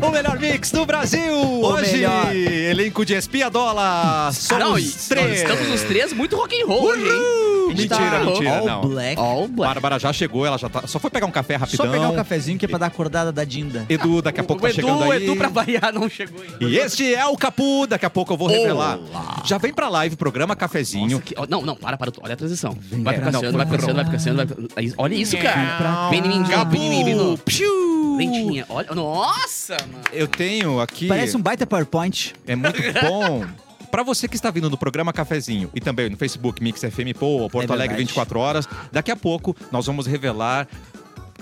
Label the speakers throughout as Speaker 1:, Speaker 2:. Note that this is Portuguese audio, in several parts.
Speaker 1: o melhor mix do Brasil. Hoje,
Speaker 2: melhor.
Speaker 1: elenco de espiadola. Somos
Speaker 2: Ah, Não, e- nós
Speaker 1: três.
Speaker 2: estamos os três muito rock and roll hoje, hein?
Speaker 1: Uhul!
Speaker 2: A gente
Speaker 1: Mentira,
Speaker 2: tá
Speaker 1: mentira,
Speaker 3: all
Speaker 1: não.
Speaker 3: black.
Speaker 2: All black.
Speaker 1: Bárbara já chegou, ela já tá. Só foi pegar um café rapidão.
Speaker 3: Só pegar um cafezinho que é pra dar acordada da Dinda.
Speaker 1: Edu, daqui a
Speaker 2: O,
Speaker 1: pouco
Speaker 2: o
Speaker 1: tá
Speaker 2: Edu,
Speaker 1: chegando
Speaker 2: o
Speaker 1: aí.
Speaker 2: Edu pra variar não chegou ainda.
Speaker 1: E este é o Capu, daqui a pouco eu vou revelar. Já vem pra live, programa
Speaker 2: Nossa,
Speaker 1: cafezinho.
Speaker 2: que- ó, Não, não, para, para. Olha a transição. Vai
Speaker 1: É,
Speaker 2: ficar
Speaker 1: não,
Speaker 2: sendo, vai
Speaker 1: foi
Speaker 2: ficar sendo, vai ficar sendo. vai ficar- aí, Olha isso, cara. Vem em mim, cá, vem em mim, vem
Speaker 1: Capu,
Speaker 2: no-
Speaker 1: piu!
Speaker 2: Lentinha. Olha, nossa, mano.
Speaker 1: Eu tenho aqui.
Speaker 3: Parece um baita PowerPoint.
Speaker 1: É muito bom. Pra você que está vindo no programa Cafezinho e também no Facebook Mix FM Poa, Porto
Speaker 3: É
Speaker 1: Alegre
Speaker 3: verdade.
Speaker 1: 24 horas, daqui a pouco nós vamos revelar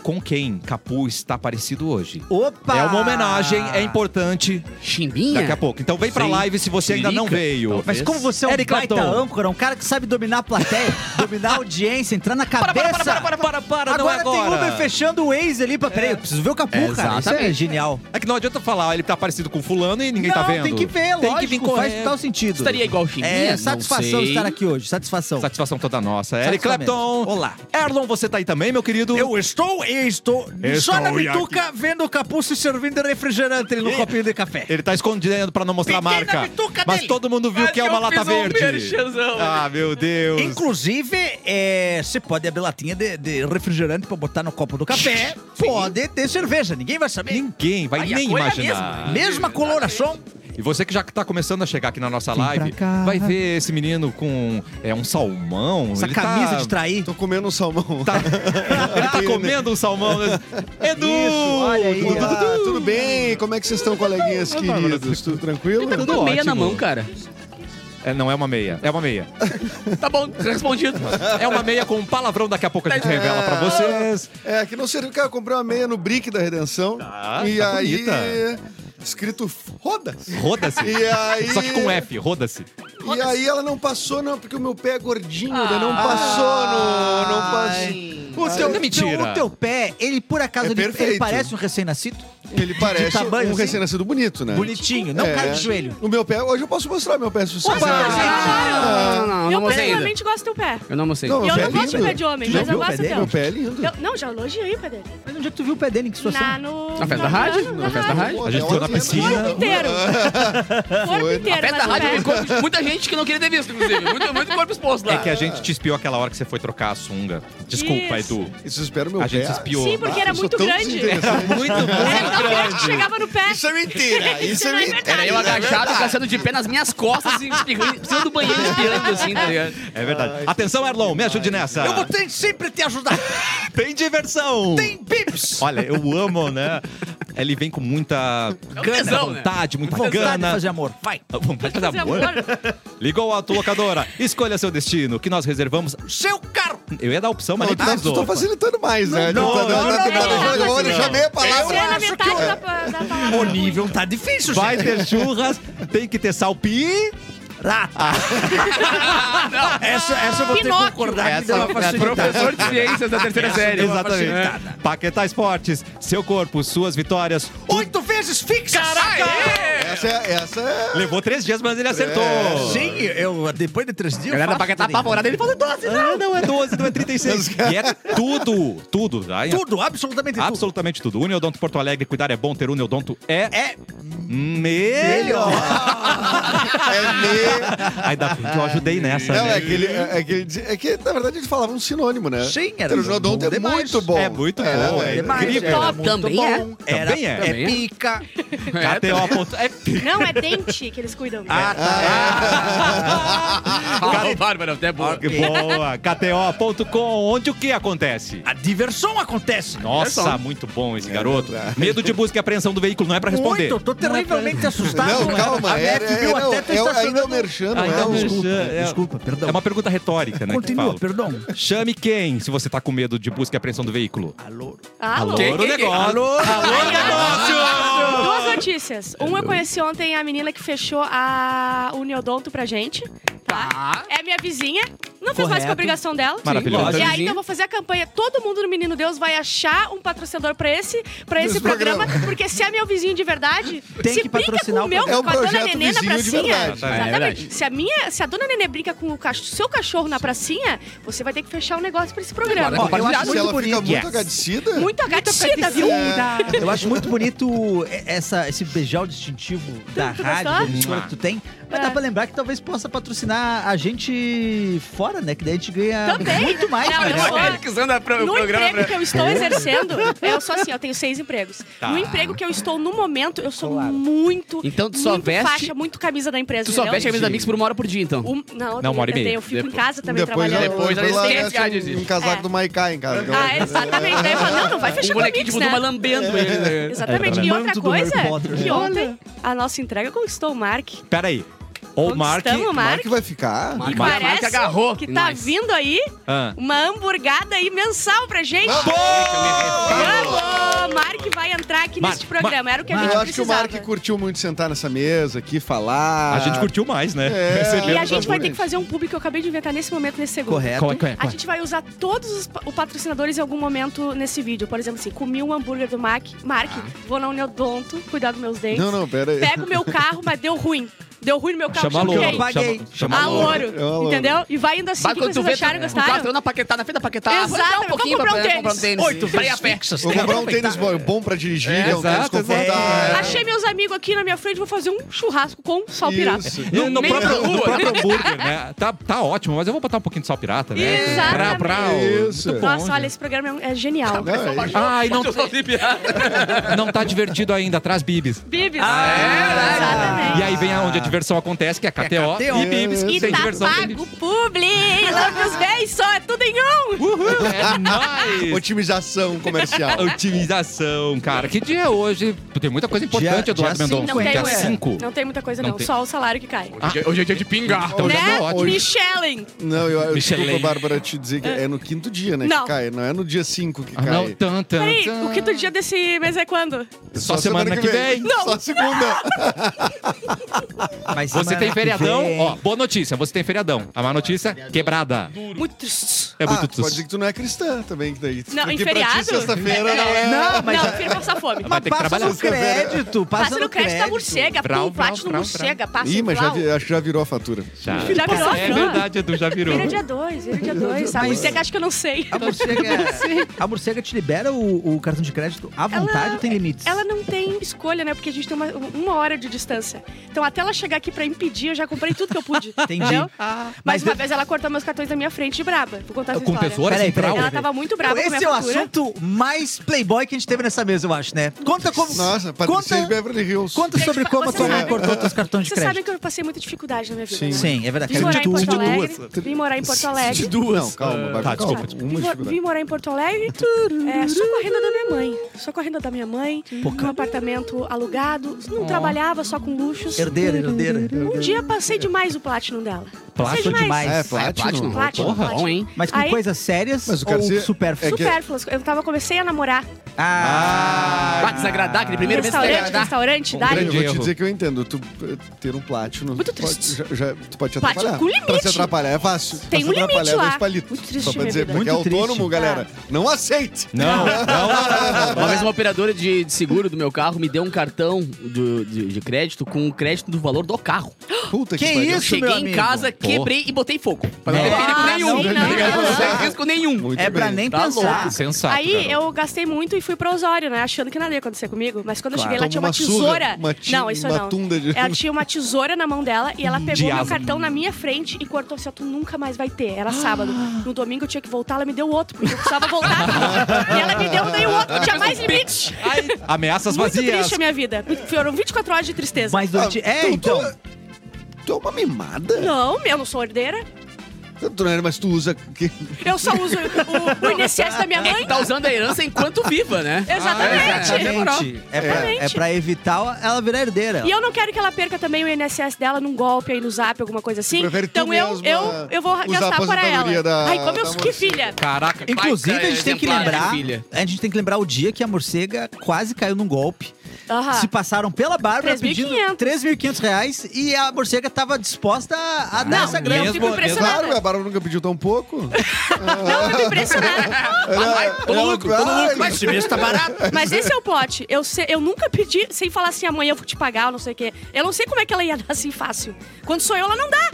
Speaker 1: com quem Capu está parecido hoje.
Speaker 3: Opa!
Speaker 1: É uma homenagem, é importante.
Speaker 2: Chimbinha.
Speaker 1: Daqui a pouco. Então vem pra
Speaker 2: Sim.
Speaker 1: live se você ainda não
Speaker 2: Lirica,
Speaker 1: veio.
Speaker 2: talvez.
Speaker 3: Mas como você é um
Speaker 1: Eric
Speaker 3: baita
Speaker 1: Clapton.
Speaker 3: âncora, um cara que sabe dominar a plateia, dominar a audiência, entrar na cabeça.
Speaker 2: Para, para, para, para, para, para, para.
Speaker 3: agora,
Speaker 2: não é agora.
Speaker 3: tem Uber fechando o Waze ali pra. Peraí, eu preciso ver o Capu,
Speaker 2: É,
Speaker 3: cara. Isso é
Speaker 2: exatamente.
Speaker 3: genial.
Speaker 1: É que não adianta falar, ele tá parecido com fulano e ninguém
Speaker 3: não,
Speaker 1: tá vendo.
Speaker 3: tem que ver,
Speaker 1: Tem
Speaker 3: lógico.
Speaker 1: que vir
Speaker 3: faz
Speaker 1: correndo.
Speaker 3: total sentido.
Speaker 2: Estaria igual Chimbinha?
Speaker 3: É,
Speaker 2: Não
Speaker 3: satisfação
Speaker 2: sei.
Speaker 3: estar aqui hoje. Satisfação.
Speaker 1: Satisfação toda nossa. Eric
Speaker 3: Satisfamento.
Speaker 1: Clapton.
Speaker 3: Olá.
Speaker 1: Erlon, você tá aí também, meu querido?
Speaker 3: Eu estou, eu estou,
Speaker 1: Estou
Speaker 3: só na
Speaker 1: aqui.
Speaker 3: bituca vendo o Capu se servindo de refrigerante ali no
Speaker 1: Ih.
Speaker 3: copinho de café.
Speaker 1: Ele tá escondendo pra não mostrar a
Speaker 3: Pintei na
Speaker 1: marca.
Speaker 3: bituca
Speaker 1: Mas
Speaker 3: dele.
Speaker 1: todo mundo viu
Speaker 2: Quase
Speaker 1: que é
Speaker 2: que
Speaker 1: uma
Speaker 2: eu
Speaker 1: lata
Speaker 2: fiz um
Speaker 1: verde.
Speaker 2: merchanzão.
Speaker 1: ah, meu Deus.
Speaker 3: Inclusive, é, você pode abrir latinha de, de refrigerante pra botar no copo do café. Pode ter cerveja, ninguém vai saber.
Speaker 1: Ninguém vai
Speaker 2: Aí a
Speaker 1: nem
Speaker 2: cor é a
Speaker 1: imaginar.
Speaker 2: mesma.
Speaker 3: Mesma coloração.
Speaker 1: E você que já tá começando a chegar aqui na nossa
Speaker 3: pra
Speaker 1: live,
Speaker 3: cá.
Speaker 1: vai ver esse menino com é, um salmão.
Speaker 3: Essa
Speaker 1: ele
Speaker 3: camisa
Speaker 1: tá,
Speaker 3: de trair.
Speaker 4: Tô comendo um salmão.
Speaker 1: tá- ele tá comendo um salmão. né? Edu!
Speaker 3: Isso, olha aí,
Speaker 1: Dudu,
Speaker 3: ó.
Speaker 1: Dudu,
Speaker 4: Ah, tudo bem? Como é que vocês estão, coleguinhas queridos? Tudo tranquilo?
Speaker 2: Tá dando
Speaker 1: Tudo
Speaker 2: meia na
Speaker 1: ótimo.
Speaker 2: mão, cara.
Speaker 1: É, não é uma meia, é uma meia.
Speaker 2: Tá bom, respondido.
Speaker 1: É uma meia com um palavrão, daqui a pouco a gente revela pra vocês.
Speaker 4: É, aqui não serviu. Cara, eu comprei uma meia no Brick da Redenção.
Speaker 1: Tá,
Speaker 4: e
Speaker 1: tá
Speaker 4: aí,
Speaker 1: bonita.
Speaker 4: escrito foda-se.
Speaker 1: Roda-se.
Speaker 4: E aí-
Speaker 1: Só que com F, roda-se.
Speaker 4: E aí ela não passou, não, porque o meu pé é gordinho, daí não
Speaker 2: Ah.
Speaker 4: passou no. Não passou.
Speaker 1: O seu é mentira.
Speaker 3: Então, O teu pé, ele por acaso,
Speaker 4: É
Speaker 3: ele, ele
Speaker 4: perfeito.
Speaker 3: parece um recém-nascido?
Speaker 4: Ele parece
Speaker 3: tamanho,
Speaker 4: um
Speaker 3: assim?
Speaker 4: recém-nascido bonito, né?
Speaker 3: Bonitinho, não
Speaker 4: É.
Speaker 3: cara de joelho.
Speaker 4: O meu pé, hoje eu posso mostrar meu pé se vocês
Speaker 3: Opa,
Speaker 4: quiserem.
Speaker 2: Ah, não, não, não, não
Speaker 5: eu
Speaker 2: mostrei ainda.
Speaker 5: particularmente gosto do pé.
Speaker 2: Eu não é mostrei.
Speaker 4: Não,
Speaker 5: E eu
Speaker 4: pé
Speaker 5: não
Speaker 4: lindo.
Speaker 5: gosto de pé de homem,
Speaker 4: Já
Speaker 5: mas
Speaker 3: viu
Speaker 5: eu
Speaker 3: o pé
Speaker 5: gosto
Speaker 3: dele?
Speaker 4: Meu
Speaker 5: dele.
Speaker 4: pé é lindo.
Speaker 5: Eu- não, já elogiei o pé dele.
Speaker 3: Mas onde é que tu viu o pé dele? Em que situação?
Speaker 5: Na, no,
Speaker 2: Na festa da
Speaker 5: no-
Speaker 2: rádio?
Speaker 5: no-
Speaker 2: Na festa da rádio?
Speaker 1: A gente foi na
Speaker 4: Olha,
Speaker 1: piscina.
Speaker 4: olha,
Speaker 5: Inteiro. Corpo
Speaker 4: Foi.
Speaker 5: inteiro,
Speaker 2: Festa da
Speaker 5: mas o
Speaker 2: rádio
Speaker 5: pé-
Speaker 2: teve corpo de muita gente que não queria ter visto, inclusive. Muito, muito corpo exposto lá.
Speaker 1: É que a gente te espiou aquela hora que você foi trocar a sunga. Desculpa,
Speaker 5: Isso.
Speaker 1: Edu.
Speaker 4: Isso espera o meu
Speaker 1: A
Speaker 4: pé.
Speaker 1: gente se espiou.
Speaker 5: Sim, porque era
Speaker 4: Eu sou
Speaker 5: muito
Speaker 4: tão
Speaker 5: grande.
Speaker 4: desinteressante.
Speaker 1: Muito,
Speaker 5: Era
Speaker 1: muito
Speaker 5: tão grande que
Speaker 1: grande.
Speaker 5: chegava no pé.
Speaker 4: Isso é mentira. Isso é
Speaker 5: não é
Speaker 4: mentira.
Speaker 5: verdade.
Speaker 2: Era eu
Speaker 5: Não
Speaker 2: agachado, caçando de pé nas minhas costas, e espirrando, precisando do banheiro, espirrando assim, tá ligado?
Speaker 1: É verdade. Atenção, Erlon, me ajude nessa.
Speaker 3: Eu vou ter- sempre te ajudar.
Speaker 1: Tem diversão.
Speaker 3: Tem pips.
Speaker 1: Olha, eu amo, né? Ele vem com muita
Speaker 2: É um
Speaker 1: gana,
Speaker 2: tesão, né?
Speaker 1: vontade, muita
Speaker 3: Vontade de
Speaker 1: gana.
Speaker 3: fazer amor. Vai.
Speaker 1: Vontade de fazer
Speaker 5: Fazer
Speaker 1: amor. Ligou a tua locadora. Escolha seu destino, que nós reservamos.
Speaker 3: Seu carro.
Speaker 1: Eu ia dar a opção, mas
Speaker 4: Não,
Speaker 1: ele
Speaker 4: tu tá- tu tá
Speaker 1: precisou.
Speaker 4: facilitando mais, né?
Speaker 1: não,
Speaker 4: Tu tá-
Speaker 1: não,
Speaker 4: tá-
Speaker 1: não,
Speaker 4: tá-
Speaker 1: não,
Speaker 4: tá-
Speaker 1: não,
Speaker 4: tá-
Speaker 1: não,
Speaker 4: vou
Speaker 1: não.
Speaker 4: deixar meia
Speaker 5: Você é na
Speaker 4: palavra.
Speaker 5: metade da, da palavra.
Speaker 3: O nível tá difícil,
Speaker 1: Vai
Speaker 3: gente.
Speaker 1: ter churras, tem que ter salpi.
Speaker 3: Rata. Ah. Essa, essa eu vou ter que
Speaker 5: Pinóquio.
Speaker 3: concordar que deu uma facilitada.
Speaker 2: Professor de ciências da terceira
Speaker 3: É
Speaker 2: série.
Speaker 1: Exatamente. Paquetá Esportes, seu corpo, suas vitórias.
Speaker 3: Oito vezes fixa. Caraca!
Speaker 4: Essa é. Essa é...
Speaker 1: Levou três dias, mas ele acertou.
Speaker 3: Sim, eu, depois de três dias.
Speaker 2: A galera
Speaker 3: eu
Speaker 2: da
Speaker 3: faço
Speaker 2: Paquetá
Speaker 3: também.
Speaker 2: apavorada, ele falou 12,
Speaker 1: Ah, não, é 12, não é 36. e é tudo, tudo, tá?
Speaker 3: Tudo, absolutamente tudo.
Speaker 1: Absolutamente tudo. Uniodonto Porto Alegre, cuidar é bom, ter Uniodonto é,
Speaker 3: É
Speaker 1: melhor.
Speaker 4: É meio.
Speaker 1: Ainda bem que eu ajudei nessa,
Speaker 4: Não,
Speaker 1: né?
Speaker 4: é que, ele, é, que ele diz- é que, na verdade, eles falavam um sinônimo, né?
Speaker 3: Sim, era
Speaker 4: Pteranodonto
Speaker 3: bom
Speaker 4: é
Speaker 3: demais.
Speaker 4: muito bom.
Speaker 1: É muito
Speaker 4: Era-
Speaker 1: bom, é
Speaker 4: era-
Speaker 1: demais. incrível.
Speaker 3: Era
Speaker 2: Top,
Speaker 3: muito
Speaker 2: também
Speaker 3: bom,
Speaker 2: é.
Speaker 3: Era,
Speaker 1: Também é.
Speaker 2: Também é.
Speaker 3: pica.
Speaker 1: KTO. É,
Speaker 5: Não, é dente que eles cuidam.
Speaker 3: Ah, tá.
Speaker 2: Ah, Bárbara, até boa.
Speaker 1: que boa. KTO.com, onde o que acontece?
Speaker 3: A diversão acontece.
Speaker 1: Nossa, muito bom esse garoto. Medo de busca e apreensão do veículo, não é pra responder.
Speaker 3: Muito, tô terrivelmente assustado.
Speaker 4: Não,
Speaker 3: né?
Speaker 4: calma.
Speaker 3: A
Speaker 4: É, é,
Speaker 3: Mac viu
Speaker 4: não,
Speaker 3: até
Speaker 4: é,
Speaker 3: tu
Speaker 4: o-
Speaker 3: estacionando.
Speaker 4: ainda é o Merchan, não
Speaker 1: Ah,
Speaker 4: é
Speaker 1: então,
Speaker 4: o...
Speaker 1: desculpa, é-
Speaker 3: desculpa, perdão.
Speaker 1: É uma pergunta retórica, né? que eu
Speaker 3: Continua,
Speaker 1: falo.
Speaker 3: perdão.
Speaker 1: Chame quem se você tá com medo de busca e apreensão do veículo?
Speaker 3: Alô. Ah,
Speaker 5: Alô?
Speaker 2: Quem?
Speaker 1: Alô, negócio! Alô, negócio!
Speaker 5: Duas notícias. Um, eu conheci ontem a menina que fechou a Uniodonto pra gente.
Speaker 2: Tá.
Speaker 5: É minha vizinha. Não fez mais
Speaker 3: Correto.
Speaker 5: que a obrigação dela.
Speaker 1: Maravilhoso.
Speaker 5: E
Speaker 2: Vizinha.
Speaker 5: ainda eu vou fazer a campanha. Todo mundo no Menino Deus vai achar um patrocinador pra esse, pra esse
Speaker 4: Esse
Speaker 5: programa,
Speaker 4: programa.
Speaker 5: Porque se é meu vizinho de verdade,
Speaker 3: Tem
Speaker 5: se
Speaker 3: que
Speaker 5: brinca
Speaker 3: patrocinar
Speaker 5: com
Speaker 3: o
Speaker 5: o meu,
Speaker 4: programa. É um
Speaker 5: com a dona
Speaker 4: projeto
Speaker 5: Nenê na
Speaker 4: vizinho de
Speaker 5: pracinha.
Speaker 4: verdade.
Speaker 2: É, é
Speaker 5: Exatamente.
Speaker 2: verdade.
Speaker 5: se, a minha, se a dona Nenê brinca com o cachorro, seu cachorro na pracinha, você vai ter que fechar um negócio pra esse programa.
Speaker 2: Agora,
Speaker 3: Ó, eu
Speaker 2: Compartilhado.
Speaker 3: acho
Speaker 4: Se
Speaker 3: muito
Speaker 4: ela fica
Speaker 3: bonito.
Speaker 4: muito agadecida...
Speaker 5: Muito agatida, viu?
Speaker 3: Eu acho muito bonito o- e- essa, esse beijal distintivo da
Speaker 5: que
Speaker 3: rádio, da
Speaker 5: gostar?
Speaker 3: emissora
Speaker 1: Ah.
Speaker 3: que tu tem. Mas
Speaker 5: É.
Speaker 3: dá pra lembrar que talvez possa patrocinar a gente fora, né? Que daí a gente ganha
Speaker 5: Também.
Speaker 3: muito mais.
Speaker 5: Não,
Speaker 3: né?
Speaker 5: eu sou-
Speaker 2: Eric usando a pro- o
Speaker 5: No
Speaker 2: programa
Speaker 5: emprego
Speaker 2: pra...
Speaker 5: que eu estou exercendo, eu sou assim, eu tenho seis empregos.
Speaker 1: Tá.
Speaker 5: No emprego que eu estou no momento, eu sou
Speaker 3: Claro.
Speaker 5: muito.
Speaker 2: Então tu só
Speaker 5: muito
Speaker 2: veste-
Speaker 5: faixa, muito camisa da empresa.
Speaker 2: Tu só
Speaker 5: entendeu?
Speaker 2: veste a camisa da Mix por uma hora por dia, então.
Speaker 5: Um- não, eu
Speaker 1: Não, uma hora e
Speaker 5: tenho-
Speaker 1: meia.
Speaker 5: Eu fico em
Speaker 2: Depois-
Speaker 5: casa também
Speaker 4: Depois,
Speaker 5: trabalhando.
Speaker 2: Depois ela
Speaker 4: ela
Speaker 2: esquece, ah,
Speaker 4: veste um,
Speaker 2: existe.
Speaker 4: um casaco
Speaker 5: É.
Speaker 4: do Maikai em casa. que ela-
Speaker 5: Ah, exatamente. Daí eu falo, não, não vai
Speaker 2: um
Speaker 5: fechar com a
Speaker 2: bonequinho
Speaker 5: Mix,
Speaker 2: de
Speaker 5: né?
Speaker 2: Duma lambendo ele. né?
Speaker 5: Exatamente.
Speaker 1: É,
Speaker 5: E
Speaker 3: Manto
Speaker 5: outra
Speaker 3: do Harry
Speaker 5: coisa, é
Speaker 3: Potter,
Speaker 5: que
Speaker 3: né?
Speaker 5: ontem a nossa entrega conquistou o Mark.
Speaker 1: Peraí. Ou o Mark.
Speaker 5: Conquistamos o
Speaker 4: Como é
Speaker 5: Mark.
Speaker 4: que vai ficar?
Speaker 2: Mark-
Speaker 5: Parece
Speaker 2: Mark agarrou.
Speaker 5: que tá
Speaker 2: Nice.
Speaker 5: vindo aí
Speaker 1: Ah.
Speaker 5: uma hamburgada aí mensal pra gente. Vamos! Mark vai entrar aqui
Speaker 1: Mark,
Speaker 5: neste programa. Era o que a
Speaker 4: Eu
Speaker 5: gente
Speaker 4: acho que o
Speaker 5: precisava.
Speaker 4: Mark curtiu muito sentar nessa mesa aqui, falar.
Speaker 1: A gente curtiu mais, né?
Speaker 4: Ah. É.
Speaker 5: E
Speaker 1: Recebemos
Speaker 5: a gente vai ter
Speaker 4: Exatamente.
Speaker 5: que fazer um público que eu acabei de inventar nesse momento, nesse segundo.
Speaker 3: Correto.
Speaker 1: Qual é, qual é,
Speaker 5: A
Speaker 1: qual é?
Speaker 5: gente vai usar todos os pa- os patrocinadores em algum momento nesse vídeo. Por exemplo, assim, comi um hambúrguer do Mac. Mark, vou na Uniodonto, cuidar dos meus dentes.
Speaker 4: Ah. Não, não, pera aí.
Speaker 5: Pego meu carro, mas deu ruim. Deu ruim no meu carro,
Speaker 1: Chama a
Speaker 5: chama
Speaker 1: Louro.
Speaker 5: quem?
Speaker 3: Loura. Apaguei.
Speaker 1: Chama-
Speaker 3: Chama
Speaker 1: Chama a Loura.
Speaker 5: Alouro,
Speaker 4: É o Alouro.
Speaker 5: entendeu? E vai indo assim, o
Speaker 2: Vai
Speaker 5: que
Speaker 2: quando tu
Speaker 5: vocês
Speaker 2: vê,
Speaker 5: acharam,
Speaker 2: tu- tu
Speaker 5: gostaram?
Speaker 2: entrou na paquetá, na frente da paquetá.
Speaker 5: Exato,
Speaker 2: vou entrar
Speaker 5: eu vou comprar um
Speaker 2: pra-
Speaker 5: tênis.
Speaker 2: comprar um tênis.
Speaker 3: Oito
Speaker 2: Freio a
Speaker 3: vezes
Speaker 2: pé.
Speaker 3: fixas.
Speaker 4: Vou
Speaker 3: tem que
Speaker 4: comprar um
Speaker 3: aproveitar.
Speaker 4: tênis boy, bom pra dirigir,
Speaker 2: É,
Speaker 4: é, um tênis
Speaker 1: exato, exato.
Speaker 4: confortável.
Speaker 5: Achei meus amigos aqui na minha frente, vou fazer um churrasco com sal pirata.
Speaker 4: Isso.
Speaker 1: No, no
Speaker 2: Nem
Speaker 1: próprio,
Speaker 2: na
Speaker 1: no
Speaker 2: rua.
Speaker 1: próprio hambúrguer, né? Tá, tá ótimo, mas eu vou botar um pouquinho de sal pirata, né?
Speaker 5: Exatamente.
Speaker 1: Pra, pra,
Speaker 4: Isso.
Speaker 1: muito bom,
Speaker 5: Nossa, olha,
Speaker 1: gente.
Speaker 5: esse programa é um- é genial.
Speaker 4: Não, é-
Speaker 1: Ai, não,
Speaker 2: Eu sou arrepiado.
Speaker 1: não tá divertido ainda, traz bibis.
Speaker 5: Bibis.
Speaker 2: é,
Speaker 5: Exatamente.
Speaker 1: E aí vem aonde a diversão acontece, que é KTO,
Speaker 3: KTO.
Speaker 1: e bibis.
Speaker 5: E
Speaker 1: tem
Speaker 5: tá
Speaker 1: diversão, tem
Speaker 5: pago
Speaker 1: bibis.
Speaker 5: publi! Lá meus bens só, é tudo em um!
Speaker 1: Uhul, é nóis.
Speaker 4: Otimização comercial.
Speaker 1: Otimização, cara. Que dia é hoje? Tem muita coisa importante,
Speaker 3: Dia-
Speaker 1: Eduardo
Speaker 3: dia cinco,
Speaker 1: Mendonça.
Speaker 5: Não tem,
Speaker 1: Dia
Speaker 5: muita-
Speaker 1: 5.
Speaker 5: não tem muita coisa,
Speaker 1: Não
Speaker 5: não.
Speaker 1: tem.
Speaker 5: Só o salário que cai.
Speaker 2: Hoje é dia de pingar.
Speaker 1: Então já
Speaker 5: né?
Speaker 1: tá ótimo.
Speaker 5: Michelin!
Speaker 4: Não, eu, eu
Speaker 1: Michelin.
Speaker 4: desculpa, Bárbara, te dizer que é no quinto dia, né?
Speaker 5: Não.
Speaker 4: Que cai. Não é no dia 5 que
Speaker 1: Ah, não,
Speaker 4: cai.
Speaker 1: tan, tan,
Speaker 5: Peraí,
Speaker 1: tan.
Speaker 5: o quinto dia desse mês é quando?
Speaker 4: É
Speaker 1: Só semana que vem.
Speaker 5: Não.
Speaker 4: Só segunda.
Speaker 3: Mas
Speaker 1: Você
Speaker 3: semana
Speaker 1: tem
Speaker 3: que
Speaker 1: feriadão,
Speaker 3: vem-
Speaker 1: ó, boa notícia, você tem feriadão. A má notícia, quebrada.
Speaker 5: Muito triste.
Speaker 1: É muito
Speaker 4: ah, pode dizer
Speaker 1: triste.
Speaker 4: que tu não é cristã também, que daí.
Speaker 5: Não, em
Speaker 4: porque pra ti
Speaker 5: feriado?
Speaker 4: Sexta-feira não é.
Speaker 3: Não, mas
Speaker 5: não, prefiro passar fome.
Speaker 1: Vai ter que
Speaker 3: passa
Speaker 1: trabalhar.
Speaker 3: no crédito.
Speaker 5: Passa no crédito da morcega,
Speaker 1: Vrau,
Speaker 5: pum,
Speaker 1: vrau,
Speaker 5: platino
Speaker 1: vrau,
Speaker 5: morcega, passa
Speaker 4: Ih, mas já
Speaker 5: vrau.
Speaker 4: vi- acho que já virou a fatura.
Speaker 1: Já,
Speaker 5: Já virou a
Speaker 1: É
Speaker 5: fila.
Speaker 1: verdade, Edu, já virou.
Speaker 5: Vira dia 2, vira dia 2, sabe?
Speaker 3: Mas-
Speaker 5: Morcega acho que eu não sei.
Speaker 3: A morcega, a morcega te libera o, o cartão de crédito à vontade ou tá? tem limites?
Speaker 5: Ela não tem escolha, né? Porque a gente tem uma, uma hora de distância. Então, até ela chegar aqui pra impedir, eu já comprei tudo que eu pude.
Speaker 3: Entendi. Ah,
Speaker 5: Entendeu?
Speaker 3: Mas
Speaker 5: Mas uma
Speaker 3: eu-
Speaker 5: vez ela cortou meus cartões da minha frente de braba. Vou contar essa
Speaker 1: Com
Speaker 5: história.
Speaker 1: tesoura
Speaker 3: Peraí,
Speaker 1: central?
Speaker 5: Ela tava muito brava com a
Speaker 3: Esse é
Speaker 5: minha
Speaker 3: o
Speaker 5: fatura.
Speaker 3: assunto mais playboy que a gente teve nessa mesa, eu acho, né? Conta como.
Speaker 4: Nossa, Patrícia de
Speaker 3: conta,
Speaker 4: Beverly Hills.
Speaker 3: conta
Speaker 5: Gente,
Speaker 3: sobre como a
Speaker 5: vocês
Speaker 3: tua mãe
Speaker 5: sabem-
Speaker 3: cortou teus cartões de
Speaker 5: Vocês sabem
Speaker 3: crédito.
Speaker 5: que eu passei muita dificuldade na minha vida,
Speaker 4: Sim.
Speaker 5: né?
Speaker 3: Sim, é verdade.
Speaker 5: Vim morar em Porto
Speaker 4: duas.
Speaker 5: Alegre. Vim morar em Porto Alegre.
Speaker 4: Duas. Ah, Não, calma, Bárbara.
Speaker 1: Tá,
Speaker 4: calma.
Speaker 1: desculpa.
Speaker 4: Uma
Speaker 5: Vim, mo-
Speaker 4: dificuldade.
Speaker 5: vim morar em Porto Alegre, é, só com a renda da minha mãe. Só com a renda da minha mãe, num apartamento alugado. Não trabalhava, só com luxos.
Speaker 3: Herdeira, herdeira.
Speaker 5: Um dia passei demais o Platinum dela. Passei
Speaker 1: Plástico
Speaker 3: Passou demais.
Speaker 4: É,
Speaker 2: Platinum.
Speaker 4: Platinum.
Speaker 5: Platinum,
Speaker 1: Porra.
Speaker 5: Platinum.
Speaker 2: Bom, hein?
Speaker 3: Mas com
Speaker 5: Aí-
Speaker 3: coisas sérias
Speaker 4: Mas eu quero
Speaker 3: ou
Speaker 4: dizer-
Speaker 3: supérfluas?
Speaker 4: É que-
Speaker 5: Supérfluas. assim, Eu tava, comecei a namorar.
Speaker 3: Ah!
Speaker 2: Vai desagradar, aquele primeiro mês
Speaker 5: restaurante,
Speaker 2: desagradar.
Speaker 5: restaurante, dá
Speaker 1: grande
Speaker 4: Eu vou
Speaker 1: erro.
Speaker 4: te dizer que eu entendo. Tu eh, ter um Platinum.
Speaker 5: Muito
Speaker 4: pode-
Speaker 5: triste.
Speaker 4: já- já- tu pode te
Speaker 5: Platinum
Speaker 4: atrapalhar.
Speaker 5: com
Speaker 4: Pra
Speaker 5: limite.
Speaker 4: se atrapalhar é fácil. Pra
Speaker 5: Tem
Speaker 4: se
Speaker 5: um limite
Speaker 4: atrapalhar,
Speaker 5: lá.
Speaker 4: dois palitos.
Speaker 5: Muito triste
Speaker 4: Só pra
Speaker 5: minha
Speaker 4: dizer,
Speaker 5: vida. Ah.
Speaker 4: porque é
Speaker 3: Muito triste.
Speaker 4: autônomo, galera. Não aceite.
Speaker 1: Não, não,
Speaker 2: Uma vez uma operadora de, de seguro do meu carro me deu um cartão do- de, de crédito com o crédito do valor do carro.
Speaker 4: Puta que,
Speaker 3: Que
Speaker 4: pariu.
Speaker 2: Eu
Speaker 3: isso,
Speaker 2: cheguei
Speaker 3: meu
Speaker 2: em
Speaker 3: amigo.
Speaker 2: casa, quebrei e botei fogo. Pra não ter
Speaker 1: Nossa,
Speaker 2: perigo nenhum.
Speaker 5: sim,
Speaker 2: tá
Speaker 5: não,
Speaker 2: ligado?
Speaker 5: não.
Speaker 2: Sem risco nenhum.
Speaker 4: Muito
Speaker 3: É pra
Speaker 4: bem.
Speaker 3: nem
Speaker 2: Tá
Speaker 3: pensar.
Speaker 1: não. Sensato.
Speaker 5: Aí
Speaker 1: garoto.
Speaker 5: eu gastei muito e fui pra Osório, né? Achando que nada ia acontecer comigo. Mas quando eu cheguei, ela
Speaker 4: Toma
Speaker 5: tinha
Speaker 4: surra,
Speaker 5: uma, tesoura.
Speaker 4: uma ti-
Speaker 5: não, isso
Speaker 4: uma
Speaker 5: não. É
Speaker 4: tunda de-
Speaker 5: Ela tinha uma tesoura na mão dela e ela pegou
Speaker 1: asma.
Speaker 5: meu cartão na minha frente e cortou assim: ó, tu nunca mais vai ter. Era sábado. No domingo eu tinha que voltar, ela me deu outro, porque eu precisava voltar. e ela me deu daí o outro, não tinha mais limite.
Speaker 1: Ai, ameaças
Speaker 5: Muito
Speaker 1: vazias.
Speaker 5: triste a minha vida. Foram 24 horas de tristeza.
Speaker 3: Mas durante.
Speaker 4: Ah,
Speaker 3: É,
Speaker 4: tu-
Speaker 3: então.
Speaker 4: Tu, tu é uma mimada?
Speaker 5: Não, eu não sou herdeira.
Speaker 4: Tu não é, mas tu usa. que-
Speaker 5: Eu só uso o, o INSS da minha
Speaker 2: É que
Speaker 5: mãe.
Speaker 2: tá usando a herança enquanto viva, né?
Speaker 4: Ah,
Speaker 5: Exatamente.
Speaker 3: Exatamente. É pra,
Speaker 5: Exatamente.
Speaker 3: é pra evitar ela virar herdeira.
Speaker 5: E eu não quero que ela perca também o INSS dela num golpe aí no zap, alguma coisa assim.
Speaker 4: Prefere tu
Speaker 5: então eu,
Speaker 4: mesma
Speaker 5: eu, eu vou
Speaker 4: usar a
Speaker 5: gastar para
Speaker 4: aposentadoria
Speaker 5: ela.
Speaker 4: da-
Speaker 5: Ai, como eu
Speaker 4: da
Speaker 5: que
Speaker 4: mocinha.
Speaker 5: filha.
Speaker 1: Caraca.
Speaker 3: Inclusive,
Speaker 2: Baita
Speaker 3: a gente tem que
Speaker 2: exemplar,
Speaker 3: lembrar.
Speaker 2: filha.
Speaker 3: A gente tem que lembrar o dia que a morcega quase caiu num golpe.
Speaker 5: Aham.
Speaker 3: Se passaram pela Bárbara pedindo
Speaker 5: 3.500.
Speaker 3: 3.500 reais e a morcega tava disposta a a dar
Speaker 5: Não, é.
Speaker 3: essa
Speaker 5: eu
Speaker 3: grana.
Speaker 5: fico impressionada.
Speaker 4: Claro, a Bárbara nunca pediu tão pouco. é-
Speaker 5: Não, eu tô impressionada.
Speaker 2: Tô no lucro, tô no lucro.
Speaker 4: Mas
Speaker 2: esse mês tá barato.
Speaker 5: Mas esse é o pote. Eu, se- eu nunca pedi sem falar assim, amanhã eu vou te pagar, ou não sei o quê. Eu não sei como é que ela ia dar assim fácil. Quando sou eu, ela não dá.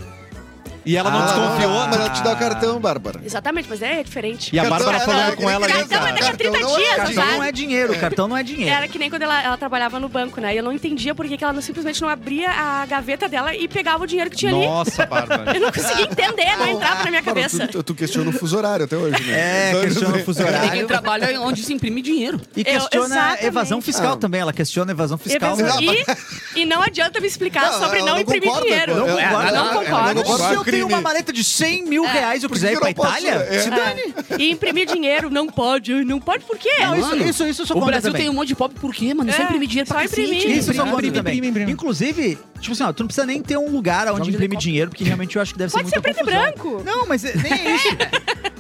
Speaker 1: E ela não
Speaker 4: Ah,
Speaker 1: desconfiou.
Speaker 4: Mas ela te dá o cartão, Bárbara.
Speaker 5: Exatamente, mas é diferente.
Speaker 1: E a
Speaker 4: Cartão
Speaker 1: Bárbara
Speaker 4: é-
Speaker 1: falou
Speaker 4: é-
Speaker 1: com ela ali.
Speaker 5: Cartão é daqui a 30
Speaker 4: Cartão não é-
Speaker 5: dias,
Speaker 4: cartão
Speaker 5: azar.
Speaker 3: Cartão não é dinheiro, cartão não é dinheiro.
Speaker 5: Era que nem quando ela, ela trabalhava no banco, né? E eu não entendia por que, que ela não- simplesmente não abria a gaveta dela e pegava o dinheiro que tinha ali.
Speaker 1: Nossa, Bárbara.
Speaker 5: Eu não conseguia entender, não entrava na minha
Speaker 4: Então, Bárbara,
Speaker 5: cabeça.
Speaker 4: Tu, tu questiona o fuso horário até hoje, né?
Speaker 3: É,
Speaker 4: Então,
Speaker 3: questiona o fuso
Speaker 2: Tem quem
Speaker 3: horário.
Speaker 2: trabalha onde se imprime dinheiro.
Speaker 3: E questiona
Speaker 5: exatamente.
Speaker 3: evasão fiscal também. Ela questiona né? evasão
Speaker 5: Eu
Speaker 3: fiscal.
Speaker 5: penso,
Speaker 4: né?
Speaker 5: e, e não adianta me explicar
Speaker 4: Não,
Speaker 5: sobre
Speaker 4: ela
Speaker 5: não,
Speaker 4: não
Speaker 5: imprimir
Speaker 4: concorda
Speaker 5: dinheiro.
Speaker 4: com-
Speaker 3: Não,
Speaker 4: é,
Speaker 3: concordo. É.
Speaker 5: não concordo.
Speaker 4: concordo.
Speaker 3: Se eu tenho
Speaker 4: crime.
Speaker 3: uma maleta de 100 mil reais e eu
Speaker 4: Por que
Speaker 3: quiser ir
Speaker 4: eu
Speaker 3: pra
Speaker 4: não posso?
Speaker 3: Itália,
Speaker 4: É.
Speaker 3: se dane.
Speaker 5: E imprimir dinheiro não pode, não pode por quê?
Speaker 3: Não, isso,
Speaker 2: Mano,
Speaker 3: isso, isso É, eu sou
Speaker 2: o
Speaker 3: contra
Speaker 2: Brasil
Speaker 3: também.
Speaker 2: tem um monte de pobre, por quê, mano?
Speaker 5: É,
Speaker 2: só imprimir dinheiro pra
Speaker 5: só imprimir.
Speaker 2: cacete.
Speaker 3: Isso eu sou
Speaker 1: Imprime,
Speaker 3: contra
Speaker 1: imprime,
Speaker 3: também.
Speaker 1: imprime.
Speaker 3: Inclusive, tipo assim, ó, tu não precisa nem ter um lugar onde
Speaker 2: Joga
Speaker 3: imprimir
Speaker 2: de
Speaker 3: dinheiro, porque realmente eu acho que deve
Speaker 5: Pode
Speaker 3: ser
Speaker 5: ser
Speaker 3: muita
Speaker 5: preto e
Speaker 3: confusão.
Speaker 5: branco.
Speaker 3: Não, mas é- nem é isso.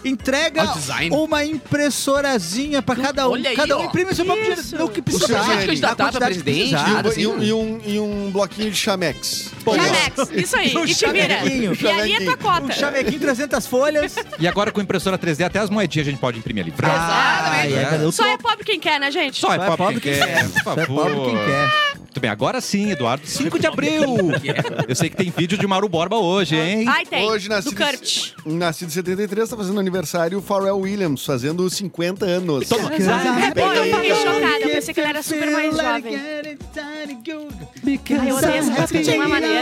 Speaker 3: Entrega
Speaker 2: Olha o design.
Speaker 3: uma impressorazinha pra cada um.
Speaker 2: Olha aí,
Speaker 3: cada um
Speaker 2: ó.
Speaker 3: imprime seu próprio
Speaker 5: Isso.
Speaker 3: dinheiro. O que
Speaker 4: seu
Speaker 3: precisar.
Speaker 4: dinheiro.
Speaker 3: A
Speaker 2: Candidatar pra
Speaker 3: quantidade que
Speaker 2: presidente,
Speaker 3: precisar.
Speaker 2: nada.
Speaker 4: E um, e um- e um bloquinho de chamex.
Speaker 5: Chamex, isso aí,
Speaker 3: Um
Speaker 5: e te vira.
Speaker 3: chamequinho.
Speaker 5: E ali é tua cota.
Speaker 3: Um chamequinho, 300 folhas.
Speaker 1: E agora com impressora 3D, até as moedinhas a gente pode imprimir ali.
Speaker 5: Exatamente.
Speaker 3: Ai, ai, cadê o
Speaker 5: Só é
Speaker 3: topo?
Speaker 5: pobre quem quer, né, gente?
Speaker 1: Só é
Speaker 3: Só
Speaker 1: pobre, quem quer, por
Speaker 3: Só é
Speaker 1: favor.
Speaker 3: pobre quem quer.
Speaker 1: Muito bem, agora sim, Eduardo. 5 de abril. Eu sei que tem vídeo de Mauro Borba hoje, hein?
Speaker 5: Ai, tem.
Speaker 4: Hoje,
Speaker 5: Do
Speaker 4: nascido,
Speaker 5: Kurt.
Speaker 4: nascido em 73, tá fazendo aniversário o Pharrell Williams, fazendo 50 anos.
Speaker 1: Toma.
Speaker 2: Tá
Speaker 5: É bom, eu fiquei chocada. Eu pensei que ele era super mais jovem. Ai, eu odeio essa música de uma maneira.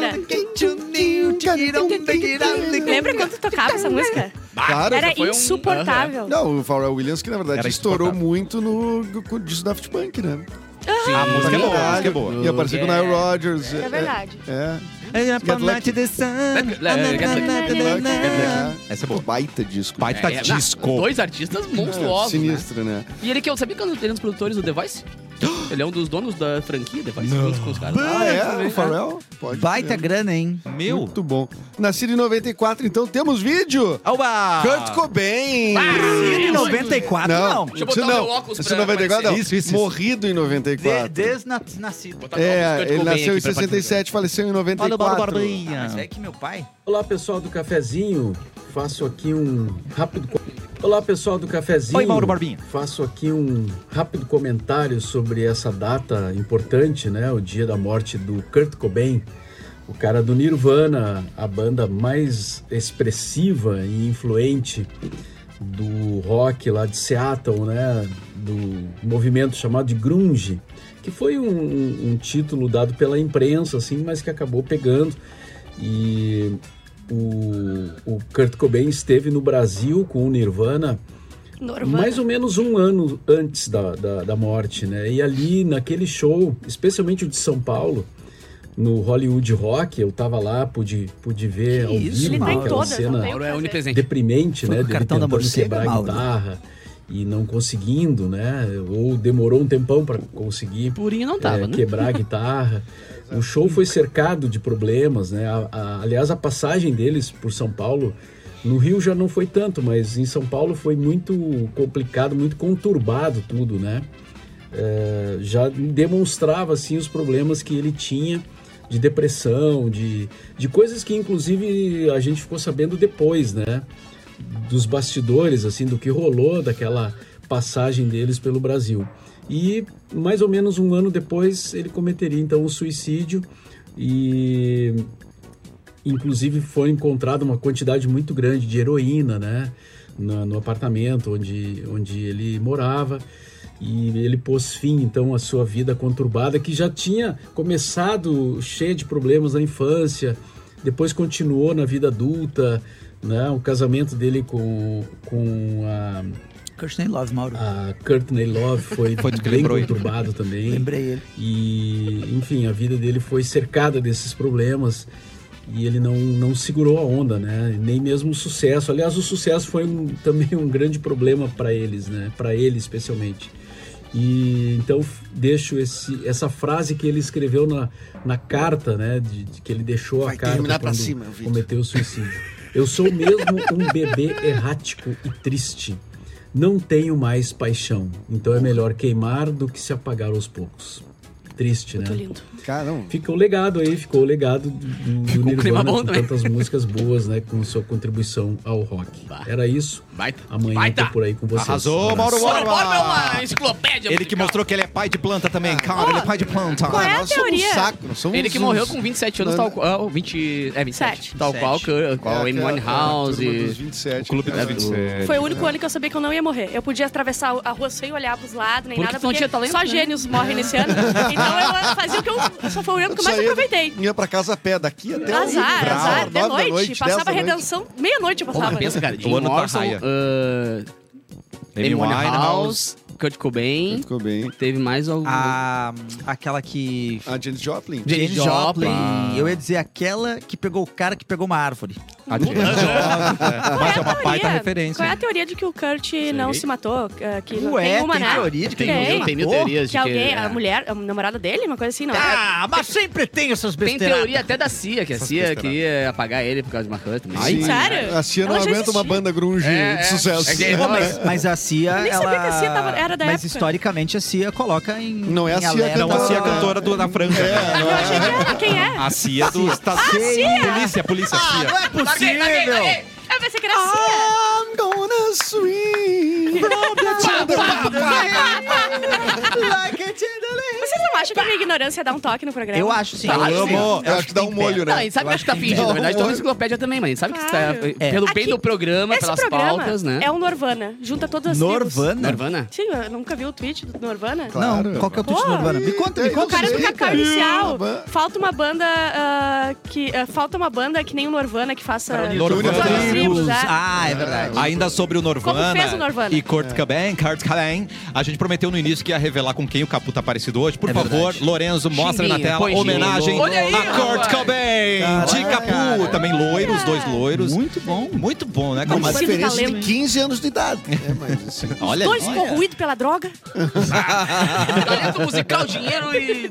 Speaker 5: Lembra quando tocava essa música?
Speaker 4: Claro,
Speaker 5: Era
Speaker 4: já foi-
Speaker 2: um-
Speaker 5: insuportável.
Speaker 4: Não, o Pharrell Williams, que na verdade
Speaker 1: Era
Speaker 4: estourou
Speaker 1: insuportável.
Speaker 4: muito no com o disco Daft Punk, né?
Speaker 1: A música é boa, a música é boa.
Speaker 4: E apareceu com o Nile Rodgers.
Speaker 5: É verdade.
Speaker 4: É.
Speaker 5: né?
Speaker 1: Essa é boa.
Speaker 4: Baita disco.
Speaker 1: Baita
Speaker 2: É, não,
Speaker 1: disco.
Speaker 2: Dois artistas
Speaker 4: É,
Speaker 2: monstruosos. né?
Speaker 4: Sinistro, né?
Speaker 2: E ele que eu sabia que é um dos produtores do Device? Ele é um dos donos da franquia Device, junto com os caras.
Speaker 4: Ah,
Speaker 2: também,
Speaker 4: é?
Speaker 2: né?
Speaker 4: O Pharrell? Pode
Speaker 3: Baita
Speaker 4: crer.
Speaker 3: grana, hein?
Speaker 1: Meu.
Speaker 4: Muito bom. Nascido em 94, então temos vídeo.
Speaker 1: Oba!
Speaker 4: Kurt Cobain.
Speaker 3: Em 94, Ah, não.
Speaker 2: Deixa eu botar
Speaker 4: isso
Speaker 2: meu
Speaker 4: não.
Speaker 2: óculos
Speaker 4: Isso é
Speaker 2: pra
Speaker 4: em 94, não.
Speaker 1: aparecer. Isso, isso, isso.
Speaker 4: Morrido em 94.
Speaker 3: Desnascido.
Speaker 2: Botar meu
Speaker 4: É,
Speaker 2: óculos Kurt
Speaker 4: ele
Speaker 2: Cobain
Speaker 4: nasceu em
Speaker 2: aqui pra participar.
Speaker 4: 67, faleceu em 94.
Speaker 3: Mas é que meu pai.
Speaker 6: Olá pessoal do cafezinho, faço aqui um rápido co- Olá pessoal do cafezinho.
Speaker 1: Oi, Mauro Barbinha.
Speaker 6: Faço aqui um rápido comentário sobre essa data importante, né, o dia da morte do Kurt Cobain, o cara do Nirvana, a banda mais expressiva e influente do rock lá de Seattle, né? Do movimento chamado de grunge, que foi um, um- um título dado pela imprensa, assim, mas que acabou pegando. E o, o Kurt Cobain esteve no Brasil com o Nirvana
Speaker 5: Normal.
Speaker 6: mais ou menos um ano antes da, da, da morte, né? E ali naquele show, especialmente o de São Paulo, no Hollywood Rock, eu tava lá, pude, pude ver
Speaker 3: Que
Speaker 6: ao
Speaker 3: isso,
Speaker 6: vivo
Speaker 5: Ele tá em
Speaker 6: aquela
Speaker 5: todas, não
Speaker 6: cena
Speaker 5: tem
Speaker 2: Mauro é onipresente.
Speaker 6: deprimente,
Speaker 3: um- Foi
Speaker 6: né?
Speaker 3: com o
Speaker 6: Dele
Speaker 3: cartão da
Speaker 6: tentando
Speaker 3: morcega,
Speaker 6: quebrar a
Speaker 3: Mauro?
Speaker 6: guitarra e não conseguindo, né? Ou demorou um tempão para conseguir
Speaker 2: Purinho não tava,
Speaker 6: é,
Speaker 2: né?
Speaker 6: quebrar a guitarra. O show foi cercado de problemas, né? A- a- aliás, a passagem deles por São Paulo, no Rio já não foi tanto, mas em São Paulo foi muito complicado, muito conturbado tudo, né? É, já demonstrava assim os problemas que ele tinha de depressão, de, de coisas que inclusive a gente ficou sabendo depois, né? Dos bastidores, assim, do que rolou daquela passagem deles pelo Brasil. E mais ou menos um ano depois ele cometeria então o suicídio e inclusive foi encontrada uma quantidade muito grande de heroína, né, na- no apartamento onde, onde ele morava e ele pôs fim então à sua vida conturbada que já tinha começado cheia de problemas na infância, depois continuou na vida adulta, né, o casamento dele com com a
Speaker 3: Kirsten Love, Mauro.
Speaker 6: a Courtney Love foi,
Speaker 1: Foi tu que
Speaker 6: bem
Speaker 1: lembrou ele.
Speaker 6: conturbado também.
Speaker 3: Lembrei ele.
Speaker 6: E, enfim, a vida dele foi cercada desses problemas e ele não, não segurou a onda, né? Nem mesmo o sucesso. Aliás, o sucesso foi um- também um grande problema para eles, né? Para ele especialmente. E então f- deixo esse, essa frase que ele escreveu na, na carta, né? De, de que ele deixou
Speaker 4: Vai
Speaker 6: a carta
Speaker 4: terminar pra
Speaker 6: quando
Speaker 4: cima, Vitor.
Speaker 6: cometeu o suicídio. Eu sou mesmo um bebê errático e triste. Não tenho mais paixão. Então é melhor queimar do que se apagar aos poucos. Triste,
Speaker 5: Muito
Speaker 6: né?
Speaker 5: lindo.
Speaker 4: Caramba.
Speaker 6: Fica o legado aí, ficou o legado do, do
Speaker 2: Ficou um clima
Speaker 6: Nirvana
Speaker 2: bom
Speaker 6: com
Speaker 2: também.
Speaker 6: tantas músicas boas, né? Com sua contribuição ao rock.
Speaker 2: Bah.
Speaker 6: Era isso.
Speaker 2: Baita.
Speaker 6: Amanhã eu
Speaker 2: Baita.
Speaker 6: tô por aí com vocês.
Speaker 1: Arrasou,
Speaker 6: Um abraço.
Speaker 1: Mauro
Speaker 2: Mauro
Speaker 1: Borba.
Speaker 2: Borba é uma enciclopédia
Speaker 1: Ele que
Speaker 2: musical.
Speaker 1: mostrou que ele é pai de planta
Speaker 3: Ah.
Speaker 1: também, cara. Ele é pai de planta.
Speaker 5: qual é a
Speaker 4: nós somos
Speaker 5: teoria?
Speaker 4: Sacro, nós somos
Speaker 2: Ele que
Speaker 4: uns-
Speaker 2: morreu com 27 anos, tal
Speaker 4: Mano.
Speaker 2: qual. 20, é, 27.
Speaker 5: Sete.
Speaker 2: Tal qual, que-
Speaker 4: É,
Speaker 2: qual Amy
Speaker 4: aquela-
Speaker 2: Winehouse.
Speaker 4: turma dos 27,
Speaker 1: O clube
Speaker 4: cara.
Speaker 1: dos
Speaker 2: É
Speaker 1: 27.
Speaker 5: Foi o único ano que eu sabia que eu não ia morrer. Eu podia atravessar a rua sem olhar pros lados, nem
Speaker 2: Porque
Speaker 5: nada,
Speaker 2: tu não tinha talento,
Speaker 5: só
Speaker 2: né?
Speaker 5: gênios morrem nesse ano. Então eu fazia o que eu... Só foi o ano que eu mais
Speaker 4: Saía-
Speaker 5: aproveitei.
Speaker 4: Ia pra casa a pé daqui é até o
Speaker 5: Azar,
Speaker 4: Brau,
Speaker 5: azar. De
Speaker 4: nove da
Speaker 5: noite. passava
Speaker 4: dez da noite.
Speaker 5: redenção. Meia-noite eu
Speaker 2: Pô,
Speaker 5: passava.
Speaker 2: mas pensa, cara. Jim
Speaker 1: O ano da
Speaker 2: Morrison,
Speaker 1: raia.
Speaker 2: ah,
Speaker 3: é
Speaker 2: Amy
Speaker 3: um
Speaker 2: Winehouse, Kurt Cobain.
Speaker 4: Ficou bem.
Speaker 2: Teve mais algum.
Speaker 3: A, Ah, aquela que.
Speaker 4: A Janis Joplin.
Speaker 2: Janis Joplin.
Speaker 3: Eu ia dizer aquela que pegou o cara que pegou uma árvore.
Speaker 1: A Janis Joplin. É. Mas é uma baita
Speaker 5: Qual é a
Speaker 1: referência.
Speaker 5: teoria de que o Kurt não se matou? eh, Que não-
Speaker 3: Ué,
Speaker 5: tem uma,
Speaker 3: tem
Speaker 5: né?
Speaker 3: teoria de que
Speaker 5: Tem.
Speaker 3: ele
Speaker 2: eu
Speaker 3: não
Speaker 2: tenho
Speaker 3: matou?
Speaker 2: teorias
Speaker 5: Que
Speaker 2: de que.
Speaker 5: alguém,
Speaker 2: é.
Speaker 5: a mulher, a namorada dele, uma coisa assim, não.
Speaker 3: Ah, mas sempre tem essas
Speaker 2: Tem
Speaker 3: besteiras.
Speaker 2: teoria até da CIA, que a CIA queria apagar ele por causa de uma coisa também.
Speaker 4: Sim.
Speaker 5: sério?
Speaker 4: A Cia não
Speaker 5: Ela já
Speaker 4: aguenta uma
Speaker 5: existia.
Speaker 4: banda grunge
Speaker 2: É, é.
Speaker 4: de sucesso.
Speaker 2: É que-
Speaker 3: Pô, mas, mas a CIA.
Speaker 5: Nem
Speaker 3: ela...
Speaker 5: sabia que a CIA tava- era da
Speaker 3: Mas
Speaker 5: época.
Speaker 3: historicamente a CIA coloca em.
Speaker 4: Não é a
Speaker 3: em
Speaker 4: CIA
Speaker 3: alerta.
Speaker 4: cantando.
Speaker 1: Não, a Cia é cantora do, da franja.
Speaker 4: É, não
Speaker 5: Eu
Speaker 4: é-
Speaker 5: achei que era, quem é?
Speaker 1: A Cia do Estado. Polícia, polícia, Cia.
Speaker 3: Não é possível!
Speaker 5: Eu pensei que era a Cia.
Speaker 4: I'm gonna swing from the
Speaker 3: é Like a chandelier.
Speaker 5: Vocês não acham que a minha ignorância dá um toque no programa?
Speaker 3: Eu acho sim.
Speaker 2: Eu
Speaker 3: acho
Speaker 2: amo.
Speaker 3: sim.
Speaker 4: Eu acho que dá um molho,
Speaker 5: é
Speaker 2: Não, a
Speaker 4: né?
Speaker 2: gente sabe que acho que tá fingindo.
Speaker 4: tem.
Speaker 2: Na verdade, tá
Speaker 4: Não,
Speaker 2: na enciclopédia também, mas a gente sabe
Speaker 5: Claro.
Speaker 2: que está. Pelo
Speaker 5: Aqui,
Speaker 2: bem do programa,
Speaker 5: Esse
Speaker 2: pelas
Speaker 5: programa
Speaker 2: pautas, né?
Speaker 5: é o Norvana. Junta todas as tribos.
Speaker 3: Norvana?
Speaker 2: Nirvana?
Speaker 5: Sim, eu nunca vi o tweet do Norvana?
Speaker 4: Claro.
Speaker 3: Não, qual que é o tweet
Speaker 5: Pô,
Speaker 3: do Norvana? Me conta, me
Speaker 4: tem-
Speaker 5: O
Speaker 3: conta.
Speaker 5: cara do
Speaker 4: Sim,
Speaker 5: Cacau
Speaker 4: cara.
Speaker 5: Inicial.
Speaker 4: Norvana.
Speaker 5: Falta uma banda ah, que... ah, falta uma banda que nem o Norvana que faça...
Speaker 1: Norvana.
Speaker 5: todas as tribos, é.
Speaker 3: Ah, é verdade.
Speaker 1: Ainda sobre o Norvana,
Speaker 5: Como fez o Norvana?
Speaker 1: e Kurt Cobain, Kurt Cobain, a gente prometeu no início que ia revelar com quem o Capu tá parecido hoje. Por
Speaker 3: É
Speaker 1: favor,
Speaker 3: verdade.
Speaker 1: Lorenzo, mostra na
Speaker 2: Chimbinha,
Speaker 1: tela
Speaker 2: põe
Speaker 1: homenagem
Speaker 2: Chimbinha. Olha aí,
Speaker 1: a Kurt
Speaker 2: rapaz.
Speaker 1: Cobain. de Capu,
Speaker 4: cara.
Speaker 1: também loiro, os dois loiros.
Speaker 3: Muito bom.
Speaker 1: Muito bom, né,
Speaker 4: Com
Speaker 1: Capu?
Speaker 4: uma
Speaker 5: Mas-
Speaker 4: diferença de
Speaker 5: talento.
Speaker 4: 15 anos de idade. É, mas assim...
Speaker 1: Olha,
Speaker 5: Dois
Speaker 1: olha.
Speaker 5: corroídos pela droga.
Speaker 2: Talento musical, dinheiro e.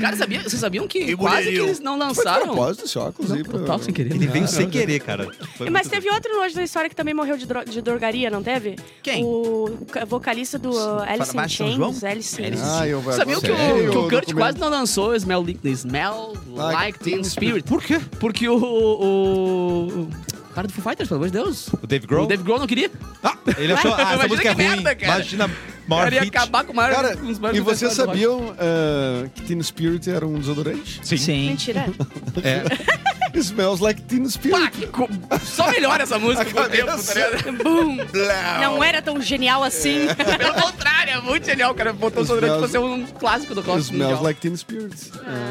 Speaker 2: Cara, sabia, vocês sabiam que quase que eles não
Speaker 4: Foi de
Speaker 2: lançaram?
Speaker 4: propósito só, inclusive.
Speaker 2: Total, sem querer.
Speaker 1: Ele veio sem querer, cara. Foi
Speaker 5: Mas
Speaker 1: muito-
Speaker 5: teve outro hoje da história que também morreu de, dro de drogaria, não teve?
Speaker 3: Quem?
Speaker 5: O ca- vocalista do uh, Alice in
Speaker 3: Farmácia São João?
Speaker 5: Chains. Alice in
Speaker 2: Alice in
Speaker 5: Chains.
Speaker 4: Ah, eu vou
Speaker 2: Sabiam que o,
Speaker 4: agora.
Speaker 2: que o
Speaker 4: Eu
Speaker 2: Kurt
Speaker 4: documento.
Speaker 2: quase não lançou Smell, Like- Smell
Speaker 4: Like
Speaker 2: Like Teen Spirit?
Speaker 1: Por quê?
Speaker 2: Porque o, o. o cara do Foo Fighters, pelo amor de Deus.
Speaker 1: O Dave Grohl?
Speaker 2: O Dave Grohl não queria.
Speaker 1: Ah, ele achou... Ah, essa
Speaker 2: Imagina
Speaker 1: música é
Speaker 2: que
Speaker 1: ruim.
Speaker 2: merda, cara.
Speaker 1: Imagina...
Speaker 2: O
Speaker 1: Maior
Speaker 2: cara ia
Speaker 1: hit.
Speaker 2: acabar com o maior.
Speaker 4: Cara,
Speaker 2: com os um maiores
Speaker 4: e vocês
Speaker 2: do rock.
Speaker 4: sabiam ah, que Teen Spirit era um desodorante?
Speaker 1: Sim.
Speaker 3: Sim.
Speaker 5: Mentira.
Speaker 1: É.
Speaker 4: Smells like Teen Spirit.
Speaker 2: Pá, que co- Só melhora essa música com o tempo, tá ligado?
Speaker 5: Boom. Não era tão genial assim.
Speaker 2: Pelo contrário, é muito genial, cara. Botou o desodorante pra ser um clássico do rock
Speaker 4: Smells
Speaker 2: mundial.
Speaker 4: like Teen Spirit.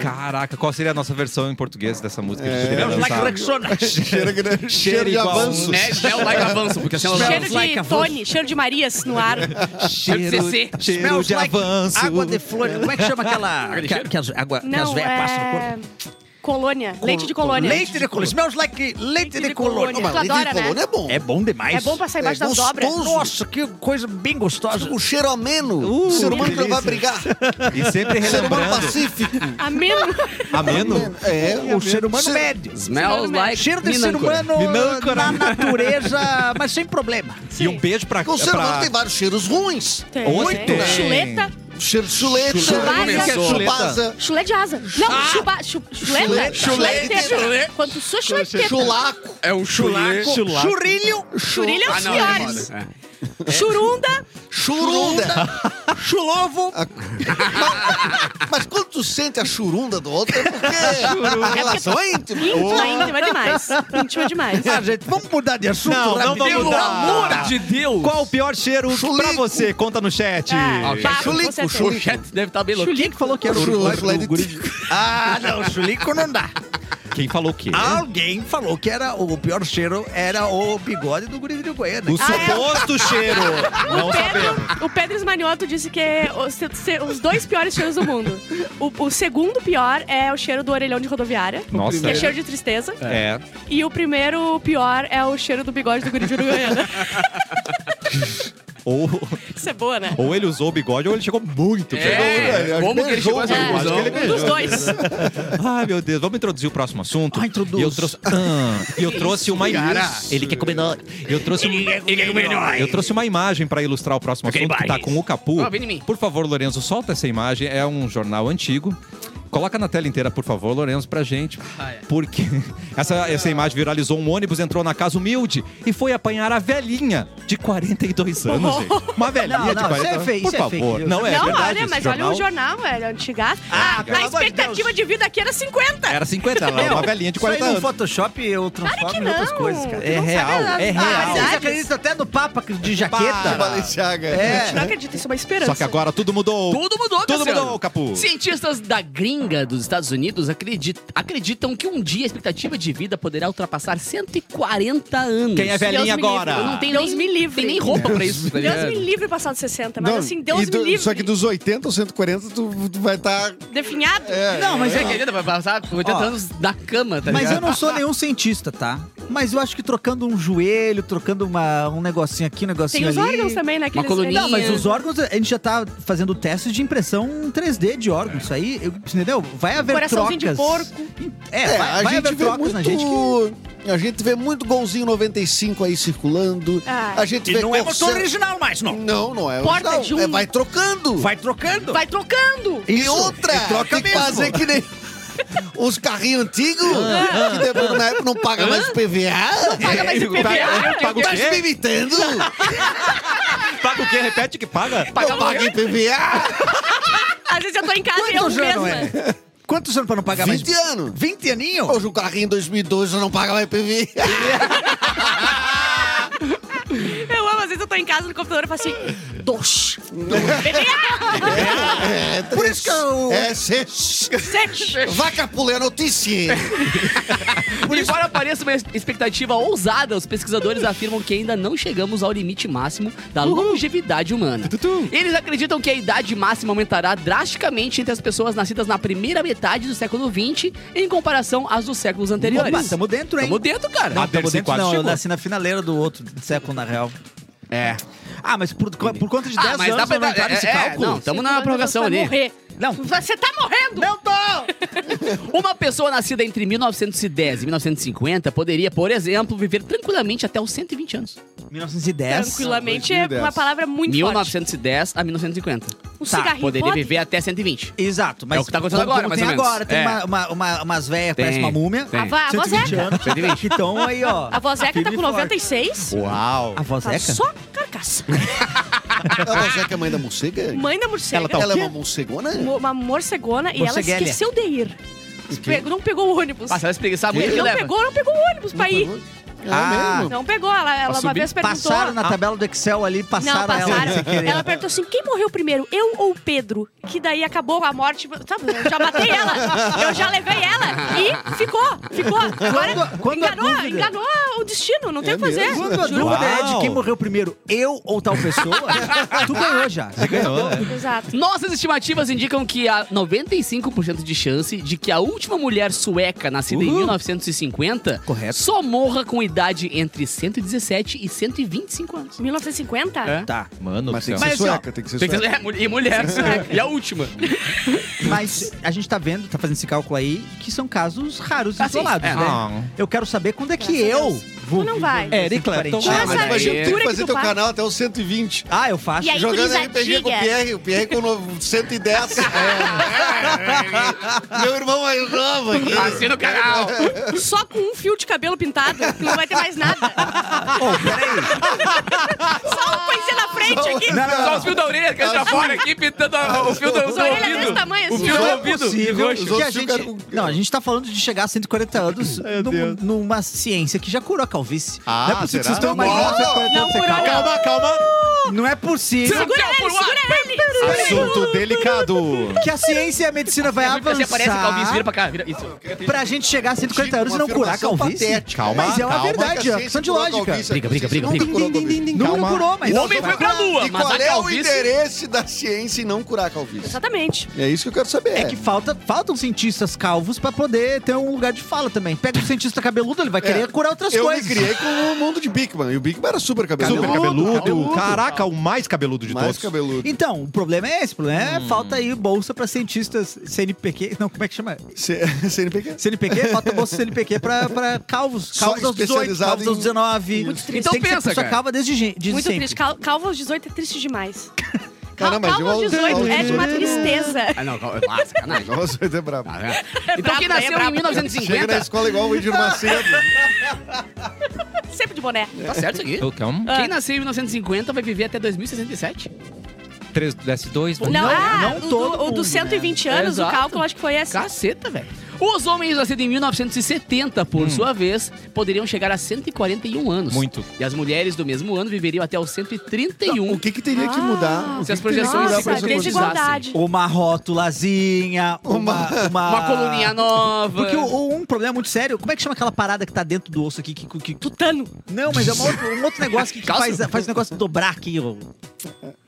Speaker 1: Caraca, qual seria a nossa versão em português dessa música? que a
Speaker 4: É.
Speaker 1: gente deveria
Speaker 3: Like
Speaker 1: lançar?
Speaker 3: Rexona.
Speaker 4: Cheira, grande- cheiro de
Speaker 1: igual.
Speaker 4: avanço.
Speaker 2: É,
Speaker 3: Né,
Speaker 2: Smell Like Avanço, porque assim ela
Speaker 5: cheiro de
Speaker 3: like a
Speaker 5: Tony, cheiro de Marias no ar.
Speaker 2: FCC.
Speaker 1: Cheiro, cheiro
Speaker 3: Smells
Speaker 1: de
Speaker 3: like
Speaker 1: avanço.
Speaker 3: Água de flor. Como é que chama aquela.
Speaker 2: Aquele
Speaker 3: que,
Speaker 2: cheiro?
Speaker 3: que as, água, que as
Speaker 5: Não,
Speaker 3: velhas passam no corpo?
Speaker 5: é... Colônia. Leite de colônia.
Speaker 3: Leite de colônia. Smells like leite de
Speaker 5: de
Speaker 3: colônia.
Speaker 5: colônia.
Speaker 4: Mas
Speaker 5: Tu
Speaker 4: leite
Speaker 5: adora,
Speaker 4: de colônia
Speaker 5: né?
Speaker 4: é bom.
Speaker 3: É bom demais.
Speaker 5: É bom passar embaixo das
Speaker 4: gostoso.
Speaker 5: dobras.
Speaker 3: Nossa, que coisa bem gostosa. Uh,
Speaker 4: Um cheiro ameno. o ser humano não vai brigar.
Speaker 1: E sempre
Speaker 4: ser humano
Speaker 1: relembrando.
Speaker 4: pacífico.
Speaker 5: Ameno.
Speaker 1: Ameno?
Speaker 4: É,
Speaker 3: O ser humano
Speaker 4: Cheiro-
Speaker 3: médio.
Speaker 2: Smells like
Speaker 3: Cheiro de ser
Speaker 2: Minâncora.
Speaker 3: humano
Speaker 1: Minâncora.
Speaker 3: na natureza, mas sem problema.
Speaker 1: E um beijo pra...
Speaker 4: O ser humano
Speaker 1: pra-
Speaker 4: tem vários cheiros ruins.
Speaker 5: Tem,
Speaker 1: Oito.
Speaker 5: tem.
Speaker 1: Tem.
Speaker 5: Chuleta.
Speaker 4: Cheiro de chuleta,
Speaker 5: Chuleta.
Speaker 4: chuleta,
Speaker 5: Chulé de asa. Não, chupa, chu, chuleta.
Speaker 4: Chuleta.
Speaker 5: Chuleta.
Speaker 2: Chuleta.
Speaker 5: Quando tu sua chuleteta.
Speaker 4: chulaco.
Speaker 2: É um chulé.
Speaker 1: Chulaco.
Speaker 3: Churilho.
Speaker 5: Churilha
Speaker 2: Ah,
Speaker 5: aos
Speaker 2: não, é
Speaker 5: piores.
Speaker 2: moda.
Speaker 5: É. Churunda.
Speaker 4: Churunda.
Speaker 3: Chulovo.
Speaker 4: Mas quando tu sente a churunda do outro, é porque a relação é íntima.
Speaker 5: Íntima, íntima demais. Íntima demais.
Speaker 3: Ah, gente, vamos mudar de assunto
Speaker 1: Não, não
Speaker 3: rapidinho?
Speaker 1: vamos mudar.
Speaker 3: Pelo amor
Speaker 2: Ah, de Deus.
Speaker 1: Qual o pior cheiro
Speaker 4: Chulico.
Speaker 1: pra você? Conta no chat.
Speaker 5: Ah,
Speaker 2: Ok.
Speaker 5: papo,
Speaker 4: Chulico,
Speaker 5: com certeza.
Speaker 4: chulico.
Speaker 2: O chat É. deve estar bem louco.
Speaker 3: Quem que falou que era o
Speaker 4: Chulé-
Speaker 3: uruguaio
Speaker 4: chulé
Speaker 3: do
Speaker 4: de-
Speaker 3: guri? Ah, não, chulico não dá.
Speaker 1: Quem falou o quê?
Speaker 3: Alguém falou que era o pior cheiro era o bigode do guri de né? Goiânia.
Speaker 1: o suposto cheiro. Não sabemos.
Speaker 5: Pedro, o Pedro Esmanioto disse que é os, se- se- os dois piores cheiros do mundo. O, o segundo pior é o cheiro do orelhão de rodoviária, que
Speaker 1: Nossa.
Speaker 5: é cheiro de tristeza.
Speaker 1: É.
Speaker 5: E o primeiro pior é o cheiro do bigode do guri de Uruguaiana.
Speaker 1: Ou,
Speaker 5: Isso é boa, né?
Speaker 1: ou ele usou o bigode ou ele chegou muito. perto.
Speaker 2: É, como que ele chegou a essa
Speaker 5: beijou,
Speaker 2: conclusão?
Speaker 5: acho
Speaker 1: que ele
Speaker 5: Um dos dois.
Speaker 1: Ai, meu Deus. Vamos introduzir o próximo assunto?
Speaker 3: Ah, introduz.
Speaker 1: E eu trouxe, Ah, e eu trouxe uma imagem. Ele quer comer nós. Eu trouxe, um, eu trouxe uma imagem pra ilustrar o próximo assunto que tá com o Capu.
Speaker 2: Ah, vem em mim.
Speaker 1: Por favor, Lorenzo, solta essa imagem. É um jornal antigo. Coloca na tela inteira, por favor, Lourenço, pra gente.
Speaker 2: Ah, é.
Speaker 1: Porque essa, essa imagem viralizou. Um ônibus entrou na casa humilde e foi apanhar a velhinha de 42
Speaker 2: Oh.
Speaker 1: anos, gente. Uma velhinha
Speaker 3: Não, não,
Speaker 1: de 42
Speaker 3: isso é
Speaker 1: anos.
Speaker 3: fake,
Speaker 1: por
Speaker 3: isso é fake
Speaker 1: favor.
Speaker 3: news.
Speaker 1: não é
Speaker 5: não,
Speaker 1: verdade.
Speaker 5: olha,
Speaker 1: esse
Speaker 5: mas
Speaker 1: jornal
Speaker 5: olha o jornal, era antigaço. Ah,
Speaker 3: pelo
Speaker 5: a
Speaker 3: amor de
Speaker 5: expectativa
Speaker 3: Deus.
Speaker 5: de vida aqui era 50.
Speaker 1: Era 50, ela era uma velhinha de 40
Speaker 3: Isso aí no
Speaker 1: anos.
Speaker 3: Photoshop eu transformo
Speaker 5: que
Speaker 3: em outras
Speaker 5: não.
Speaker 3: coisas, cara. Ah,
Speaker 1: É
Speaker 5: não sabe
Speaker 1: real, tá é
Speaker 5: as- as
Speaker 2: Ah,
Speaker 1: real.
Speaker 3: Vocês
Speaker 5: verdades.
Speaker 3: acreditam até no Papa de
Speaker 1: Para.
Speaker 3: jaqueta?
Speaker 4: Balenciaga.
Speaker 5: A
Speaker 3: É.
Speaker 5: gente não acredita, isso é uma esperança.
Speaker 1: Só que agora tudo mudou.
Speaker 2: Tudo mudou,
Speaker 1: Tudo
Speaker 2: Cassiano.
Speaker 1: mudou, Capu.
Speaker 2: Cientistas da gringa dos Estados Unidos acredit- acreditam que um dia a expectativa de vida poderá ultrapassar 140 anos.
Speaker 1: Quem é
Speaker 5: Deus me
Speaker 1: velhinha
Speaker 5: livre.
Speaker 1: agora?
Speaker 5: Eu não tenho
Speaker 2: Deus
Speaker 5: nem,
Speaker 2: me livre.
Speaker 5: Tem nem
Speaker 2: roupa pra isso. tá
Speaker 5: Deus
Speaker 2: ligado?
Speaker 5: me livre passado 60, mas
Speaker 4: Não,
Speaker 5: assim,
Speaker 4: e
Speaker 5: Deus
Speaker 4: do-
Speaker 5: me livre.
Speaker 4: Só que dos 80 aos 140, tu, tu vai tá estar.
Speaker 5: Definhado.
Speaker 2: Não, mas é que ainda vai passar 80
Speaker 3: Ó.
Speaker 2: anos da cama, tá
Speaker 3: Mas eu
Speaker 2: ligado?
Speaker 3: não sou nenhum cientista, tá? Mas eu acho que trocando um joelho, trocando uma, um negocinho aqui, um
Speaker 5: Tem
Speaker 3: negocinho
Speaker 5: os
Speaker 3: ali...
Speaker 5: órgãos também, né? que
Speaker 2: Uma
Speaker 5: eles-
Speaker 2: coluninha.
Speaker 5: Não,
Speaker 3: Não, mas os órgãos, a gente já tá fazendo testes de impressão 3D de órgãos. Isso aí, eu- entendeu? Vai haver trocas.
Speaker 5: Coraçãozinho de
Speaker 3: É, vai,
Speaker 4: É, a
Speaker 3: vai
Speaker 4: gente
Speaker 3: haver
Speaker 4: vê
Speaker 3: trocas
Speaker 4: muito.
Speaker 3: na gente que...
Speaker 4: A gente vê muito golzinho 95 aí circulando.
Speaker 5: Ah.
Speaker 4: A gente vê Corsa-
Speaker 3: original mais, não.
Speaker 4: Não, não é.
Speaker 5: Porta
Speaker 4: original.
Speaker 5: de um-
Speaker 4: É, vai trocando.
Speaker 3: Vai trocando.
Speaker 5: Vai trocando.
Speaker 4: E outra,
Speaker 3: e troca
Speaker 4: tem que
Speaker 3: mesmo.
Speaker 4: fazer que nem os carrinhos antigos, que depois na época não paga mais PVA.
Speaker 5: Paga mais IPVA.
Speaker 1: Paga o
Speaker 4: Tá
Speaker 1: quê?
Speaker 4: se limitando?
Speaker 1: Paga o quê? Repete que paga?
Speaker 4: Não paga IPVA.
Speaker 5: Às vezes eu tô em casa e eu
Speaker 3: Quantos anos,
Speaker 5: mesma.
Speaker 3: é? Quantos anos pra não pagar mais?
Speaker 4: 20 anos.
Speaker 3: 20 aninho?
Speaker 4: Hoje o carrinho em 2012 não paga mais IPVA.
Speaker 5: Eu amo, às vezes eu tô em casa no computador e falo assim, dois,
Speaker 4: É,
Speaker 3: Por isso que eu-
Speaker 4: É, seis.
Speaker 5: sete.
Speaker 4: Vaca pulei a é notícia.
Speaker 2: Embora pareça uma expectativa ousada, os pesquisadores afirmam que ainda não chegamos ao limite máximo da longevidade humana. Eles acreditam que a idade máxima aumentará drasticamente entre as pessoas nascidas na primeira metade do século XX em comparação às dos séculos anteriores.
Speaker 3: Opa, tamo dentro, hein?
Speaker 2: Tamo dentro, cara.
Speaker 3: Não,
Speaker 1: Ah,
Speaker 3: tamo
Speaker 1: Dercy
Speaker 3: dentro,
Speaker 1: quase
Speaker 3: não. Eu
Speaker 1: chegou.
Speaker 3: nasci na finaleira do outro século, na real.
Speaker 2: É.
Speaker 3: Ah, mas por, por conta de 10
Speaker 2: Ah, mas dá
Speaker 3: anos
Speaker 2: pra
Speaker 3: não então- entrar
Speaker 2: entrar
Speaker 3: nesse
Speaker 2: é,
Speaker 3: cálculo?
Speaker 2: não, tamo na prorrogação
Speaker 5: Você vai
Speaker 2: ali.
Speaker 5: morrer.
Speaker 3: Não.
Speaker 5: Você tá morrendo.
Speaker 3: Não tô!
Speaker 2: Uma pessoa nascida entre 1910 e 1950 poderia, por exemplo, viver tranquilamente até os 120 anos.
Speaker 3: 1910.
Speaker 5: Tranquilamente é
Speaker 4: 2010.
Speaker 5: uma palavra muito forte.
Speaker 2: 1910 a 1950.
Speaker 5: Um
Speaker 3: Tá,
Speaker 5: cigarrinho
Speaker 2: Poderia
Speaker 5: pode?
Speaker 2: viver até 120.
Speaker 3: Exato, mas
Speaker 2: É o que tá acontecendo
Speaker 3: como-
Speaker 2: agora,
Speaker 3: como
Speaker 2: mais
Speaker 3: tem
Speaker 2: ou menos.
Speaker 3: agora, tem
Speaker 2: É.
Speaker 3: uma, uma, uma- umas velhas,
Speaker 2: Tem,
Speaker 3: parece uma múmia.
Speaker 2: tem.
Speaker 5: A va- a
Speaker 3: 120
Speaker 5: vozeca.
Speaker 3: anos.
Speaker 2: 120.
Speaker 3: Que estão aí, ó.
Speaker 5: A vozeca tá
Speaker 3: firme
Speaker 5: com
Speaker 3: e forte.
Speaker 5: 96.
Speaker 1: Uau.
Speaker 3: A
Speaker 5: Tá
Speaker 3: vozeca?
Speaker 5: só carcaça.
Speaker 4: Ela já que é mãe da morcega?
Speaker 5: Mãe da morcega.
Speaker 1: Ela tá o
Speaker 4: Ela é
Speaker 1: quê?
Speaker 4: uma morcegona?
Speaker 5: Mo- Uma morcegona e ela
Speaker 3: Morceguélia.
Speaker 5: esqueceu de ir. Pegou- Não pegou o ônibus.
Speaker 2: Ah, se ela espreguiçar muito, ele
Speaker 5: Não
Speaker 2: leva.
Speaker 5: pegou, não pegou o ônibus pra ir.
Speaker 4: É
Speaker 3: Ah.
Speaker 4: mesmo.
Speaker 5: Não pegou. Ela, ela uma vez perguntou.
Speaker 3: Passaram na tabela do Excel ali, passaram,
Speaker 5: não, passaram.
Speaker 3: ela sem querer.
Speaker 5: Ela perguntou assim: quem morreu primeiro, eu ou o Pedro? Que daí acabou a morte. Sabe, eu já matei ela, eu já levei ela e ficou, ficou. Agora
Speaker 3: Quando- quando a
Speaker 5: enganou,
Speaker 3: dúvida-
Speaker 5: enganou o destino, não tem o que fazer.
Speaker 3: Quando a
Speaker 5: Juro.
Speaker 3: dúvida é de
Speaker 1: Uau.
Speaker 3: quem morreu primeiro, eu ou tal pessoa, tu ganhou já. Você
Speaker 1: Ganhou, é.
Speaker 5: Exato.
Speaker 2: Nossas estimativas indicam que há 95% de chance de que a última mulher sueca nascida em
Speaker 3: Uhul.
Speaker 2: 1950
Speaker 3: Correto.
Speaker 2: só morra com idade entre 117 e 125 anos.
Speaker 5: 1950?
Speaker 2: É.
Speaker 3: Tá.
Speaker 1: Mano,
Speaker 4: Mas
Speaker 1: do
Speaker 4: tem
Speaker 1: céu.
Speaker 4: que ser
Speaker 3: Mas, ó,
Speaker 4: sueca, tem que ser
Speaker 2: Tem que ser-
Speaker 4: sueca.
Speaker 2: é, e mulher. e a última.
Speaker 3: Mas a gente tá vendo, tá fazendo esse cálculo aí, que são casos raros e
Speaker 2: Ah, sim.
Speaker 3: isolados,
Speaker 2: É.
Speaker 3: né?
Speaker 1: Ah.
Speaker 3: Eu quero saber quando é que
Speaker 5: Graças a
Speaker 3: eu
Speaker 5: Deus.
Speaker 3: vou.
Speaker 5: Tu não vai.
Speaker 3: viver
Speaker 1: Eric Clapton.
Speaker 3: 140.
Speaker 5: Com
Speaker 4: Ah,
Speaker 5: essa
Speaker 4: mas imagina que tu tem que
Speaker 5: altura que
Speaker 4: fazer
Speaker 5: tu
Speaker 4: teu
Speaker 5: passa.
Speaker 4: canal até os 120.
Speaker 3: Ah, eu faço.
Speaker 5: E aí,
Speaker 4: Jogando RPG com o
Speaker 5: gurizadinha.
Speaker 4: Pierre, o Pierre com no- 110. Meu irmão mais novo aqui.
Speaker 2: Assina o Assim canal.
Speaker 5: Só com um fio de cabelo pintado, não vai ter mais nada. Só uma coisinha na frente aqui.
Speaker 2: Só os fios da orelha que ele
Speaker 4: Assim.
Speaker 2: tá fora aqui pintando a- o fio do, do
Speaker 5: As orelhas desse
Speaker 2: ouvido.
Speaker 5: tamanho
Speaker 2: O
Speaker 5: assim.
Speaker 2: fio do
Speaker 3: é-
Speaker 5: ó.
Speaker 2: ouvido.
Speaker 3: possível
Speaker 4: Os
Speaker 3: que
Speaker 4: outros
Speaker 3: a gente...
Speaker 4: ficaram com-
Speaker 3: Não, a gente tá falando de chegar a 140 anos num- numa ciência que já curou a calvície.
Speaker 1: Ah,
Speaker 3: não é possível que
Speaker 1: será?
Speaker 3: vocês estão
Speaker 1: Não,
Speaker 3: imaginando
Speaker 4: não.
Speaker 3: 140
Speaker 5: Não
Speaker 3: anos sem
Speaker 5: curou,
Speaker 3: calvície.
Speaker 1: Calma, calma.
Speaker 3: Não é possível
Speaker 5: Segura ele, segura ele. segura ele.
Speaker 1: Assunto delicado.
Speaker 3: que a ciência e a medicina vai
Speaker 2: Você assim aparece calvície, vira
Speaker 3: avançar
Speaker 2: pra cá. Vira. Isso.
Speaker 3: pra gente chegar a 140 anos e
Speaker 4: Uma
Speaker 3: não curar a
Speaker 4: afirmação
Speaker 3: calvície.
Speaker 4: patética.
Speaker 1: Calma,
Speaker 3: Mas é uma
Speaker 1: calma,
Speaker 3: verdade, é uma questão de lógica.
Speaker 2: Briga, briga, briga, briga.
Speaker 4: Nunca curou a calvície.
Speaker 3: Não, não curou, mas...
Speaker 2: O homem foi pra lua,
Speaker 4: E
Speaker 2: mas
Speaker 4: qual
Speaker 2: a
Speaker 4: é o
Speaker 2: calvície...
Speaker 4: interesse da ciência em não curar a calvície?
Speaker 5: Exatamente.
Speaker 4: É isso que eu quero saber.
Speaker 3: É que falta, faltam cientistas calvos pra poder ter um lugar de fala também. Pega o cientista cabeludo, ele vai querer curar outras
Speaker 4: É, eu
Speaker 3: coisas.
Speaker 4: me criei com o mundo de Bigman. E o Bigman era super cabeludo.
Speaker 1: Super cabeludo. Caraca, o mais cabeludo de
Speaker 4: Mais
Speaker 1: todos.
Speaker 4: cabeludo.
Speaker 3: Então, o problema é esse, o problema
Speaker 2: Hum.
Speaker 3: é falta aí bolsa pra cientistas CNPq, não, como é que chama?
Speaker 4: C- CNPq.
Speaker 3: CNPq, falta bolsa CNPq pra, pra calvos,
Speaker 4: Só
Speaker 3: calvos aos 18,
Speaker 4: especializado
Speaker 3: calvos aos
Speaker 4: em-
Speaker 3: 19.
Speaker 4: Muito
Speaker 3: Tem
Speaker 2: Então
Speaker 3: que ser
Speaker 2: pensa,
Speaker 3: pessoa
Speaker 2: cara.
Speaker 3: calva desde, gen- desde
Speaker 5: Muito
Speaker 3: sempre.
Speaker 5: triste. Cal- Calvo aos 18 é triste demais.
Speaker 4: Caramba,
Speaker 5: Calma
Speaker 4: Gil,
Speaker 5: aos 18 é de uma tristeza.
Speaker 2: Ah, não, calma. Ah, sacanagem.
Speaker 4: Nossa, você é brabo.
Speaker 2: Ah, é. Então
Speaker 5: brabo,
Speaker 2: quem
Speaker 5: é
Speaker 2: nasceu em
Speaker 5: brabo.
Speaker 4: Chega na
Speaker 2: 1950...
Speaker 1: é
Speaker 4: escola igual o Edir Macedo.
Speaker 5: Sempre de boné.
Speaker 2: Tá certo isso aqui?
Speaker 1: Eu, um calma.
Speaker 2: Quem nasceu em 1950 vai viver até 2067.
Speaker 1: 3, S2, vai.
Speaker 5: Não, ah,
Speaker 3: não
Speaker 5: o,
Speaker 3: todo
Speaker 5: do, o
Speaker 3: mundo,
Speaker 5: dos 120
Speaker 2: né?
Speaker 5: anos,
Speaker 2: Exato.
Speaker 5: o cálculo acho que foi esse.
Speaker 2: Caceta, velho. Os homens nascidos em 1970, por sua vez, poderiam chegar a 141 anos.
Speaker 1: Muito.
Speaker 2: E as mulheres do mesmo ano viveriam até os 131.
Speaker 4: Não, o que, que teria que
Speaker 1: Ah.
Speaker 4: mudar? O
Speaker 2: Se as
Speaker 4: que que teria que
Speaker 2: projeções
Speaker 4: mudar
Speaker 2: se
Speaker 4: pra
Speaker 5: Nossa,
Speaker 4: isso
Speaker 2: concretizassem.
Speaker 4: acontecer?
Speaker 5: desigualdade.
Speaker 3: Uma rótulazinha, uma. Uma,
Speaker 2: Uma coluninha nova.
Speaker 3: Porque o- o- um problema muito sério, como é que chama aquela parada que tá dentro do osso aqui? Que, que- que-
Speaker 5: Tutano.
Speaker 3: Não, mas é uma outra- um outro negócio que, que
Speaker 2: Cálcio?
Speaker 3: faz, faz o negócio dobrar aqui. ó.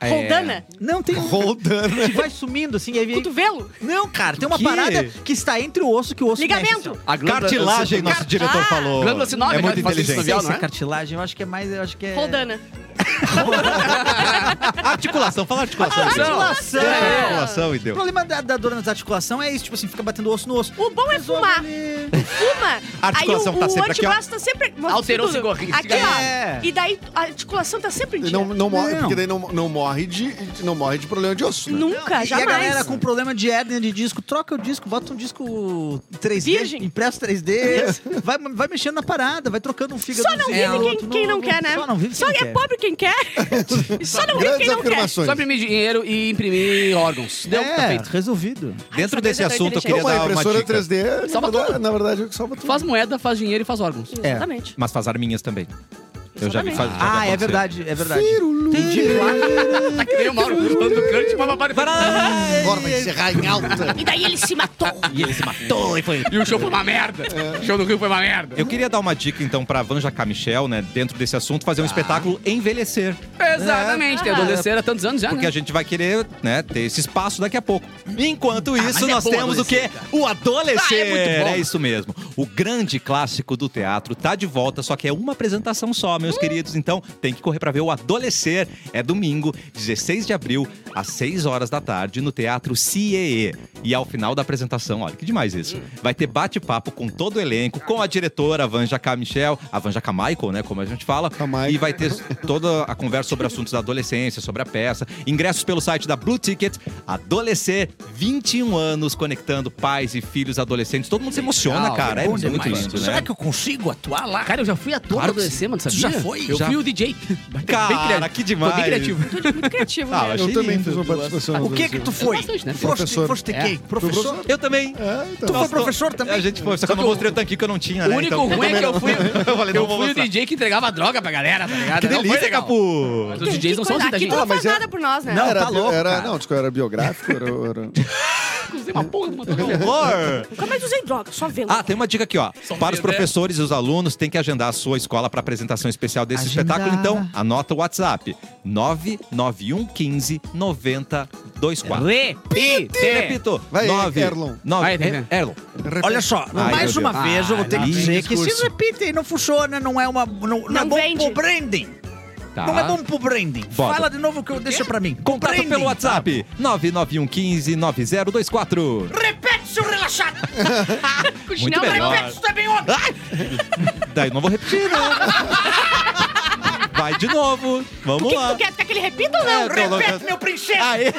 Speaker 5: É. Roldana.
Speaker 3: Não, tem um
Speaker 4: Rodando.
Speaker 3: que vai sumindo assim. Aí vem...
Speaker 5: Cotovelo.
Speaker 3: Não, cara, tem uma
Speaker 1: Que?
Speaker 3: parada que está entre o osso que o osso mexe,
Speaker 5: Ligamento.
Speaker 3: assim, ó.
Speaker 2: A glândula-
Speaker 1: Cartilagem, nosso diretor falou.
Speaker 2: Glândula sinovial,
Speaker 1: É muito
Speaker 2: que faz isso
Speaker 1: inteligente.
Speaker 2: Legal,
Speaker 3: Não sei se
Speaker 2: não é?
Speaker 3: é cartilagem, eu acho que é mais. Eu acho que é.
Speaker 5: Roldana.
Speaker 1: Articulação, fala articulação.
Speaker 3: Articulação!
Speaker 1: É, articulação e
Speaker 3: O
Speaker 1: deu.
Speaker 3: problema da, da dor nas articulação é isso, tipo assim, fica batendo osso no osso.
Speaker 5: O bom é
Speaker 3: Resolve
Speaker 5: fumar.
Speaker 3: ali.
Speaker 5: Fuma.
Speaker 1: A articulação
Speaker 5: aí o,
Speaker 1: tá
Speaker 5: o
Speaker 1: sempre aqui, ó.
Speaker 5: antebraço tá sempre...
Speaker 2: Alterou
Speaker 5: tudo.
Speaker 2: o cigarro-
Speaker 5: Aqui, ó.
Speaker 3: É.
Speaker 5: E daí a articulação tá sempre em dia.
Speaker 4: Não, não morre,
Speaker 3: Não.
Speaker 4: porque daí não, não, morre de, não morre de problema de osso. né?
Speaker 3: E
Speaker 5: Nunca,
Speaker 3: a
Speaker 5: jamais.
Speaker 3: galera com problema de hérnia de disco, troca o disco, bota um disco 3D,
Speaker 5: Virgem.
Speaker 3: impresso 3D, vai, vai mexendo na parada, vai trocando um fígado.
Speaker 5: Só não
Speaker 3: um
Speaker 5: vive
Speaker 3: ao
Speaker 5: quem,
Speaker 3: outro,
Speaker 5: quem não quer, né?
Speaker 3: Só não vive
Speaker 5: Só
Speaker 3: quem
Speaker 5: é
Speaker 3: quer.
Speaker 5: pobre quem quer. E só não vive
Speaker 4: Grandes
Speaker 5: quem não quer.
Speaker 4: afirmações.
Speaker 2: Então, Só imprimir dinheiro e imprimir órgãos. Deu, tá
Speaker 3: É,
Speaker 2: feito.
Speaker 3: resolvido.
Speaker 1: Dentro
Speaker 5: essa
Speaker 1: desse
Speaker 5: coisa é tão
Speaker 1: assunto, eu
Speaker 5: inteligente.
Speaker 1: queria
Speaker 4: Então, a
Speaker 1: dar uma
Speaker 4: impressora
Speaker 1: dica.
Speaker 4: 3D,
Speaker 2: Salva
Speaker 4: na,
Speaker 2: tudo.
Speaker 4: verdade, na verdade, é que salva tudo.
Speaker 2: Faz moeda, faz dinheiro e faz órgãos.
Speaker 5: Exatamente.
Speaker 1: Mas faz arminhas também. Eu já vi
Speaker 5: Exatamente.
Speaker 1: faz, já vi
Speaker 3: Ah, é
Speaker 1: acontecer.
Speaker 3: verdade, é verdade.
Speaker 2: Tá que nem o Mauro falando do crunch, papapá,
Speaker 4: Agora vai encerrar em alta.
Speaker 5: E daí ele se matou.
Speaker 1: E ele se matou e foi.
Speaker 2: E o show foi uma merda. O show do Rio foi uma merda.
Speaker 1: Eu queria dar uma dica, então, pra Vanja Camichel, né? Dentro desse assunto, fazer um espetáculo envelhecer.
Speaker 2: Exatamente, tem adolescente há tantos anos já,
Speaker 1: Porque
Speaker 2: né?
Speaker 1: a gente vai querer, né, ter esse espaço daqui a pouco. Enquanto isso,
Speaker 2: mas é
Speaker 1: nós
Speaker 2: bom
Speaker 1: temos o quê?
Speaker 2: adolescer, cara.
Speaker 1: O adolescer.
Speaker 2: Ah, é muito bom.
Speaker 1: isso mesmo. O grande clássico do teatro tá de volta, só que é uma apresentação só,
Speaker 2: Hum.
Speaker 1: meus queridos. Então, tem que correr pra ver o Adolescer. É domingo, 16 de abril, às 6 horas da tarde, no Teatro CEE. E ao final da apresentação, olha que demais isso.
Speaker 2: Hum.
Speaker 1: Vai ter bate-papo com todo o elenco, com a diretora, a Vanja K. Michel, a Vanja K. Michael, né, como a gente fala.
Speaker 4: Michael.
Speaker 1: E vai ter toda a conversa sobre assuntos da adolescência, sobre a peça. Ingressos pelo site da Blue Ticket. Adolescer, 21 anos, conectando pais e filhos adolescentes. Todo mundo se emociona,
Speaker 2: Legal,
Speaker 1: cara. É
Speaker 2: bom
Speaker 1: muito
Speaker 2: demais.
Speaker 1: lindo, né?
Speaker 3: Será que eu consigo atuar lá?
Speaker 2: Cara, eu já fui ator
Speaker 1: Claro
Speaker 2: claro
Speaker 1: que
Speaker 2: adolescente, mano, sabia?
Speaker 3: Tu já foi?
Speaker 2: Eu
Speaker 1: Já.
Speaker 2: fui o DJ.
Speaker 1: Cara,
Speaker 2: criativo.
Speaker 1: que demais.
Speaker 2: Foi bem criativo.
Speaker 5: Tudo muito criativo,
Speaker 1: Ah,
Speaker 5: né?
Speaker 1: achei
Speaker 4: Eu também
Speaker 1: lindo.
Speaker 4: fiz uma participação. no
Speaker 3: O que que tu foi?
Speaker 2: Bastante, né?
Speaker 3: Foste,
Speaker 4: Professor.
Speaker 3: foste quem? Professor?
Speaker 1: Eu também.
Speaker 4: É,
Speaker 3: Tu
Speaker 4: então.
Speaker 3: foi
Speaker 1: Nós to-
Speaker 3: professor também?
Speaker 1: A gente foi, só que eu não mostrei o tanquinho que eu não tinha,
Speaker 2: O
Speaker 1: né?
Speaker 2: único
Speaker 1: Então,
Speaker 2: ruim é que eu fui, eu
Speaker 1: Eu falei, não vou
Speaker 2: fui o
Speaker 1: mostrar.
Speaker 2: DJ que entregava droga pra galera, tá ligado?
Speaker 1: Que
Speaker 2: Não foi
Speaker 1: delícia,
Speaker 2: legal.
Speaker 1: Capu!
Speaker 2: Mas os DJs não são assim, tá,
Speaker 5: Aqui
Speaker 2: gente?
Speaker 5: tu não
Speaker 4: Ah, mas
Speaker 5: faz
Speaker 4: é-
Speaker 5: nada por nós, né?
Speaker 3: Não,
Speaker 4: era,
Speaker 3: tá louco,
Speaker 4: Era,
Speaker 3: cara.
Speaker 4: Não, tipo, era biográfico. Era, era-
Speaker 2: Usei uma porra de uma droga.
Speaker 1: Horror!
Speaker 5: Nunca mais usei droga, só vendo.
Speaker 1: Ah, tem uma dica aqui, ó. Para os
Speaker 2: vender.
Speaker 1: professores e os alunos, tem que agendar a sua escola para apresentação especial desse
Speaker 3: Agendar.
Speaker 1: espetáculo. Então, anota o WhatsApp. 99115 9024.
Speaker 2: Repite!
Speaker 1: Repito.
Speaker 4: Vai,
Speaker 1: 9,
Speaker 4: Erlon.
Speaker 1: 9,
Speaker 2: Vai, Erlon.
Speaker 1: Erlon.
Speaker 3: Olha só,
Speaker 1: Ai,
Speaker 3: mais
Speaker 1: meu
Speaker 3: uma
Speaker 1: Deus.
Speaker 3: vez eu vou
Speaker 2: Ah,
Speaker 3: ter que
Speaker 1: não,
Speaker 3: dizer
Speaker 1: gente,
Speaker 3: que se
Speaker 1: discurso.
Speaker 3: repetem, não funciona, não é uma. Não, não é
Speaker 5: Não
Speaker 3: bom
Speaker 5: vende.
Speaker 3: pro branding.
Speaker 1: Tá.
Speaker 3: Não é bom pro branding.
Speaker 1: Bota.
Speaker 3: Fala de novo que eu deixo pra mim.
Speaker 1: Contato
Speaker 3: Branding.
Speaker 1: pelo WhatsApp. 99115 9024.
Speaker 3: Repete, seu relaxado.
Speaker 1: Muito
Speaker 5: Não,
Speaker 1: melhor.
Speaker 3: Repete, isso
Speaker 5: é
Speaker 3: também, homem.
Speaker 1: Daí não vou repetir, né? Vai de novo.
Speaker 5: O
Speaker 1: Vamos
Speaker 5: que, que
Speaker 1: lá.
Speaker 5: tu quer? Tu quer que ele repita ou não?
Speaker 1: É, eu tô louco.
Speaker 3: Repete, meu princesa.
Speaker 1: Aê!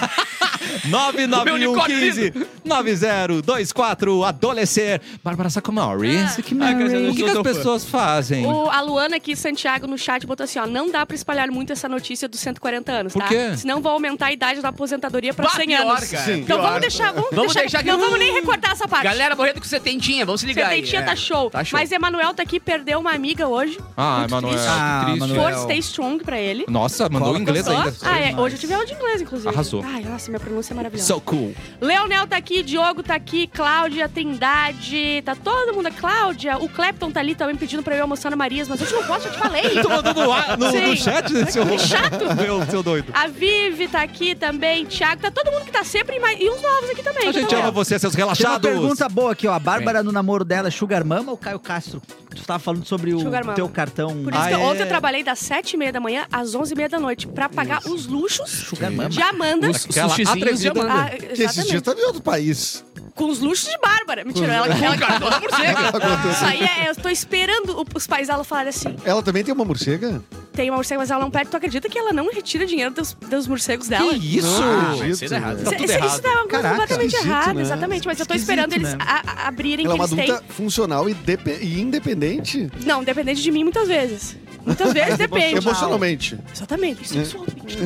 Speaker 2: Meu unicórnio
Speaker 1: 99115 9024 Adolescer. Bárbara Sacomori.
Speaker 5: Ah,
Speaker 1: que merda. O que, que as pessoas fazem?
Speaker 5: O, a Luana aqui, Santiago, no chat, botou assim, ó. Não dá pra espalhar muito essa notícia dos 140 anos,
Speaker 1: Por
Speaker 5: tá?
Speaker 1: quê?
Speaker 5: Senão vai aumentar a idade da aposentadoria pra
Speaker 2: Bah,
Speaker 5: 100
Speaker 2: pior,
Speaker 5: anos.
Speaker 2: cara. Sim.
Speaker 5: Então
Speaker 2: Pior.
Speaker 5: vamos deixar... Vamos,
Speaker 2: Vamos
Speaker 5: deixar,
Speaker 2: deixar que-
Speaker 5: Não vamos nem recortar essa parte.
Speaker 2: Galera morrendo com setentinha, vamos se ligar aí.
Speaker 5: Serpentinha
Speaker 2: É.
Speaker 5: tá show.
Speaker 2: Tá show.
Speaker 5: Mas Emanuel tá aqui, perdeu uma amiga hoje.
Speaker 1: Ah,
Speaker 5: Muito
Speaker 1: Emanuel.
Speaker 5: triste. Ah,
Speaker 1: que triste.
Speaker 3: Emanuel.
Speaker 5: Força Stay Strong pra ele.
Speaker 1: Nossa, mandou
Speaker 3: Cola
Speaker 1: em inglês
Speaker 5: Gostou?
Speaker 1: ainda.
Speaker 5: Ah, é. Hoje eu tive aula de inglês, inclusive.
Speaker 1: Arrasou.
Speaker 5: Ai, nossa, minha pronúncia é maravilhosa.
Speaker 1: So cool.
Speaker 5: Leonel tá aqui, Diogo tá aqui, Cláudia, Trindade, tá todo mundo. Cláudia, o Clepton tá ali também pedindo pra eu ir almoçar na Marias, mas eu te não posso, já te falei.
Speaker 1: Tu mandou no, ar- no,
Speaker 5: Sim.
Speaker 1: no chat, seu...
Speaker 5: Que chato.
Speaker 1: Meu, seu doido.
Speaker 5: A Vivi tá aqui também, Thiago, tá todo mundo que tá sempre e mais- e uns novos aqui também. né,
Speaker 1: A
Speaker 5: que
Speaker 1: gente
Speaker 5: tão
Speaker 1: ama
Speaker 5: vendo.
Speaker 1: você, seus
Speaker 3: Tem uma
Speaker 1: relaxados.
Speaker 3: pergunta boa aqui, ó. A Bárbara no namoro dela é Sugar Mama ou Caio Castro? Tu tava falando sobre o
Speaker 5: Sugar Mama.
Speaker 3: teu cartão.
Speaker 5: Por isso
Speaker 1: Ah,
Speaker 5: que
Speaker 1: é?
Speaker 5: ontem eu trabalhei das 7h30 da manhã às 11h30 da noite pra pagar os luxos
Speaker 3: Sugar Mama.
Speaker 5: de Amanda.
Speaker 2: Os
Speaker 1: Aquela
Speaker 2: sushizinhos de
Speaker 1: atrevida.
Speaker 2: Amanda.
Speaker 5: Ah,
Speaker 4: Que esses dias
Speaker 5: exatamente.
Speaker 4: tá em outro país.
Speaker 5: Com os luxos de Bárbara. Mentira, ela,
Speaker 2: Ela
Speaker 5: ela
Speaker 2: encartou na morcega.
Speaker 5: Isso aí é, eu tô esperando o- os pais dela falarem assim.
Speaker 4: Ela também tem uma morcega?
Speaker 5: tem uma morcega, mas ela não perde. Tu acredita que ela não retira dinheiro dos, dos morcegos dela?
Speaker 1: Que isso? Tá
Speaker 2: Ah, isso é
Speaker 3: tá
Speaker 2: errado.
Speaker 5: Isso-
Speaker 1: tudo
Speaker 5: isso,
Speaker 1: errado.
Speaker 5: isso é uma coisa
Speaker 4: Caraca,
Speaker 5: completamente
Speaker 4: esquisito,
Speaker 5: errada,
Speaker 4: né?
Speaker 5: exatamente. Mas eu tô
Speaker 3: Esquisito,
Speaker 5: esperando eles
Speaker 3: né?
Speaker 5: a- a- abrirem
Speaker 4: Ela é
Speaker 5: que
Speaker 4: uma
Speaker 5: eles têm.
Speaker 4: adulta funcional e, depe- e independente
Speaker 5: Não, dependente de mim muitas vezes. Muitas vezes depende.
Speaker 4: emocionalmente. É,
Speaker 5: Exatamente. é Sexualmente.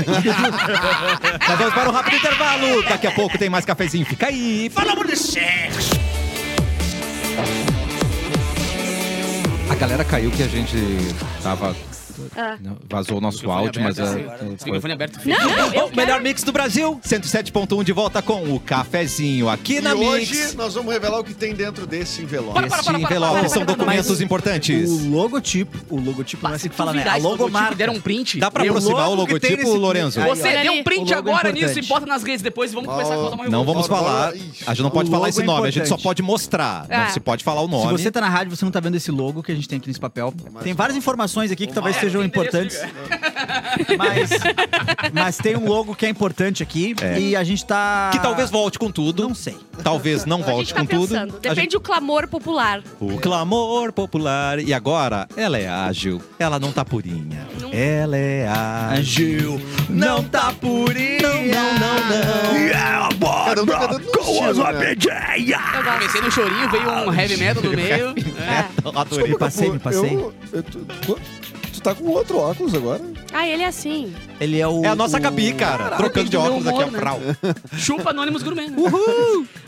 Speaker 1: Nós vamos para um rápido intervalo. Daqui a pouco tem mais cafezinho. Fica aí. Falamos de sexo. A galera caiu que a gente tava.
Speaker 5: Ah.
Speaker 1: Vazou o nosso áudio, mas. é-
Speaker 2: aberto,
Speaker 1: a-
Speaker 2: assim. Microfone aberto.
Speaker 5: Não, eu
Speaker 1: Bom,
Speaker 5: quero-
Speaker 1: melhor mix do Brasil, 107.1 de volta com o cafezinho aqui
Speaker 4: E,
Speaker 1: na
Speaker 4: hoje
Speaker 1: Mix.
Speaker 4: nós vamos revelar o que tem dentro desse envelope.
Speaker 2: Para, para,
Speaker 1: Este
Speaker 2: para, para, para,
Speaker 1: envelope
Speaker 2: para,
Speaker 1: são
Speaker 5: para, para,
Speaker 1: documentos
Speaker 5: mas
Speaker 1: importantes.
Speaker 3: O logotipo, o logotipo não é assim que fala, né? A
Speaker 2: logomarca.
Speaker 3: logomarca.
Speaker 2: Deram um print.
Speaker 1: Dá pra
Speaker 3: Eu
Speaker 1: aproximar o
Speaker 3: logo que tem
Speaker 1: logotipo,
Speaker 3: nesse-
Speaker 1: Lorenzo?
Speaker 3: Aí,
Speaker 2: Você
Speaker 5: Olha
Speaker 2: deu
Speaker 5: ali,
Speaker 2: um print
Speaker 3: o logo é
Speaker 2: agora nisso e
Speaker 3: importante.
Speaker 2: bota nas redes depois e vamos começar a contar uma
Speaker 1: Não vamos
Speaker 4: Bora, bora.
Speaker 1: falar.
Speaker 4: Ixi,
Speaker 1: A gente não pode
Speaker 3: o
Speaker 1: falar
Speaker 3: logo
Speaker 1: esse
Speaker 3: é
Speaker 1: nome, a gente só
Speaker 3: importante.
Speaker 1: pode mostrar. Não
Speaker 5: Ah.
Speaker 1: se pode falar o
Speaker 3: Se
Speaker 1: nome.
Speaker 3: você tá na rádio, você não tá vendo esse logo que a gente tem aqui nesse papel. Tem
Speaker 4: um.
Speaker 3: várias informações aqui que talvez sejam
Speaker 2: tem endereço,
Speaker 3: importantes. Mas, mas tem um logo que é importante aqui e a gente tá.
Speaker 1: Que talvez volte com tudo.
Speaker 3: Não sei.
Speaker 1: Talvez não
Speaker 5: A
Speaker 1: volte
Speaker 5: gente tá
Speaker 1: com tudo.
Speaker 5: pensando.
Speaker 1: A
Speaker 5: Depende
Speaker 1: gente-
Speaker 5: do clamor popular.
Speaker 1: O clamor popular. E agora, ela é ágil, ela não tá purinha.
Speaker 5: Não.
Speaker 1: Ela é ágil, não tá purinha. Não, não, não,
Speaker 4: Cara, eu tô cantando no estilo, né?
Speaker 5: Eu gosto.
Speaker 2: Comecei no chorinho, veio um heavy metal no meio.
Speaker 5: É.
Speaker 1: não. Adorei.
Speaker 3: Me passei, me passei.
Speaker 4: Eu- eu- tu, tu- tu tá com outro óculos agora?
Speaker 5: Ah, ele é assim.
Speaker 3: Ele é o.
Speaker 1: É a nossa
Speaker 3: o-
Speaker 1: Gabi, cara. trocando de
Speaker 2: tem do
Speaker 1: óculos
Speaker 2: meu
Speaker 1: aqui, é um
Speaker 2: humor,
Speaker 1: ó.
Speaker 2: né?
Speaker 1: Frau.
Speaker 2: Chupa Anônimos Gourmet. né?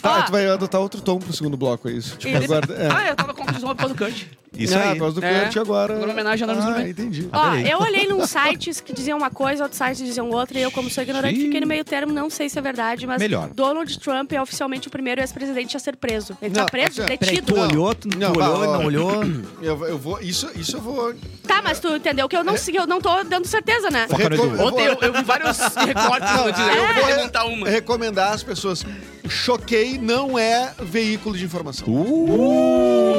Speaker 4: Tá,
Speaker 5: Ah.
Speaker 4: tu vai adotar outro tom pro segundo bloco, é isso? Tipo,
Speaker 2: Ele-
Speaker 4: agora, é.
Speaker 2: Ah, eu tava com a confusão por causa do Kurt.
Speaker 1: Isso
Speaker 4: Ah,
Speaker 1: aí.
Speaker 4: por causa do
Speaker 2: É.
Speaker 4: Kurt agora.
Speaker 2: Agora homenagem a Norma
Speaker 4: Ah,
Speaker 2: Zumbi.
Speaker 4: entendi.
Speaker 5: Ó, eu olhei num sites que diziam uma coisa, outros sites diziam outra, e eu, como sou ignorante,
Speaker 1: Sim.
Speaker 5: fiquei no meio termo, não sei se é verdade, mas
Speaker 1: Melhor.
Speaker 5: Donald Trump é oficialmente o primeiro ex-presidente a ser preso. Ele
Speaker 4: Não,
Speaker 5: tá preso,
Speaker 4: é-
Speaker 3: Peraí,
Speaker 5: detido.
Speaker 3: tu olhou, tu
Speaker 4: Não,
Speaker 3: tu
Speaker 4: vai,
Speaker 3: olhou,
Speaker 4: ó.
Speaker 3: não olhou.
Speaker 4: Eu, eu vou, isso, isso eu vou.
Speaker 5: Tá, mas tu entendeu que eu não,
Speaker 4: É.
Speaker 5: sei- que eu não tô dando certeza, né?
Speaker 1: Foca no Edu.
Speaker 4: Recom-
Speaker 2: Ontem
Speaker 4: eu vou-
Speaker 2: eu, eu vi vários recortes
Speaker 4: Não, é,
Speaker 2: no Disney. Eu
Speaker 4: eu
Speaker 2: vou
Speaker 4: vou
Speaker 2: levantar uma.
Speaker 4: recomendar às pessoas. Choquei não é veículo de informação.
Speaker 1: Uh!
Speaker 4: Uh,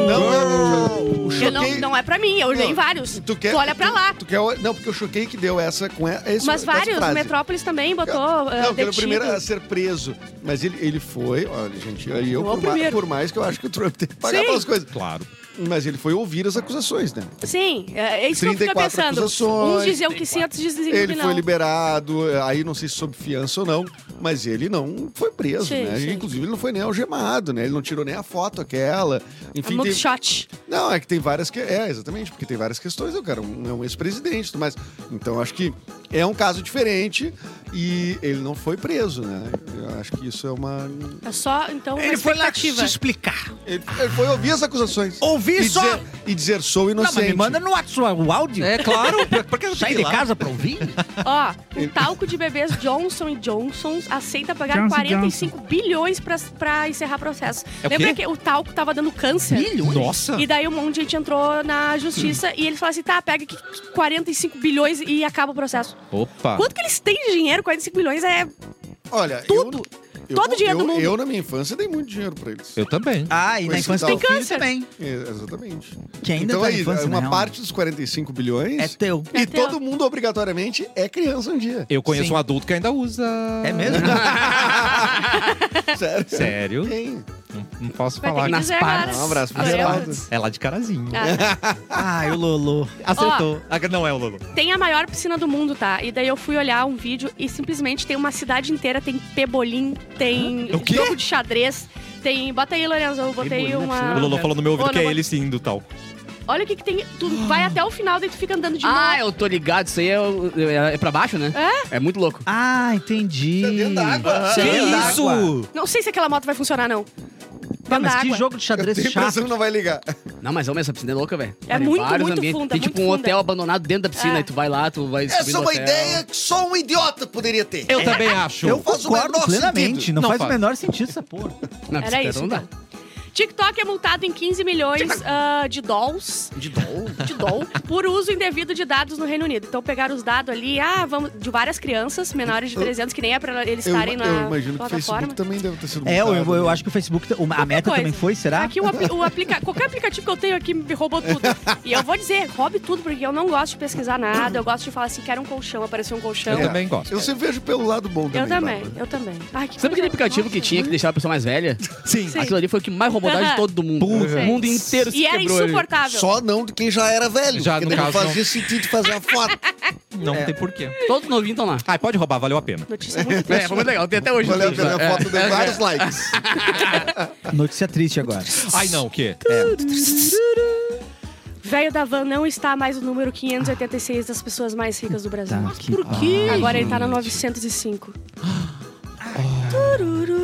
Speaker 4: Não é. O
Speaker 5: Eu não,
Speaker 4: choquei.
Speaker 5: não é pra mim, eu olhei
Speaker 4: Não,
Speaker 5: vários.
Speaker 4: Tu quer?
Speaker 5: olha pra lá.
Speaker 4: Tu quer, não, porque eu choquei que deu essa com e- esse- essa.
Speaker 5: mas vários,
Speaker 4: frase.
Speaker 5: Metrópolis também botou uh,
Speaker 4: Não, que ele é
Speaker 5: detido.
Speaker 4: o primeiro a ser preso. Mas ele, ele foi, olha, gente, aí eu,
Speaker 5: Não é o
Speaker 4: por, ma-
Speaker 5: primeiro.
Speaker 4: por mais que eu acho que o Trump tem que pagar
Speaker 5: Sim.
Speaker 4: pelas coisas.
Speaker 1: Claro.
Speaker 4: Mas ele foi ouvir as acusações, né?
Speaker 5: Sim, é é isso que eu fico
Speaker 4: 34
Speaker 5: pensando.
Speaker 4: acusações.
Speaker 5: Uns diziam que sim, outros diziam
Speaker 4: Ele
Speaker 5: que
Speaker 4: foi
Speaker 5: não. É
Speaker 4: liberado, eh, aí não sei se sob fiança ou não, mas ele não foi preso,
Speaker 5: Sim,
Speaker 4: né?
Speaker 5: sim.
Speaker 4: Inclusive, ele não foi nem algemado, né? Ele não tirou nem a foto aquela.
Speaker 5: A
Speaker 4: Enfim, tem-
Speaker 5: um mugshot.
Speaker 4: Não, é que tem várias... Que... É, exatamente, porque tem várias questões, né, cara? Um, é um ex-presidente, mas... Então, acho que é um caso diferente e ele não foi preso, né? Eu acho que isso é uma...
Speaker 5: É só, então, uma
Speaker 3: Ele foi lá se
Speaker 5: expectativa.
Speaker 3: explicar.
Speaker 4: Ele, ele foi ouvir as acusações.
Speaker 3: Ouvir
Speaker 4: e
Speaker 3: só.
Speaker 4: Dizer, e dizer, sou
Speaker 3: Não, mas
Speaker 4: inocente.
Speaker 3: me manda no WhatsApp o áudio.
Speaker 1: É claro. Pra, pra que
Speaker 3: Sai de casa pra ouvir?
Speaker 2: Ah,
Speaker 5: Ó, o talco de bebês Johnson Johnson aceita pagar 45 bilhões pra, pra encerrar processo.
Speaker 1: É o
Speaker 5: Lembra
Speaker 1: quê?
Speaker 5: que o talco tava dando câncer?
Speaker 1: Nossa.
Speaker 5: E daí um monte de gente entrou na justiça e eles falaram assim: tá, pega aqui 45 bilhões e acaba o processo.
Speaker 1: Opa.
Speaker 5: Quanto que eles têm de dinheiro? 45 bilhões é.
Speaker 4: Olha,
Speaker 5: Tudo.
Speaker 4: Eu, eu,
Speaker 5: Todo o dinheiro
Speaker 4: eu,
Speaker 5: do mundo.
Speaker 4: Eu, na minha infância, dei muito dinheiro pra eles.
Speaker 1: Eu também.
Speaker 3: Ah, e na
Speaker 4: Pois
Speaker 3: infância
Speaker 4: então.
Speaker 3: tem filho
Speaker 5: Câncer.
Speaker 3: também.
Speaker 4: É, Exatamente.
Speaker 3: Que ainda
Speaker 4: então
Speaker 3: tá na
Speaker 4: aí,
Speaker 3: infância,
Speaker 4: uma
Speaker 3: né,
Speaker 4: parte dos 45 bilhões.
Speaker 3: É teu.
Speaker 5: É
Speaker 4: e
Speaker 5: teu.
Speaker 4: todo mundo, obrigatoriamente, é criança um dia.
Speaker 1: Eu conheço
Speaker 3: Sim.
Speaker 1: um adulto que ainda usa.
Speaker 3: É mesmo?
Speaker 4: Sério.
Speaker 1: Sério?
Speaker 4: Quem?
Speaker 1: Não, não posso
Speaker 5: Vai ter
Speaker 1: falar.
Speaker 5: que
Speaker 2: nas
Speaker 5: dizer
Speaker 2: partes.
Speaker 5: agora.
Speaker 4: Um abraço pro
Speaker 5: Foi
Speaker 4: Geraldo.
Speaker 5: antes.
Speaker 1: É lá de carazinho.
Speaker 5: Ah,
Speaker 3: Ah, o Lolo.
Speaker 1: Acertou. Ah, Não é o Lolo.
Speaker 5: tem a maior piscina do mundo, tá? E daí eu fui olhar um vídeo e simplesmente tem uma cidade inteira, tem pebolim, tem
Speaker 1: O quê?
Speaker 5: jogo de xadrez, tem. Bota aí, Lorenzo, eu botei uma.
Speaker 1: O Lolo falou no meu ouvido
Speaker 5: Ah. Ô,
Speaker 1: que é
Speaker 5: não,
Speaker 1: ele sim do tal.
Speaker 5: Olha o que, que tem. Tu vai até o final, daí tu fica andando de
Speaker 2: Ah,
Speaker 5: moto.
Speaker 2: eu tô ligado. Isso aí é, o- é, é pra baixo, né? É? É muito louco.
Speaker 3: Ah, entendi.
Speaker 4: É dentro da água.
Speaker 3: Isso é
Speaker 1: Que
Speaker 3: dentro da
Speaker 1: isso?
Speaker 3: água.
Speaker 5: Não sei se aquela moto vai funcionar, não.
Speaker 3: Tá,
Speaker 5: Dentro da
Speaker 3: mas que
Speaker 5: água.
Speaker 3: jogo de
Speaker 4: Eu
Speaker 3: xadrez
Speaker 4: tenho a impressão
Speaker 3: chato.
Speaker 4: que não vai ligar.
Speaker 2: Não, mas homem, essa piscina é louca, velho.
Speaker 5: É
Speaker 2: Tem
Speaker 5: muito,
Speaker 2: vários
Speaker 5: muito
Speaker 2: ambientes.
Speaker 5: funda,
Speaker 2: Tem tipo
Speaker 5: muito
Speaker 2: um
Speaker 5: funda.
Speaker 2: hotel abandonado dentro da piscina.
Speaker 5: É.
Speaker 2: Aí tu vai lá, tu vai subir
Speaker 4: Essa é
Speaker 2: no
Speaker 4: uma
Speaker 2: hotel.
Speaker 4: ideia que só um idiota poderia ter.
Speaker 1: Eu também acho.
Speaker 3: Eu
Speaker 4: faz o
Speaker 3: concordo
Speaker 4: menor
Speaker 3: plenamente.
Speaker 4: sentido.
Speaker 3: Não,
Speaker 1: Não
Speaker 3: faz
Speaker 1: faz.
Speaker 3: o menor sentido essa porra.
Speaker 2: Não,
Speaker 5: Era isso,
Speaker 2: Ah, não dá.
Speaker 5: então. TikTok é multado em 15 milhões ah, de dolls,
Speaker 4: De dom.
Speaker 5: de doll, por uso indevido de dados no Reino Unido. Então pegaram os dados ali, ah, vamos, de várias crianças menores de 13 anos, que nem é pra eles
Speaker 4: Eu,
Speaker 5: estarem na
Speaker 4: eu imagino que o
Speaker 5: plataforma.
Speaker 4: Facebook tá também deve ter sido
Speaker 3: É, eu,
Speaker 4: multado,
Speaker 3: eu, eu
Speaker 4: né?
Speaker 3: acho que o Facebook. t- uma- A meta
Speaker 5: coisa.
Speaker 3: também foi, será?
Speaker 5: Aqui o, apli- o aplica qualquer aplicativo que eu tenho aqui me roubou tudo. E eu vou dizer, roube tudo, porque eu não gosto de pesquisar nada, eu gosto de falar assim, quero um colchão, apareceu um colchão.
Speaker 1: Eu também gosto.
Speaker 4: Eu sempre vejo pelo lado bom também. né?
Speaker 5: Eu também,
Speaker 4: Bárbara.
Speaker 5: eu também. Ai, que
Speaker 2: Sabe
Speaker 5: coisa-
Speaker 2: aquele aplicativo que
Speaker 5: Nossa,
Speaker 2: tinha que deixava a pessoa mais velha?
Speaker 1: Sim.
Speaker 5: Sim.
Speaker 2: Aquilo ali foi o que mais roubou faculdade de todo mundo.
Speaker 5: Sim.
Speaker 2: O mundo inteiro se
Speaker 5: E era
Speaker 2: quebrou. ali.
Speaker 5: insuportável.
Speaker 7: Só não de quem já era velho.
Speaker 1: Já,
Speaker 7: porque
Speaker 1: no
Speaker 7: daí não
Speaker 1: caso,
Speaker 7: fazia sentido fazer a foto.
Speaker 1: Não tem porquê.
Speaker 2: Todos novinhos estão lá.
Speaker 1: Ai, pode roubar, valeu a pena.
Speaker 5: Notícia muito
Speaker 2: É,
Speaker 5: triste.
Speaker 2: foi muito legal. Tem até hoje.
Speaker 7: Valeu a pena,
Speaker 1: É.
Speaker 7: a foto deu vários likes.
Speaker 3: Notícia triste agora.
Speaker 1: Ai, não, o quê?
Speaker 5: Velho da van não está mais no número 586 das pessoas mais ricas do Brasil.
Speaker 3: Tá, que-
Speaker 5: Agora ele tá na 905.
Speaker 3: Ah.
Speaker 5: Tururu.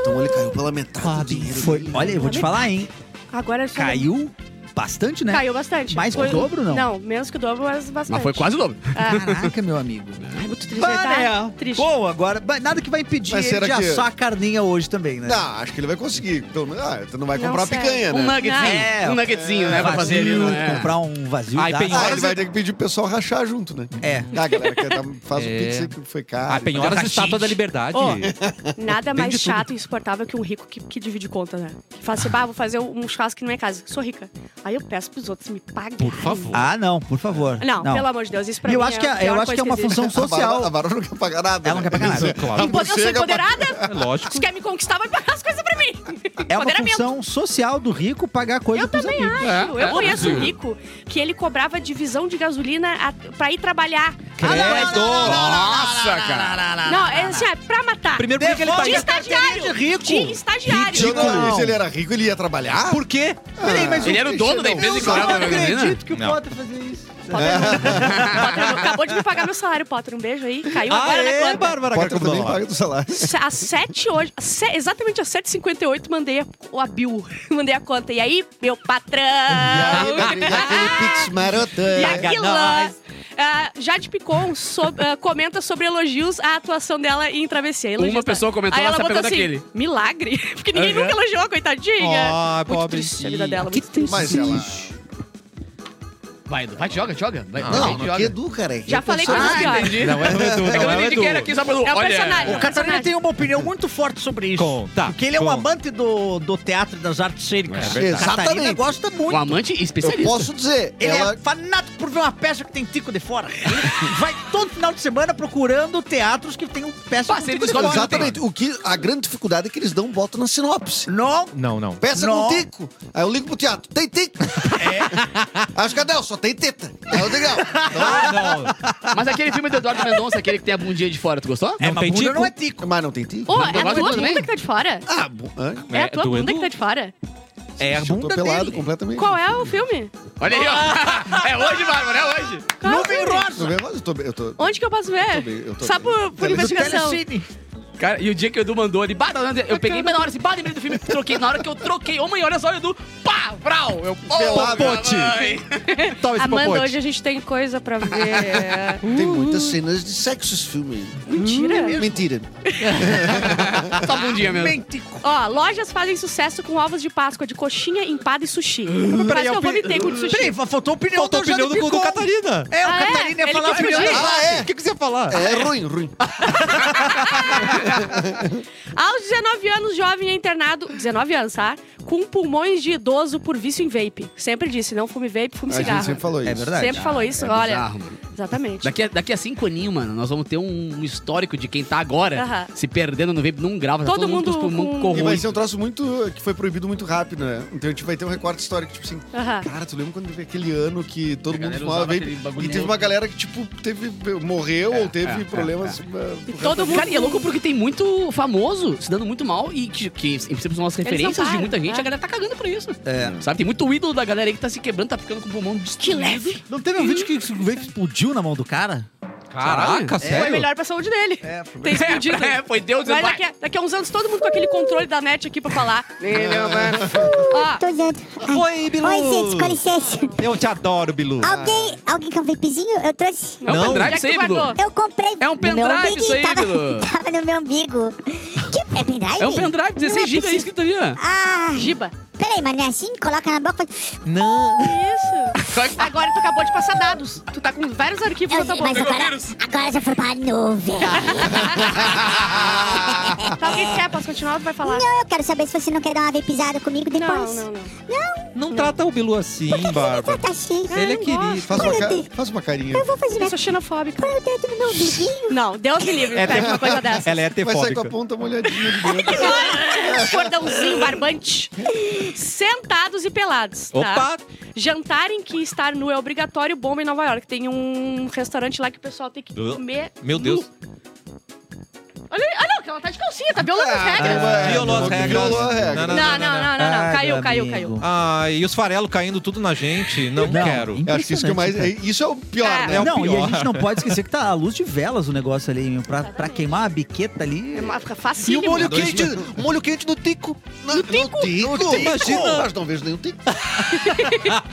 Speaker 7: Então ele caiu pela metade do dinheiro.
Speaker 3: Foi,
Speaker 7: dele.
Speaker 3: olha, eu vou te falar, hein?
Speaker 5: Agora ele tá-
Speaker 3: Caiu bastante, né?
Speaker 5: Caiu bastante.
Speaker 3: Mais que o dobro, não?
Speaker 5: Não, menos que o dobro, mas bastante.
Speaker 2: Mas foi quase o dobro.
Speaker 3: Caraca, meu amigo.
Speaker 5: Ai, muito triste. ele
Speaker 3: Bah,
Speaker 5: Tá
Speaker 3: né?
Speaker 5: triste.
Speaker 3: Bom, agora, bah, nada que vai impedir
Speaker 7: Mas
Speaker 3: ele
Speaker 7: será
Speaker 3: de
Speaker 7: que-
Speaker 3: assar a carninha hoje também, né?
Speaker 4: Não, acho que ele vai conseguir. Pelo menos, ah, tu não vai
Speaker 5: Não
Speaker 4: comprar
Speaker 5: sei.
Speaker 4: picanha,
Speaker 2: Um
Speaker 4: né?
Speaker 2: nuggetzinho.
Speaker 3: É,
Speaker 2: um nuggetzinho, né? Pra fazer ali.
Speaker 3: Vazio,
Speaker 2: né?
Speaker 3: comprar um vazio.
Speaker 1: Ai,
Speaker 3: dá-
Speaker 1: penhora-
Speaker 4: Ah, ele vai ter que pedir o pessoal rachar junto, né?
Speaker 3: É.
Speaker 4: Ah, galera, quer dar- faz
Speaker 1: É.
Speaker 4: o pix aí que foi caro.
Speaker 1: Ah, penhoras
Speaker 3: Abacaxi.
Speaker 1: estátua da liberdade.
Speaker 5: Nada
Speaker 1: Tem
Speaker 5: mais
Speaker 1: de tudo.
Speaker 5: chato e insuportável que um rico que, que divide conta, né? Que fala assim, bah, vou fazer um churrasco que não é casa. Sou rica. Aí eu peço pros outros me pagarem.
Speaker 1: Por favor.
Speaker 3: Ah, não, por favor.
Speaker 5: Não, pelo amor de Deus, isso pra
Speaker 3: E eu
Speaker 5: mim
Speaker 3: acho
Speaker 5: é
Speaker 3: que
Speaker 5: a
Speaker 3: é,
Speaker 5: pior
Speaker 3: eu acho
Speaker 5: coisa
Speaker 3: que é uma
Speaker 5: existe.
Speaker 3: função social.
Speaker 4: A Barona não quer pagar nada.
Speaker 3: Ela não quer pagar
Speaker 2: é
Speaker 3: nada.
Speaker 1: É Claro.
Speaker 5: Empo- Eu sou
Speaker 4: Chega pra-
Speaker 5: empoderada?
Speaker 1: É lógico.
Speaker 5: Se quer me conquistar, vai pagar as coisas pra mim.
Speaker 3: É uma
Speaker 5: Empoderamento.
Speaker 3: função social do rico pagar coisa
Speaker 5: Eu
Speaker 3: pros
Speaker 5: também
Speaker 3: amigos.
Speaker 5: Eu conheço um rico que ele cobrava divisão de gasolina a, pra ir trabalhar. Ah,
Speaker 2: Nossa, cara.
Speaker 5: Não, é assim, é pra matar.
Speaker 1: Primeiro, por que que ele
Speaker 5: de
Speaker 1: paga?
Speaker 5: estagiário.
Speaker 3: de rico.
Speaker 5: De estagiário.
Speaker 4: Eu não,
Speaker 3: Não.
Speaker 4: Se ele era rico, ele ia trabalhar?
Speaker 1: ah, Por quê?
Speaker 3: Peraí, mas
Speaker 2: Ele era o dono da empresa que cobrava a gasolina?
Speaker 3: que o Potter fazia isso.
Speaker 5: Potter, acabou de me pagar meu salário, Potter. Um beijo aí. Caiu agora
Speaker 1: Aê,
Speaker 5: na conta.
Speaker 1: Bárbara
Speaker 4: Potter também
Speaker 1: Carcobola.
Speaker 4: paga do salário.
Speaker 5: Se- Às 7 hoje, às se- exatamente às 7h58, mandei a, a bill, mandei a conta. E aí, meu patrão?
Speaker 7: E aquele pix maroto.
Speaker 5: E
Speaker 7: é.
Speaker 5: aquilo lá. Ah, Jade Picon so- ah, comenta sobre elogios à atuação dela em Travessia. Elogios
Speaker 2: Uma
Speaker 5: dela.
Speaker 2: pessoa comentou,
Speaker 5: Aí
Speaker 2: ela
Speaker 5: ela
Speaker 2: se
Speaker 5: botou
Speaker 2: apegou
Speaker 5: assim,
Speaker 2: daquele.
Speaker 5: milagre. Porque ninguém
Speaker 2: Aham.
Speaker 5: nunca elogiou, coitadinha.
Speaker 1: Ah,
Speaker 5: muito triste a vida dela, muito triste.
Speaker 4: Mas ela...
Speaker 2: Vai, Edu, vai, joga, joga. Vai,
Speaker 7: Não,
Speaker 2: vai,
Speaker 7: não, que Edu, cara. é
Speaker 5: Já falei com
Speaker 7: personagem.
Speaker 5: ela.
Speaker 2: Ah, entendi.
Speaker 1: Não é o Edu,
Speaker 2: É que eu
Speaker 1: não
Speaker 2: não
Speaker 1: é o
Speaker 2: entendi
Speaker 1: Edu.
Speaker 2: quem era aqui só pelo.
Speaker 5: É o
Speaker 2: Olha,
Speaker 5: personagem.
Speaker 3: O Catarina tem uma opinião muito forte sobre isso.
Speaker 1: Conta,
Speaker 3: Porque ele é um
Speaker 1: conta.
Speaker 3: amante do, do teatro e das artes
Speaker 1: É
Speaker 3: cênicas.
Speaker 1: verdade.
Speaker 3: Catarina
Speaker 7: Exatamente.
Speaker 3: gosta
Speaker 2: O
Speaker 3: muito.
Speaker 2: amante
Speaker 7: Eu
Speaker 2: especialista.
Speaker 7: posso dizer,
Speaker 3: Ele
Speaker 7: ela
Speaker 3: é fanático por ver uma peça que tem tico de fora. Ele vai todo final de semana procurando teatros que tem peça
Speaker 2: Pá,
Speaker 3: com
Speaker 2: se ele
Speaker 3: tico de
Speaker 2: descobre-
Speaker 3: fora.
Speaker 7: Exatamente. O que, a grande dificuldade é que eles dão um boto na sinopse.
Speaker 3: é. Não,
Speaker 1: Não, não.
Speaker 7: Peça
Speaker 3: Não.
Speaker 7: com tico. Aí eu ligo pro teatro. Tem tico. Aí os cadê? Só tem teta. Aí eu digo, não.
Speaker 1: Não, não.
Speaker 2: Mas aquele filme do Eduardo Mendonça, aquele que tem a bundinha de fora, tu gostou?
Speaker 3: é,
Speaker 1: Não
Speaker 3: mas
Speaker 1: tem
Speaker 3: bunda
Speaker 1: tico?
Speaker 3: não é tico.
Speaker 7: Mas não tem tico?
Speaker 5: Ô,
Speaker 2: Não,
Speaker 5: é a
Speaker 2: agora
Speaker 5: tua
Speaker 2: tudo
Speaker 5: bunda
Speaker 2: bem?
Speaker 5: que tá de fora?
Speaker 7: Ah, bom. hã?
Speaker 5: É a tua
Speaker 1: do
Speaker 5: bunda
Speaker 1: Edu?
Speaker 5: que tá de fora?
Speaker 1: É a
Speaker 4: Eu tô
Speaker 1: bunda
Speaker 4: pelado
Speaker 1: dele.
Speaker 4: completamente.
Speaker 5: Qual é o filme?
Speaker 2: Olha aí, ó. É hoje, Bárbara, é hoje.
Speaker 5: Qual é o
Speaker 3: Nuvem
Speaker 5: filme?
Speaker 4: Não
Speaker 3: rosa.
Speaker 4: vê, mas eu tô... Eu tô...
Speaker 5: Onde que eu posso
Speaker 4: Eu
Speaker 5: ver?
Speaker 4: tô bem, eu tô
Speaker 5: Só
Speaker 4: bem. Tá
Speaker 5: por, por
Speaker 4: Tele-
Speaker 5: investigação.
Speaker 3: Telecine.
Speaker 2: Cara, e o dia que o Edu mandou ali, bah, tá olhando, eu peguei, mas na hora assim, bah, lembrei do filme, troquei. Na hora que eu troquei, ô mãe, olha só, Edu, pá, brau, eu "Oh,
Speaker 7: Pelado.
Speaker 2: popote.
Speaker 1: Toma esse
Speaker 5: Amanda,
Speaker 1: popote.
Speaker 5: hoje a gente tem coisa pra ver.
Speaker 7: Tem muitas cenas de sexo esse filme.
Speaker 5: Mentira.
Speaker 8: Uhum.
Speaker 7: Mentira.
Speaker 2: Só bundinha mesmo.
Speaker 3: tico.
Speaker 5: Ó, lojas fazem sucesso com ovos de Páscoa de coxinha, empada e sushi. Quase que eu vomitei com sushi.
Speaker 3: é Peraí, faltou a opinião
Speaker 1: Faltou a
Speaker 3: do Jane
Speaker 1: opinião do, do
Speaker 3: Picon.
Speaker 1: Catarina.
Speaker 3: É, o
Speaker 5: Ah, é?
Speaker 3: Catarina ia
Speaker 5: Ele
Speaker 3: falar
Speaker 5: quis
Speaker 3: primeiro.
Speaker 5: fugir?
Speaker 7: Ah, é.
Speaker 1: O que, que você ia falar?
Speaker 7: É ruim, ruim.
Speaker 8: Ah,
Speaker 5: Aos 19 anos, jovem é internado. 19 anos, tá? Com pulmões de idoso por vício em vape. Sempre disse, não fume vape,
Speaker 8: Um
Speaker 5: fume
Speaker 4: A gente
Speaker 5: cigarro.
Speaker 4: sempre falou isso.
Speaker 3: É verdade.
Speaker 5: Sempre falou isso,
Speaker 2: é
Speaker 5: olha.
Speaker 2: bizarro, mano.
Speaker 5: Exatamente.
Speaker 2: Daqui a, daqui a cinco aninhos, mano, nós vamos ter um histórico de quem tá agora
Speaker 5: Aham.
Speaker 2: se perdendo no vape num grau. Tá
Speaker 5: Todo
Speaker 2: todo, mundo com os
Speaker 5: mundo
Speaker 2: pulmão
Speaker 5: com-
Speaker 4: E vai ser
Speaker 2: corroídos.
Speaker 4: um troço muito... Que foi proibido muito rápido, né? Então a gente vai ter um recorte histórico, tipo assim...
Speaker 8: Ah.
Speaker 5: Aham.
Speaker 4: Cara, tu lembra quando teve aquele ano que todo
Speaker 2: A
Speaker 4: mundo
Speaker 2: galera
Speaker 4: fumava
Speaker 2: usava
Speaker 4: vape?
Speaker 2: aquele bagulho
Speaker 4: E teve uma
Speaker 2: louco.
Speaker 4: galera que, tipo, teve, morreu ou teve
Speaker 2: é,
Speaker 4: problemas...
Speaker 5: E
Speaker 4: eh,
Speaker 5: todo mundo.
Speaker 2: Cara, e é louco porque tem muito famoso se dando muito mal e que, que sempre são as referências de
Speaker 5: param,
Speaker 2: muita gente,
Speaker 5: é.
Speaker 2: a galera tá cagando pra isso.
Speaker 4: É.
Speaker 2: Sabe, tem muito ídolo da galera aí que tá se quebrando, tá ficando com o pulmão
Speaker 5: Que
Speaker 2: destruído.
Speaker 5: leve.
Speaker 3: Não teve um vídeo que o vape explodiu na mão do cara?
Speaker 1: Caraca, sério?
Speaker 5: É, Foi melhor pra saúde dele. É, Tem explodido.
Speaker 2: É, foi Deus
Speaker 5: Vai
Speaker 2: vai.
Speaker 5: daqui, a, daqui a uns anos todo mundo com aquele controle da net aqui pra falar. Ah. Ó,
Speaker 8: Tô usando. Ai.
Speaker 1: Oi, Bilu.
Speaker 8: Oi, gente, com licença.
Speaker 1: Eu te adoro, Bilu.
Speaker 8: Alguém, alguém quer um vapezinho? Eu trouxe.
Speaker 2: É um
Speaker 1: Não.
Speaker 5: onde
Speaker 2: pendrive
Speaker 5: é
Speaker 2: isso
Speaker 5: que tu
Speaker 2: aí, Bilu.
Speaker 5: guardou?
Speaker 8: Eu comprei.
Speaker 2: É um
Speaker 8: no meu
Speaker 2: pendrive
Speaker 8: umbigo,
Speaker 2: isso aí,
Speaker 8: tava,
Speaker 2: Bilu.
Speaker 8: Tava no meu umbigo. Que, é pendrive?
Speaker 2: É um pendrive, 16 GB aí escrito ali, ó.
Speaker 8: Ah,
Speaker 5: Giba.
Speaker 8: peraí, mas não é assim? Coloca na boca e faz...
Speaker 1: Não.
Speaker 5: Isso. Agora tu acabou de passar dados.
Speaker 2: Ah,
Speaker 5: Tu tá com vários arquivos
Speaker 8: Eu,
Speaker 5: na tua
Speaker 8: É, mas
Speaker 5: boca.
Speaker 8: agora, agora já foi pra nuvem.
Speaker 5: Tá, o que que quer? Posso continuar ou tu vai falar?
Speaker 8: Não, eu quero saber se você não quer dar uma vapizada comigo
Speaker 5: Não,
Speaker 8: depois.
Speaker 5: não, não.
Speaker 1: Não trata o Bilu assim, Bárbara.
Speaker 8: Tá cheio.
Speaker 1: Ele é
Speaker 5: não
Speaker 1: querido.
Speaker 4: Faz uma,
Speaker 8: Olha,
Speaker 4: ca-
Speaker 8: tem-
Speaker 4: faz uma carinha.
Speaker 8: Eu vou fazer
Speaker 5: Eu
Speaker 8: minha...
Speaker 5: sou xenofóbica.
Speaker 8: Põe o dedo no meu umbiguinho.
Speaker 5: Não, Deus me livre, cara, de uma coisa dessa.
Speaker 1: É, Ela é
Speaker 4: Vai sair com
Speaker 1: tefóbica.
Speaker 4: a ponta molhadinha de dentro.
Speaker 5: cordãozinho barbante. Sentados e pelados. Tá?
Speaker 1: Opa!
Speaker 5: Jantar em que estar nu é obrigatório, bomba em Nova York. Tem um restaurante lá que o pessoal tem que
Speaker 1: Uh,
Speaker 5: comer.
Speaker 1: Meu
Speaker 5: nu.
Speaker 1: Deus.
Speaker 5: Olha, aí. ah, não, que ela tá de calcinha, tá violando as regras.
Speaker 1: Violou as regras.
Speaker 4: Violou a regra.
Speaker 5: Não, não, não, não, não.
Speaker 3: Ah,
Speaker 5: Caiu,
Speaker 3: meu
Speaker 5: caiu,
Speaker 3: amigo.
Speaker 5: caiu.
Speaker 1: Ah, e os farelos caindo tudo na gente? Não, quero.
Speaker 4: Eu acho que isso que é mais.
Speaker 3: Impressionante,
Speaker 4: Isso é o pior,
Speaker 5: É.
Speaker 4: né?
Speaker 1: o
Speaker 3: não, e a
Speaker 1: pior.
Speaker 3: gente não pode esquecer que tá a luz de velas o negócio ali, meu, pra, pra queimar a biqueta ali.
Speaker 5: É uma- Fica
Speaker 7: E
Speaker 5: facinho.
Speaker 7: o molho
Speaker 1: Dois
Speaker 7: quente, o molho quente no tico. No, tico? No tico?
Speaker 1: Imagina.
Speaker 7: Mas não vejo nenhum tico.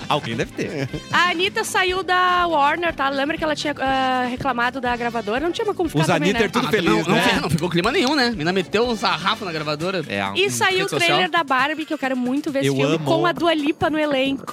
Speaker 1: Alguém deve ter.
Speaker 5: A Anitta saiu da Warner, tá? Lembra que ela tinha ah, reclamado da gravadora? Não tinha mais como ficar
Speaker 1: Os
Speaker 5: também, né?
Speaker 1: Anitter tudo
Speaker 2: Ah,
Speaker 1: feliz,
Speaker 2: não, não,
Speaker 1: né?
Speaker 2: não ficou clima nenhum, né? Mina meteu um sarrafo na gravadora.
Speaker 1: É, um-
Speaker 5: E saiu o
Speaker 2: rede
Speaker 5: trailer
Speaker 2: social.
Speaker 5: da Barbie, que eu quero muito ver esse
Speaker 1: Eu
Speaker 5: filme,
Speaker 1: amo.
Speaker 5: com a Dua Lipa no elenco.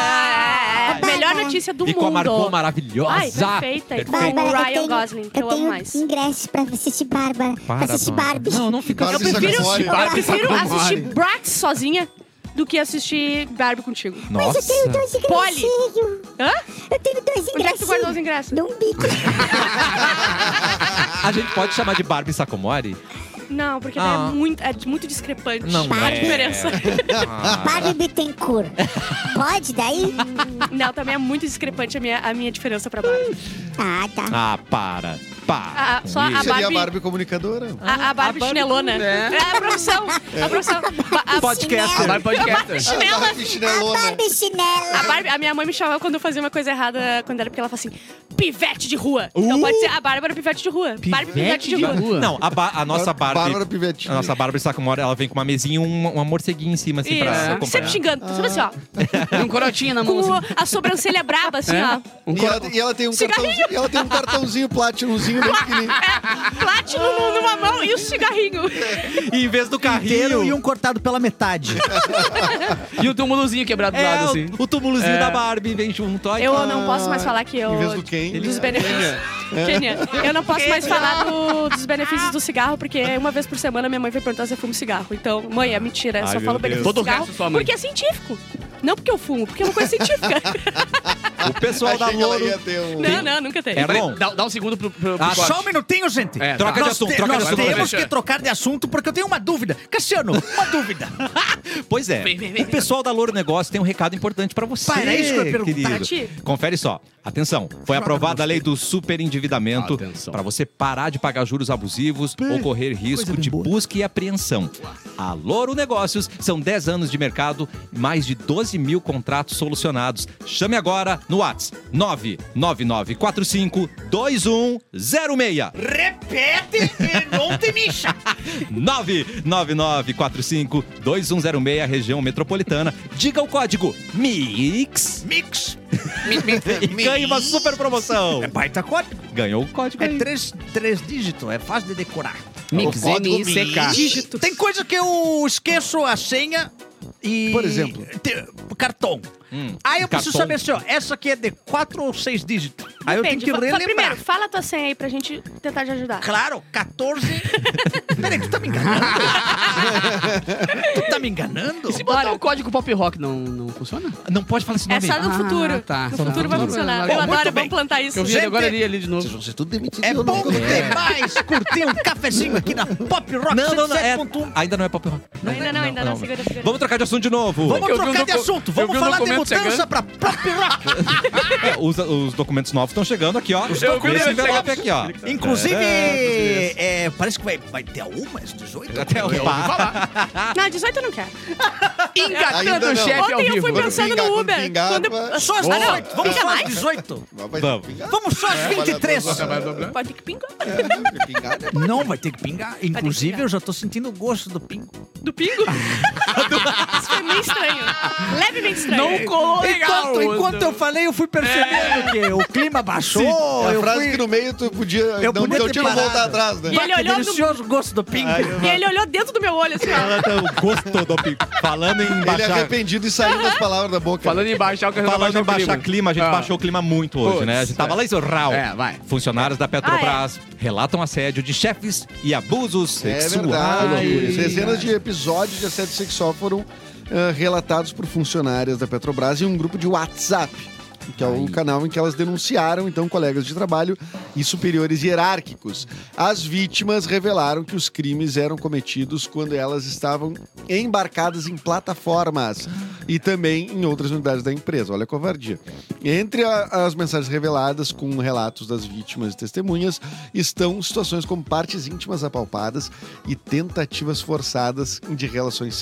Speaker 1: Toma!
Speaker 5: Melhor notícia do
Speaker 1: e
Speaker 5: mundo.
Speaker 1: com a Margot maravilhosa.
Speaker 5: Ai, perfeita. E com
Speaker 1: Perfeita.
Speaker 5: o
Speaker 8: Bárbara, eu
Speaker 5: Ryan
Speaker 8: tenho,
Speaker 5: Gosling, que eu,
Speaker 8: eu
Speaker 5: amo
Speaker 8: tenho
Speaker 5: mais.
Speaker 8: ingressos pra assistir Bárbara. Pra
Speaker 1: Para,
Speaker 8: assistir
Speaker 1: Bárbara.
Speaker 8: Barbie.
Speaker 1: Não, não fica...
Speaker 5: Eu
Speaker 4: Barbie
Speaker 5: prefiro,
Speaker 4: Sacamore.
Speaker 5: eu prefiro
Speaker 2: Barbie
Speaker 5: assistir Bratz sozinha do que assistir Barbie contigo.
Speaker 1: Nossa.
Speaker 8: Eu tenho dois
Speaker 5: Poli.
Speaker 8: ingressinhos.
Speaker 5: Hã?
Speaker 8: Eu tenho dois ingressinhos.
Speaker 5: Onde é que tu guardou os ingressos?
Speaker 8: Num bico.
Speaker 1: A gente pode chamar de Barbie Sacomori?
Speaker 5: Não, porque
Speaker 1: Ah.
Speaker 5: é, muito, é muito discrepante
Speaker 1: Não
Speaker 5: a
Speaker 1: é.
Speaker 5: diferença.
Speaker 8: Barbie Bittencourt. Pode daí?
Speaker 5: Não, também é muito discrepante a minha, a minha diferença pra Barbie.
Speaker 8: Ah, tá.
Speaker 1: Ah, para. Para.
Speaker 5: Ah,
Speaker 1: com
Speaker 5: só a
Speaker 1: isso.
Speaker 5: Barbie-
Speaker 4: Seria a Barbie comunicadora.
Speaker 5: A, Ah, a Barbie chinelona.
Speaker 2: né?
Speaker 5: É a profissão. A profissão. Ba- A,
Speaker 1: Podcaster.
Speaker 2: Ah, vai podcast.
Speaker 5: chinela.
Speaker 4: Barbie Ah,
Speaker 8: A
Speaker 4: chinelona.
Speaker 8: Barbie
Speaker 5: A,
Speaker 8: chinela.
Speaker 5: Bárbara- a minha mãe me chamava quando eu fazia uma coisa errada quando era porque ela falava assim, pivete de rua. Então pode ser a Bárbara pivete de rua. Barbie pivete de rua.
Speaker 1: Não, a, ba- a nossa Barbie...
Speaker 4: Bárbara Pivetinho.
Speaker 1: A nossa Bárbara Sacomori, ela vem com uma mesinha e uma, uma morceguinha em cima, assim,
Speaker 5: Isso.
Speaker 1: pra
Speaker 5: Sempre
Speaker 1: acompanhar.
Speaker 5: xingando. Sempre assim, ó.
Speaker 2: Tem um corotinho na mão,
Speaker 5: Com
Speaker 2: assim.
Speaker 5: o- a sobrancelha braba, assim, ó.
Speaker 2: Um
Speaker 4: E ela,
Speaker 2: corotinho.
Speaker 4: e ela tem um
Speaker 5: Cigarrinho.
Speaker 4: cartãozinho, e ela tem um cartãozinho platinumzinho bem pequenininho.
Speaker 5: Platino no- numa mão e o cigarrinho.
Speaker 1: E em vez do
Speaker 3: Inteiro
Speaker 1: carrinho...
Speaker 3: e um cortado pela metade.
Speaker 2: E o túmulozinho quebrado do
Speaker 1: É,
Speaker 2: lado,
Speaker 1: o-
Speaker 2: assim.
Speaker 1: o, túmulozinho
Speaker 2: É.
Speaker 1: da Barbie vem junto. Ai,
Speaker 5: Eu
Speaker 1: que-
Speaker 5: não posso mais falar que eu...
Speaker 4: Em vez do Ken.
Speaker 5: Dos benefícios. Kenia. Eu não posso mais falar do- dos benefícios do cigarro, porque uma vez por semana minha mãe vai perguntar se eu fumo cigarro. Então, mãe, é mentira. Eu
Speaker 1: Ai,
Speaker 5: só
Speaker 1: meu
Speaker 5: falo
Speaker 1: Deus.
Speaker 5: benefício
Speaker 2: Todo
Speaker 5: do
Speaker 2: o
Speaker 5: cigarro.
Speaker 2: resto sua mãe.
Speaker 5: Porque é científico. Não porque eu fumo, porque é uma coisa científica.
Speaker 1: O pessoal da
Speaker 4: Achei que ela
Speaker 1: Loro...
Speaker 4: ia ter um...
Speaker 5: não, não, nunca teve.
Speaker 1: É bom.
Speaker 2: Dá, dá um segundo pro, pro, pro
Speaker 1: Ah,
Speaker 2: corte.
Speaker 3: Só um minutinho, gente.
Speaker 2: É,
Speaker 1: Troca de
Speaker 3: nós
Speaker 1: assunto,
Speaker 3: te-
Speaker 1: troca de
Speaker 3: nós
Speaker 1: assunto.
Speaker 3: temos
Speaker 2: Fechando.
Speaker 3: que trocar de assunto porque eu tenho uma dúvida. Cassiano, uma dúvida.
Speaker 1: Pois é.
Speaker 2: Vem, vem, vem.
Speaker 1: O pessoal da Louro Negócio tem um recado importante pra você.
Speaker 3: Para, é isso que eu ia perguntar.
Speaker 1: querido. Confere só. Atenção. Foi aprovada a lei do superendividamento
Speaker 2: Atenção.
Speaker 1: pra você parar de pagar juros abusivos ou correr risco
Speaker 3: bem
Speaker 1: de
Speaker 3: boa.
Speaker 1: busca e apreensão. A Louro Negócios são 10 anos de mercado, mais de 12 mil contratos solucionados. Chame agora no WhatsApp 99945 2106.
Speaker 3: Repete e não te mixa.
Speaker 1: 999452106, região metropolitana. Diga o código MIX
Speaker 3: Mix.
Speaker 1: e ganhe uma super promoção.
Speaker 3: É baita código.
Speaker 1: Ganhou o código
Speaker 3: É
Speaker 1: aí.
Speaker 3: três, três dígitos, é fácil de decorar.
Speaker 2: Mix, M-I-C-K.
Speaker 3: Dígitos. Tem coisa que eu esqueço a senha e...
Speaker 4: Por exemplo?
Speaker 3: Te- Cartão.
Speaker 1: Hum,
Speaker 3: Aí eu preciso
Speaker 1: cartão.
Speaker 3: saber se ó, essa aqui é de quatro ou seis dígitos. Aí eu tenho
Speaker 5: Depende.
Speaker 3: que
Speaker 5: Fa- fa-
Speaker 3: relembrar.
Speaker 5: Primeiro, fala a tua senha aí pra gente tentar te ajudar.
Speaker 3: Claro, 14. Peraí, tu tá me enganando? tu tá me enganando?
Speaker 2: Se botar o código pop rock, não, não funciona?
Speaker 1: Não pode falar esse
Speaker 5: É
Speaker 1: nome.
Speaker 5: só no
Speaker 2: Ah,
Speaker 5: futuro.
Speaker 2: tá.
Speaker 5: No
Speaker 2: Só no
Speaker 5: futuro vai
Speaker 2: futuro.
Speaker 5: funcionar.
Speaker 2: Bom,
Speaker 5: Eu
Speaker 2: muito
Speaker 5: adoro,
Speaker 3: bem.
Speaker 5: vamos plantar isso.
Speaker 2: Eu vi
Speaker 3: Gente,
Speaker 2: ele agora ali, ali de novo.
Speaker 7: Vocês vão ser tudo demitidos.
Speaker 3: É
Speaker 7: eu não
Speaker 3: bom
Speaker 7: vou-
Speaker 3: demais curtir um cafezinho aqui na Pop Rock
Speaker 1: é. Não, não, não. é-
Speaker 3: 107.1.
Speaker 1: ainda não é pop rock.
Speaker 5: Ainda não, ainda não. Segura, segura.
Speaker 1: Vamos trocar de assunto de novo.
Speaker 3: Vamos
Speaker 2: Eu vi um
Speaker 3: trocar de
Speaker 2: docu-
Speaker 3: assunto,
Speaker 2: eu
Speaker 3: vamos
Speaker 2: vi um
Speaker 3: falar de
Speaker 2: documento
Speaker 3: mudança
Speaker 2: chegando.
Speaker 3: pra Pop Rock.
Speaker 1: É, os, os documentos novos estão chegando aqui, ó.
Speaker 2: Eu vi
Speaker 1: Esse
Speaker 2: ele
Speaker 1: envelope
Speaker 2: chegar.
Speaker 1: aqui, ó.
Speaker 3: Inclusive, é, parece que vai, vai ter a uma, às 18.
Speaker 1: Até o pá.
Speaker 5: Não, 18 eu não quero.
Speaker 2: Engatando
Speaker 4: Ainda
Speaker 2: o
Speaker 4: não.
Speaker 2: chefe ao
Speaker 5: Ontem eu
Speaker 2: vivo.
Speaker 5: fui
Speaker 4: Quando
Speaker 5: pensando
Speaker 4: pingar,
Speaker 5: no
Speaker 4: quando
Speaker 5: Uber.
Speaker 4: pingar,
Speaker 5: Quando...
Speaker 4: vai-
Speaker 3: Só às
Speaker 5: Boa.
Speaker 3: 18, vamos
Speaker 5: Fica
Speaker 3: só às
Speaker 5: mais?
Speaker 3: 18.
Speaker 4: Vai ter
Speaker 1: Vamos.
Speaker 4: que pingar.
Speaker 3: Vamos só às
Speaker 4: É, vai dar
Speaker 3: 23.
Speaker 4: duas horas.
Speaker 5: Pode que pinga.
Speaker 4: É, vai ter que pingar, né?
Speaker 3: Não vai ter que pingar. Inclusive,
Speaker 5: pingar.
Speaker 3: eu já tô sentindo o gosto do pingo.
Speaker 5: Do pingo? Isso foi meio estranho. Levemente estranho.
Speaker 2: Não colou legal.
Speaker 3: É. Enquanto, enquanto eu falei, eu fui
Speaker 5: É.
Speaker 3: percebendo que o clima baixou.
Speaker 4: É a
Speaker 3: eu
Speaker 4: frase
Speaker 3: fui...
Speaker 4: que no meio tu podia...
Speaker 3: Eu
Speaker 4: não,
Speaker 3: podia
Speaker 4: não
Speaker 3: ter
Speaker 4: tinha como
Speaker 3: parado.
Speaker 4: voltar atrás, né?
Speaker 5: E ele
Speaker 3: Que
Speaker 5: olhou no-
Speaker 3: delicioso gosto do pingo.
Speaker 5: E ele olhou dentro do meu olho, assim, ó.
Speaker 1: O gosto do pico. Falando em
Speaker 4: Ele é
Speaker 1: baixar...
Speaker 4: arrependido e saindo as palavras da boca.
Speaker 2: Falando em baixar o que
Speaker 1: Falando em baixar clima, a gente
Speaker 2: Ah.
Speaker 1: baixou o clima muito hoje,
Speaker 2: Puts,
Speaker 1: né? A gente tava
Speaker 2: é.
Speaker 1: lá em Sorral.
Speaker 2: É, vai.
Speaker 1: Funcionários da Petrobras relatam assédio de chefes e abusos
Speaker 4: É
Speaker 1: sexuais.
Speaker 4: verdade. Dezenas de episódios de assédio eh, sexual foram ah, relatados por funcionárias da Petrobras em um grupo de WhatsApp. que é o canal em que elas denunciaram, então, colegas de trabalho e superiores hierárquicos. As vítimas revelaram que os crimes eram cometidos quando elas estavam embarcadas em plataformas e também em outras unidades da empresa. Olha a covardia. Entre a- as mensagens reveladas com relatos das vítimas e testemunhas estão situações como partes íntimas apalpadas e tentativas forçadas de relações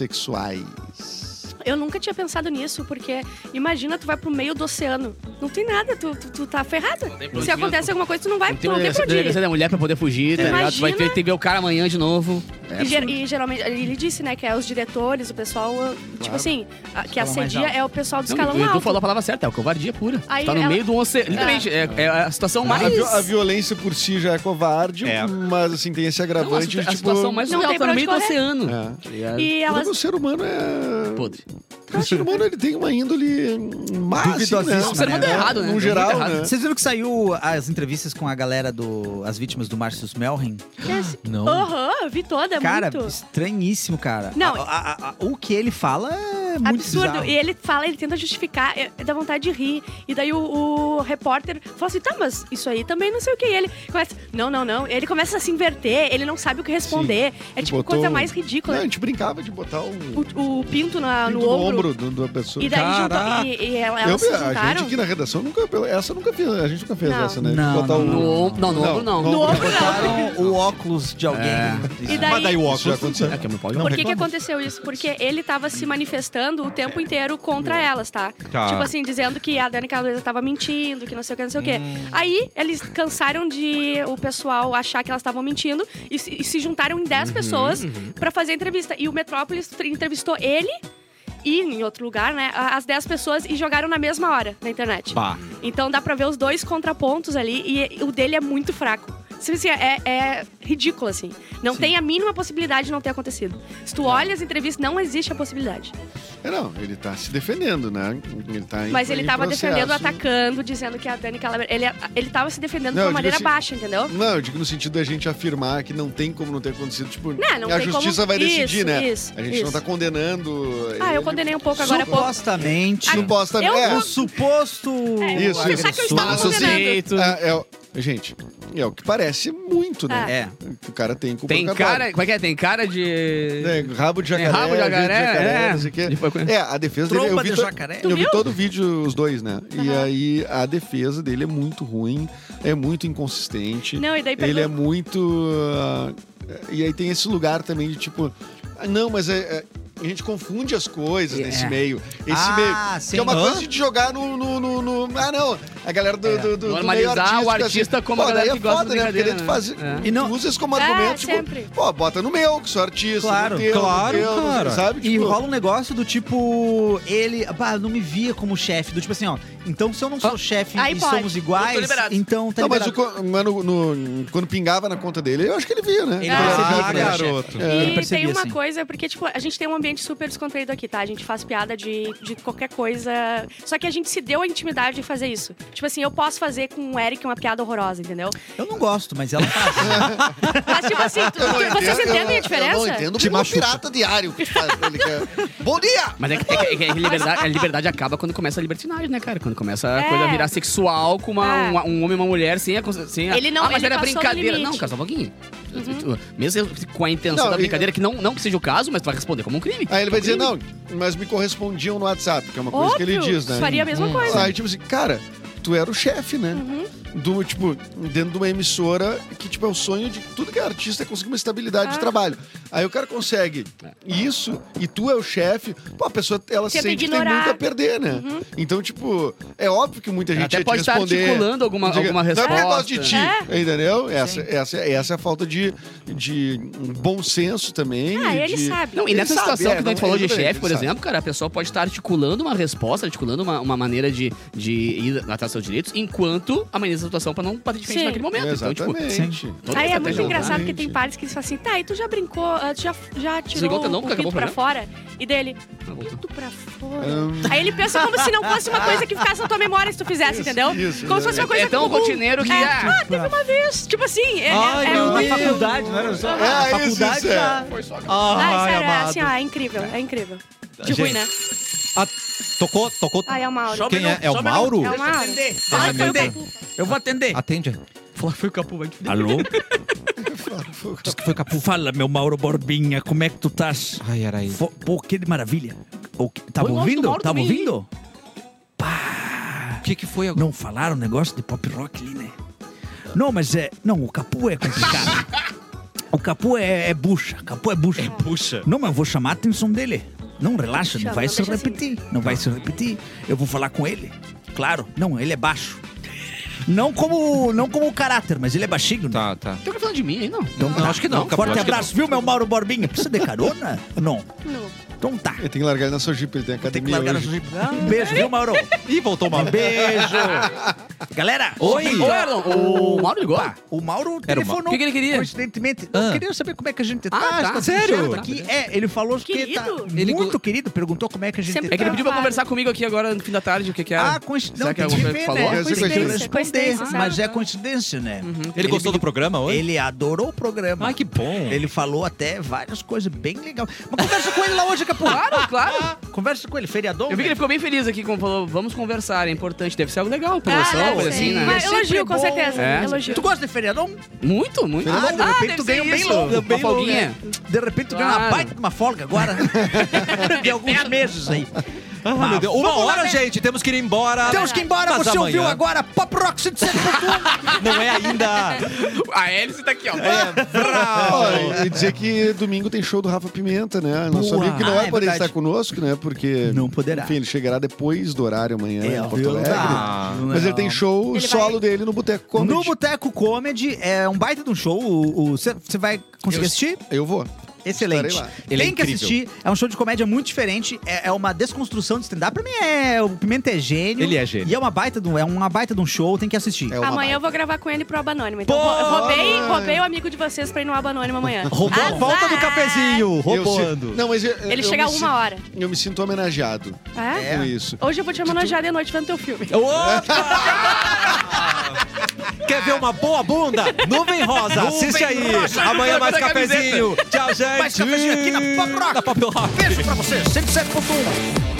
Speaker 4: sexuais.
Speaker 5: Eu nunca tinha pensado nisso, porque imagina, tu vai pro meio do oceano. Não tem nada, tu, tu, tu tá ferrada.
Speaker 2: tem pra onde
Speaker 5: Se
Speaker 2: ir,
Speaker 5: acontece alguma coisa, tu não vai
Speaker 2: Não tem
Speaker 5: não
Speaker 2: uma
Speaker 5: tem
Speaker 2: delegacia,
Speaker 5: pra onde ir.
Speaker 2: delegacia da mulher pra poder fugir, tá ligado? Tu vai ter,
Speaker 5: Imagina.
Speaker 2: ter que ver o cara amanhã de novo.
Speaker 5: E, ger- e geralmente, ele disse, né, que é os diretores, o pessoal, uh, tipo assim, a- que
Speaker 3: Escalão mais
Speaker 5: assedia
Speaker 3: alto.
Speaker 5: é o pessoal do
Speaker 2: Não,
Speaker 5: escalão
Speaker 2: o Edu
Speaker 5: alto.
Speaker 2: falou a palavra certa, é o covardia pura.
Speaker 5: Aí
Speaker 2: tá no
Speaker 5: ela-
Speaker 2: meio do oceano. Literalmente, é, é a situação mais.
Speaker 4: A, vi- a violência por si já é covarde,
Speaker 1: É.
Speaker 4: mas assim, tem esse
Speaker 2: Não, a,
Speaker 4: agravante
Speaker 2: situ- a
Speaker 4: de tipo.
Speaker 2: situação mais
Speaker 5: Não
Speaker 2: surreal,
Speaker 5: tem
Speaker 2: tá
Speaker 5: pra
Speaker 2: no
Speaker 5: onde
Speaker 2: meio do
Speaker 5: correr.
Speaker 2: oceano.
Speaker 4: É.
Speaker 2: Tá ligado?
Speaker 5: E
Speaker 4: Mas O
Speaker 5: elas...
Speaker 4: ser humano é.
Speaker 2: Podre.
Speaker 4: O ser humano ele tem uma índole má, assim, né?
Speaker 3: Duvidosíssima, O ser humano
Speaker 2: né? é errado, né?
Speaker 4: No
Speaker 2: Muito
Speaker 4: geral,
Speaker 2: errado.
Speaker 4: né?
Speaker 3: Vocês viram que saiu as entrevistas com a galera do. As vítimas do Marcius Melren?
Speaker 6: Não.
Speaker 5: Aham, vi toda,
Speaker 3: cara,
Speaker 5: é muito.
Speaker 3: estranhíssimo, cara.
Speaker 5: Não.
Speaker 3: A- a- a- o que ele fala é muito
Speaker 5: Absurdo.
Speaker 3: bizarro.
Speaker 5: E ele fala, ele tenta justificar, é, dá vontade de rir. E daí o, o repórter fala assim: tá, mas isso aí também não sei o que. E ele começa, não, não, não. Ele começa a se inverter, ele não sabe o que responder. É tipo
Speaker 4: Botou- um-
Speaker 5: coisa mais
Speaker 4: Não,
Speaker 5: ridícula.
Speaker 4: a gente brincava de botar o, pinto
Speaker 5: O, o pinto, na-
Speaker 4: no,
Speaker 5: no ombro.
Speaker 4: ombro do- da pessoa.
Speaker 5: E daí juntou-
Speaker 1: Caraca.
Speaker 5: e, e ela-
Speaker 4: Eu,
Speaker 5: elas se
Speaker 4: a gente
Speaker 5: juntaram.
Speaker 4: aqui na redação nunca. Essa nunca fez, a gente nunca fez
Speaker 5: Não.
Speaker 4: essa, né?
Speaker 3: Não,
Speaker 4: De botar
Speaker 3: não,
Speaker 4: o-
Speaker 2: No ombro- não, no
Speaker 4: Não,
Speaker 2: ombro não.
Speaker 4: no
Speaker 5: No
Speaker 4: ombro.
Speaker 5: ombro não.
Speaker 3: Botaram o óculos de alguém.
Speaker 5: E
Speaker 1: Mas daí
Speaker 5: daí
Speaker 1: o
Speaker 4: Isso já
Speaker 1: óculos.
Speaker 4: aconteceu.
Speaker 2: É que não pode.
Speaker 4: Não,
Speaker 5: Por que, que
Speaker 4: reclama.
Speaker 5: aconteceu isso? Porque ele tava se manifestando o tempo inteiro contra elas, tá?
Speaker 1: Tá.
Speaker 5: Tipo assim, dizendo que a Dani Calabresa tava mentindo, que não sei o que, não sei o quê.
Speaker 4: Hum.
Speaker 5: Aí eles cansaram de o pessoal achar que elas estavam mentindo e se, e se juntaram em
Speaker 4: Uhum,
Speaker 5: 10 pessoas pra fazer a entrevista. E o Metrópolis tre- entrevistou ele e, em outro lugar, né, a- as 10 pessoas e jogaram na mesma hora na internet.
Speaker 1: Pá.
Speaker 5: Então dá pra ver os dois contrapontos ali e o dele é muito fraco. Tipo assim, é, é ridículo, assim. Não tem a mínima possibilidade de não ter acontecido. Se tu olha as entrevistas, não existe a possibilidade.
Speaker 4: É, não, ele tá se defendendo, né? Ele tá em-
Speaker 5: Mas ele
Speaker 4: em
Speaker 5: tava
Speaker 4: processo. né?
Speaker 5: defendendo, atacando, dizendo que a Dani Calabresa... Ele, ele tava se defendendo
Speaker 4: Não,
Speaker 5: de
Speaker 4: eu
Speaker 5: uma
Speaker 4: digo
Speaker 5: maneira
Speaker 4: assim-
Speaker 5: baixa, entendeu?
Speaker 4: Não, eu digo no sentido da gente afirmar que não tem como não ter acontecido. Tipo,
Speaker 5: Não, não
Speaker 4: a
Speaker 5: tem
Speaker 4: justiça
Speaker 5: como-
Speaker 4: vai decidir,
Speaker 5: isso,
Speaker 4: né?
Speaker 5: isso,
Speaker 4: a gente não
Speaker 5: isso.
Speaker 4: tá condenando.
Speaker 5: Ah, eu
Speaker 4: ele.
Speaker 5: condenei um pouco agora há pouco.
Speaker 3: Supostamente.
Speaker 4: Supostamente.
Speaker 5: Eu
Speaker 4: é,
Speaker 3: O suposto.
Speaker 5: É,
Speaker 4: Isso, isso.
Speaker 5: Só que eu estava
Speaker 4: Mas, assim,
Speaker 5: condenando.
Speaker 4: é, é o- gente, é o que parece muito, né?
Speaker 3: É.
Speaker 4: O cara tem culpa
Speaker 2: Tem
Speaker 4: do cartório.
Speaker 2: cara. Como é que é? Tem cara de.
Speaker 4: É, rabo de
Speaker 2: Tem
Speaker 4: jacaré.
Speaker 2: rabo de
Speaker 4: jeito
Speaker 2: jacaré, é.
Speaker 4: não sei o quê.
Speaker 2: Ele foi com-
Speaker 4: É, a defesa dele.
Speaker 3: Trompa
Speaker 4: Eu vi,
Speaker 3: de
Speaker 4: to-
Speaker 3: jacaré.
Speaker 4: eu
Speaker 5: Tu
Speaker 4: vi
Speaker 5: viu?
Speaker 4: todo o vídeo, os dois, né? E
Speaker 5: Aham.
Speaker 4: aí a defesa dele é muito ruim, é muito inconsistente.
Speaker 5: Não, e daí
Speaker 4: Ele é
Speaker 5: pergunta-
Speaker 4: muito. ah, e aí tem esse lugar também de tipo. ah, Não, mas é- é- a gente confunde as coisas
Speaker 3: É.
Speaker 4: nesse meio. Esse
Speaker 3: Ah,
Speaker 4: meio.
Speaker 3: sim.
Speaker 4: Que é uma
Speaker 3: Hã?
Speaker 4: coisa de jogar no, no- no- no- Ah, não. A galera do. do, do- do meio
Speaker 2: Normalizar o
Speaker 4: artístico, assim,
Speaker 2: artista como a
Speaker 4: Pô,
Speaker 2: galera
Speaker 4: daí
Speaker 2: que
Speaker 4: é
Speaker 2: gosta
Speaker 4: foda,
Speaker 2: da
Speaker 4: né? Porque daí
Speaker 2: brincadeira, né?
Speaker 4: tu faz.
Speaker 2: É.
Speaker 4: E não. Usa isso como
Speaker 5: É,
Speaker 4: argumento,
Speaker 5: sempre.
Speaker 4: tipo. Pô, bota no meu, que sou artista.
Speaker 3: Claro,
Speaker 4: no teu, no
Speaker 1: claro,
Speaker 4: teu, no-
Speaker 1: cara.
Speaker 4: Sabe? tipo,
Speaker 3: E rola um negócio do tipo, ele, bah, não me via como chefe, do tipo assim, ó, então se eu não sou chefe
Speaker 5: Ah, Aí
Speaker 3: e
Speaker 5: pode.
Speaker 3: somos iguais,
Speaker 2: liberado.
Speaker 3: então tá
Speaker 4: não, mas
Speaker 3: liberado.
Speaker 4: o co- mano, no- quando pingava na conta dele, eu acho que ele via, né?
Speaker 3: Ele
Speaker 5: Ah,
Speaker 3: percebia que ele era
Speaker 1: garoto.
Speaker 4: É,
Speaker 3: chefe.
Speaker 5: É. E
Speaker 3: Ele
Speaker 5: tem
Speaker 3: percebia,
Speaker 5: uma
Speaker 3: assim.
Speaker 5: coisa, porque, tipo, a gente tem um ambiente super descontraído aqui, tá? A gente faz piada de, de qualquer coisa. Só que a gente se deu a intimidade de fazer isso. Tipo assim, eu posso fazer com o Eric uma piada horrorosa, entendeu?
Speaker 3: Eu não gosto, mas ela faz.
Speaker 5: Mas, tipo assim, tu-
Speaker 7: Eu não
Speaker 5: vocês
Speaker 7: entendo,
Speaker 5: entendem
Speaker 7: eu-
Speaker 5: a diferença?
Speaker 7: Eu não entendo
Speaker 1: Te
Speaker 7: porque é um
Speaker 1: machuca.
Speaker 7: pirata diário que faz. né? Ele quer... Bom dia!
Speaker 2: Mas é que, é que- é que a, liberdade, a liberdade acaba quando começa a libertinagem, né, cara? Quando começa a
Speaker 5: É.
Speaker 2: coisa a virar sexual com uma,
Speaker 5: É.
Speaker 2: uma- um homem e uma mulher sem a. cons- Sem a
Speaker 5: Ele não-
Speaker 2: ah, mas
Speaker 5: ele
Speaker 2: era
Speaker 5: passou do
Speaker 2: brincadeira.
Speaker 5: limite. Uhum.
Speaker 2: Não, cara, só um pouquinho. Tu- Mesmo com a intenção
Speaker 4: Não,
Speaker 2: da
Speaker 4: e-
Speaker 2: brincadeira, que não, não que seja o caso, mas tu vai responder como um crime.
Speaker 4: Aí ele
Speaker 2: É um
Speaker 4: vai dizer,
Speaker 2: crime.
Speaker 4: não, mas me correspondiam no WhatsApp, que é uma coisa
Speaker 5: Óbvio,
Speaker 4: que ele diz, né?
Speaker 5: faria a mesma coisa. Uhum.
Speaker 4: Aí, tipo assim, cara, tu era o chefe, né? Do, tipo, dentro de uma emissora que, tipo, é o sonho de tudo que é artista é conseguir uma estabilidade de
Speaker 5: Ah.
Speaker 4: trabalho. Aí o cara consegue isso e tu é o chefe, pô, a pessoa, ela
Speaker 5: Tenta
Speaker 4: sente que tem
Speaker 5: ignorar.
Speaker 4: muito a perder, né?
Speaker 5: Uhum.
Speaker 4: Então, tipo, é óbvio que muita gente
Speaker 2: até
Speaker 4: ia te
Speaker 2: pode estar
Speaker 4: responder,
Speaker 2: articulando alguma-
Speaker 4: diga,
Speaker 2: alguma
Speaker 4: Não é porque eu gosto de
Speaker 2: resposta."
Speaker 4: ti, entendeu? Essa, essa, essa é a falta de, de bom senso também.
Speaker 5: Ah,
Speaker 4: e
Speaker 5: ele
Speaker 4: de-
Speaker 5: sabe.
Speaker 2: Não, e
Speaker 4: Ele
Speaker 2: nessa
Speaker 4: sabe,
Speaker 2: situação
Speaker 4: é,
Speaker 2: que a
Speaker 4: não-
Speaker 2: gente falou de
Speaker 4: ele
Speaker 2: chefe, por
Speaker 4: sabe.
Speaker 2: exemplo, cara, a pessoa pode estar articulando uma resposta, articulando uma, uma maneira de, de ir atrás dos seus direitos, enquanto ameniza a situação pra não bater de frente
Speaker 5: Sim.
Speaker 2: naquele momento. Então, tipo,
Speaker 4: Exatamente.
Speaker 2: toda
Speaker 5: Aí é
Speaker 2: estratégia um
Speaker 5: muito
Speaker 2: do-
Speaker 5: engraçado
Speaker 4: Exatamente.
Speaker 5: porque tem partes que eles falam assim, tá, e tu já brincou, ah, tu já, já
Speaker 2: Desligou
Speaker 5: tirou
Speaker 2: o telão, porque
Speaker 5: o
Speaker 2: acabou
Speaker 5: pinto
Speaker 2: o
Speaker 5: pra fora? E dele,
Speaker 2: Ah, voltou.
Speaker 5: pinto pra fora? Aí ele pensa como se não fosse uma coisa que ficasse na tua memória se tu fizesse,
Speaker 4: Isso,
Speaker 5: entendeu?
Speaker 4: isso,
Speaker 5: como se fosse uma coisa
Speaker 2: É tão
Speaker 5: comum.
Speaker 2: rotineiro que.
Speaker 5: É,
Speaker 2: ah,
Speaker 5: ah, teve uma vez. Tipo assim, é, é-
Speaker 3: Ai,
Speaker 5: é
Speaker 3: meu
Speaker 5: muito-
Speaker 3: Deus. na faculdade, não era só
Speaker 4: É,
Speaker 3: na
Speaker 4: isso,
Speaker 3: faculdade
Speaker 4: isso é.
Speaker 3: já.
Speaker 5: Ah,
Speaker 3: Ai,
Speaker 5: sério, né? é
Speaker 3: amado.
Speaker 5: assim, ah, é incrível, é incrível. De
Speaker 1: Gente.
Speaker 5: ruim, né?
Speaker 1: A Tocou, tocou.
Speaker 5: Ah, é o Mauro.
Speaker 3: Só um
Speaker 1: Quem é?
Speaker 3: minuto,
Speaker 1: É
Speaker 3: só
Speaker 1: o
Speaker 3: um
Speaker 1: Mauro?
Speaker 3: minuto.
Speaker 5: É o
Speaker 3: Deixa eu
Speaker 5: Mauro.
Speaker 3: atender. Deixa eu
Speaker 5: Ah, foi o
Speaker 3: atender.
Speaker 5: Capu.
Speaker 3: Eu vou atender.
Speaker 1: Atende.
Speaker 3: Falar foi o Capu, vai te fuder.
Speaker 6: Alô?
Speaker 1: Diz que foi capu.
Speaker 3: Fala, meu Mauro Borbinha, como é que tu estás?
Speaker 1: Ai, era isso.
Speaker 3: Fo- Pô, que maravilha. O que- Tava
Speaker 2: Põe o áudio
Speaker 3: ouvindo?
Speaker 2: do Mauro
Speaker 3: Tava
Speaker 2: também aí.
Speaker 3: ouvindo?
Speaker 1: O que que foi agora?
Speaker 3: Não falaram o negócio de pop rock ali, né? Não, mas é. Não, o Capu é complicado. o Capu é, é bucha. Capu é bucha.
Speaker 1: Puxa.
Speaker 3: Não, mas eu vou chamar a atenção dele. Não, relaxa,
Speaker 5: Chama,
Speaker 3: não vai
Speaker 5: não
Speaker 3: se
Speaker 5: deixa assim.
Speaker 3: repetir. Não vai se repetir. Eu vou falar com ele. Claro. Não, ele é baixo. Não como, não como o caráter, mas ele é baixinho. né? Então tá.
Speaker 1: Tá, tá.
Speaker 2: Tô falando de mim aí, não. não, acho que não.
Speaker 1: Capu,
Speaker 3: Forte
Speaker 1: acho que não.
Speaker 3: abraço, viu, meu Mauro Borbinha? Precisa de carona? não.
Speaker 5: Não.
Speaker 3: Então tá.
Speaker 4: Ele tem que largar ele na sua jipe, ele tem
Speaker 3: Tem
Speaker 4: academia
Speaker 3: que largar a
Speaker 4: hoje.
Speaker 3: Um
Speaker 2: é.
Speaker 3: beijo, viu, Mauro? Um
Speaker 1: Ih, voltou uma vez.
Speaker 3: Beijo. Galera.
Speaker 2: Oi, Oi Erlon. O Mauro ligou?
Speaker 3: Opa, o Mauro
Speaker 1: Era o
Speaker 3: telefonou.
Speaker 2: Mauro. O que que ele queria?
Speaker 3: Coincidentemente. Eu
Speaker 1: Ah.
Speaker 3: queria saber como é que a gente tá.
Speaker 2: Ah, tá.
Speaker 3: tá
Speaker 1: Sério?
Speaker 3: tudo certo Aqui. É, ele falou que tá
Speaker 5: Querido.
Speaker 2: Ele
Speaker 3: muito
Speaker 2: go-
Speaker 3: querido. Perguntou como é que a gente
Speaker 5: Sempre
Speaker 3: tá.
Speaker 2: É que ele pediu pra
Speaker 5: Claro.
Speaker 2: conversar comigo aqui agora no fim da tarde, o que que era.
Speaker 3: Ah, coincidência.
Speaker 2: Será
Speaker 3: Não,
Speaker 2: que é
Speaker 3: tem
Speaker 2: alguma
Speaker 3: que ver,
Speaker 2: coisa que falou?
Speaker 3: né?
Speaker 4: Eu sei que
Speaker 3: Coincidência,
Speaker 4: coincidência,
Speaker 3: responder.
Speaker 5: sabe?
Speaker 3: Mas é coincidência, né?
Speaker 2: Uhum.
Speaker 1: Ele gostou do programa hoje?
Speaker 3: Ele adorou o programa.
Speaker 1: Ai, que bom.
Speaker 3: Ele falou até várias coisas bem legais. Mas conversa com ele lá hoje, Capu.
Speaker 2: Claro,
Speaker 4: Ah,
Speaker 2: claro.
Speaker 3: Conversa com ele, feriador.
Speaker 2: Eu vi que ele
Speaker 3: né?
Speaker 2: ficou bem feliz aqui quando falou, vamos conversar, é importante, deve ser algo legal,
Speaker 5: Ah,
Speaker 2: promoção,
Speaker 5: deve
Speaker 2: coisa
Speaker 5: ser.
Speaker 2: assim, né?
Speaker 5: Mas
Speaker 3: É
Speaker 5: elogio,
Speaker 3: sempre
Speaker 5: com
Speaker 3: bom.
Speaker 5: certeza.
Speaker 2: É.
Speaker 5: Elogio.
Speaker 3: Tu gosta de feriador?
Speaker 2: Muito, muito.
Speaker 3: Ah, de repente
Speaker 2: deve
Speaker 3: tu
Speaker 2: ser
Speaker 3: ganha um bem
Speaker 2: isso,
Speaker 3: longo, bem
Speaker 2: Uma
Speaker 3: longo,
Speaker 4: né?
Speaker 2: folguinha.
Speaker 3: De repente tu ganha uma
Speaker 2: Claro.
Speaker 3: baita de uma folga agora. de alguns meses aí.
Speaker 1: Ah,
Speaker 3: Mas
Speaker 1: meu Deus. Uma
Speaker 3: vamos lá,
Speaker 1: hora,
Speaker 3: né?
Speaker 1: gente. Temos que ir embora. né?
Speaker 3: Temos que ir embora,
Speaker 1: Mas
Speaker 3: você ouviu
Speaker 1: amanhã-
Speaker 3: agora Pop Rock 107.1.
Speaker 1: Não é ainda.
Speaker 2: A hélice tá aqui, ó.
Speaker 4: Ó, e- e dizer que domingo tem show do Rafa Pimenta, né? Nosso
Speaker 3: Boa.
Speaker 4: amigo que não
Speaker 3: Ah,
Speaker 4: vai
Speaker 3: é
Speaker 4: poder
Speaker 3: verdade.
Speaker 4: estar conosco, né? Porque.
Speaker 3: Não É, poderá.
Speaker 4: Enfim, ele chegará depois do horário amanhã né, em Porto Alegre.
Speaker 1: Ah,
Speaker 4: Mas ele tem show
Speaker 5: Ele vai-
Speaker 4: solo dele no Boteco Comedy.
Speaker 3: No Boteco Comedy é um baita de um show. Você vai conseguir assistir?
Speaker 4: Eu vou.
Speaker 3: Excelente.
Speaker 4: estarei lá.
Speaker 1: Ele é
Speaker 3: Tem que
Speaker 1: incrível.
Speaker 3: assistir. É um show de comédia muito diferente. É, é uma desconstrução de stand-up. Pra mim é. O Pimenta é gênio.
Speaker 1: Ele é gênio.
Speaker 3: E é uma baita de um, é uma baita de um show, tem que assistir.
Speaker 4: É uma
Speaker 5: Amanhã eu vou gravar com ele pro Aba Anônima. Então, eu roubei, roubei o amigo de vocês pra ir no Aba Anônima amanhã.
Speaker 1: Roubou a
Speaker 5: Azar.
Speaker 1: volta do cafezinho.
Speaker 4: Eu se-
Speaker 1: Roubando.
Speaker 4: Não, mas eu- eu-
Speaker 5: Ele
Speaker 4: eu
Speaker 5: chega
Speaker 4: me
Speaker 5: uma hora.
Speaker 4: sinto- Eu me sinto homenageado
Speaker 5: É?
Speaker 4: com isso.
Speaker 5: Hoje eu vou te homenagear de noite vendo teu filme.
Speaker 1: Opa! Quer ver uma boa bunda? Nuvem Rosa. Assiste aí. Amanhã mais cafezinho. Tchau, gente.
Speaker 3: Mais cafezinho aqui na Pop Rock.
Speaker 1: Na Pop Rock.
Speaker 3: Beijo pra você, 107.1.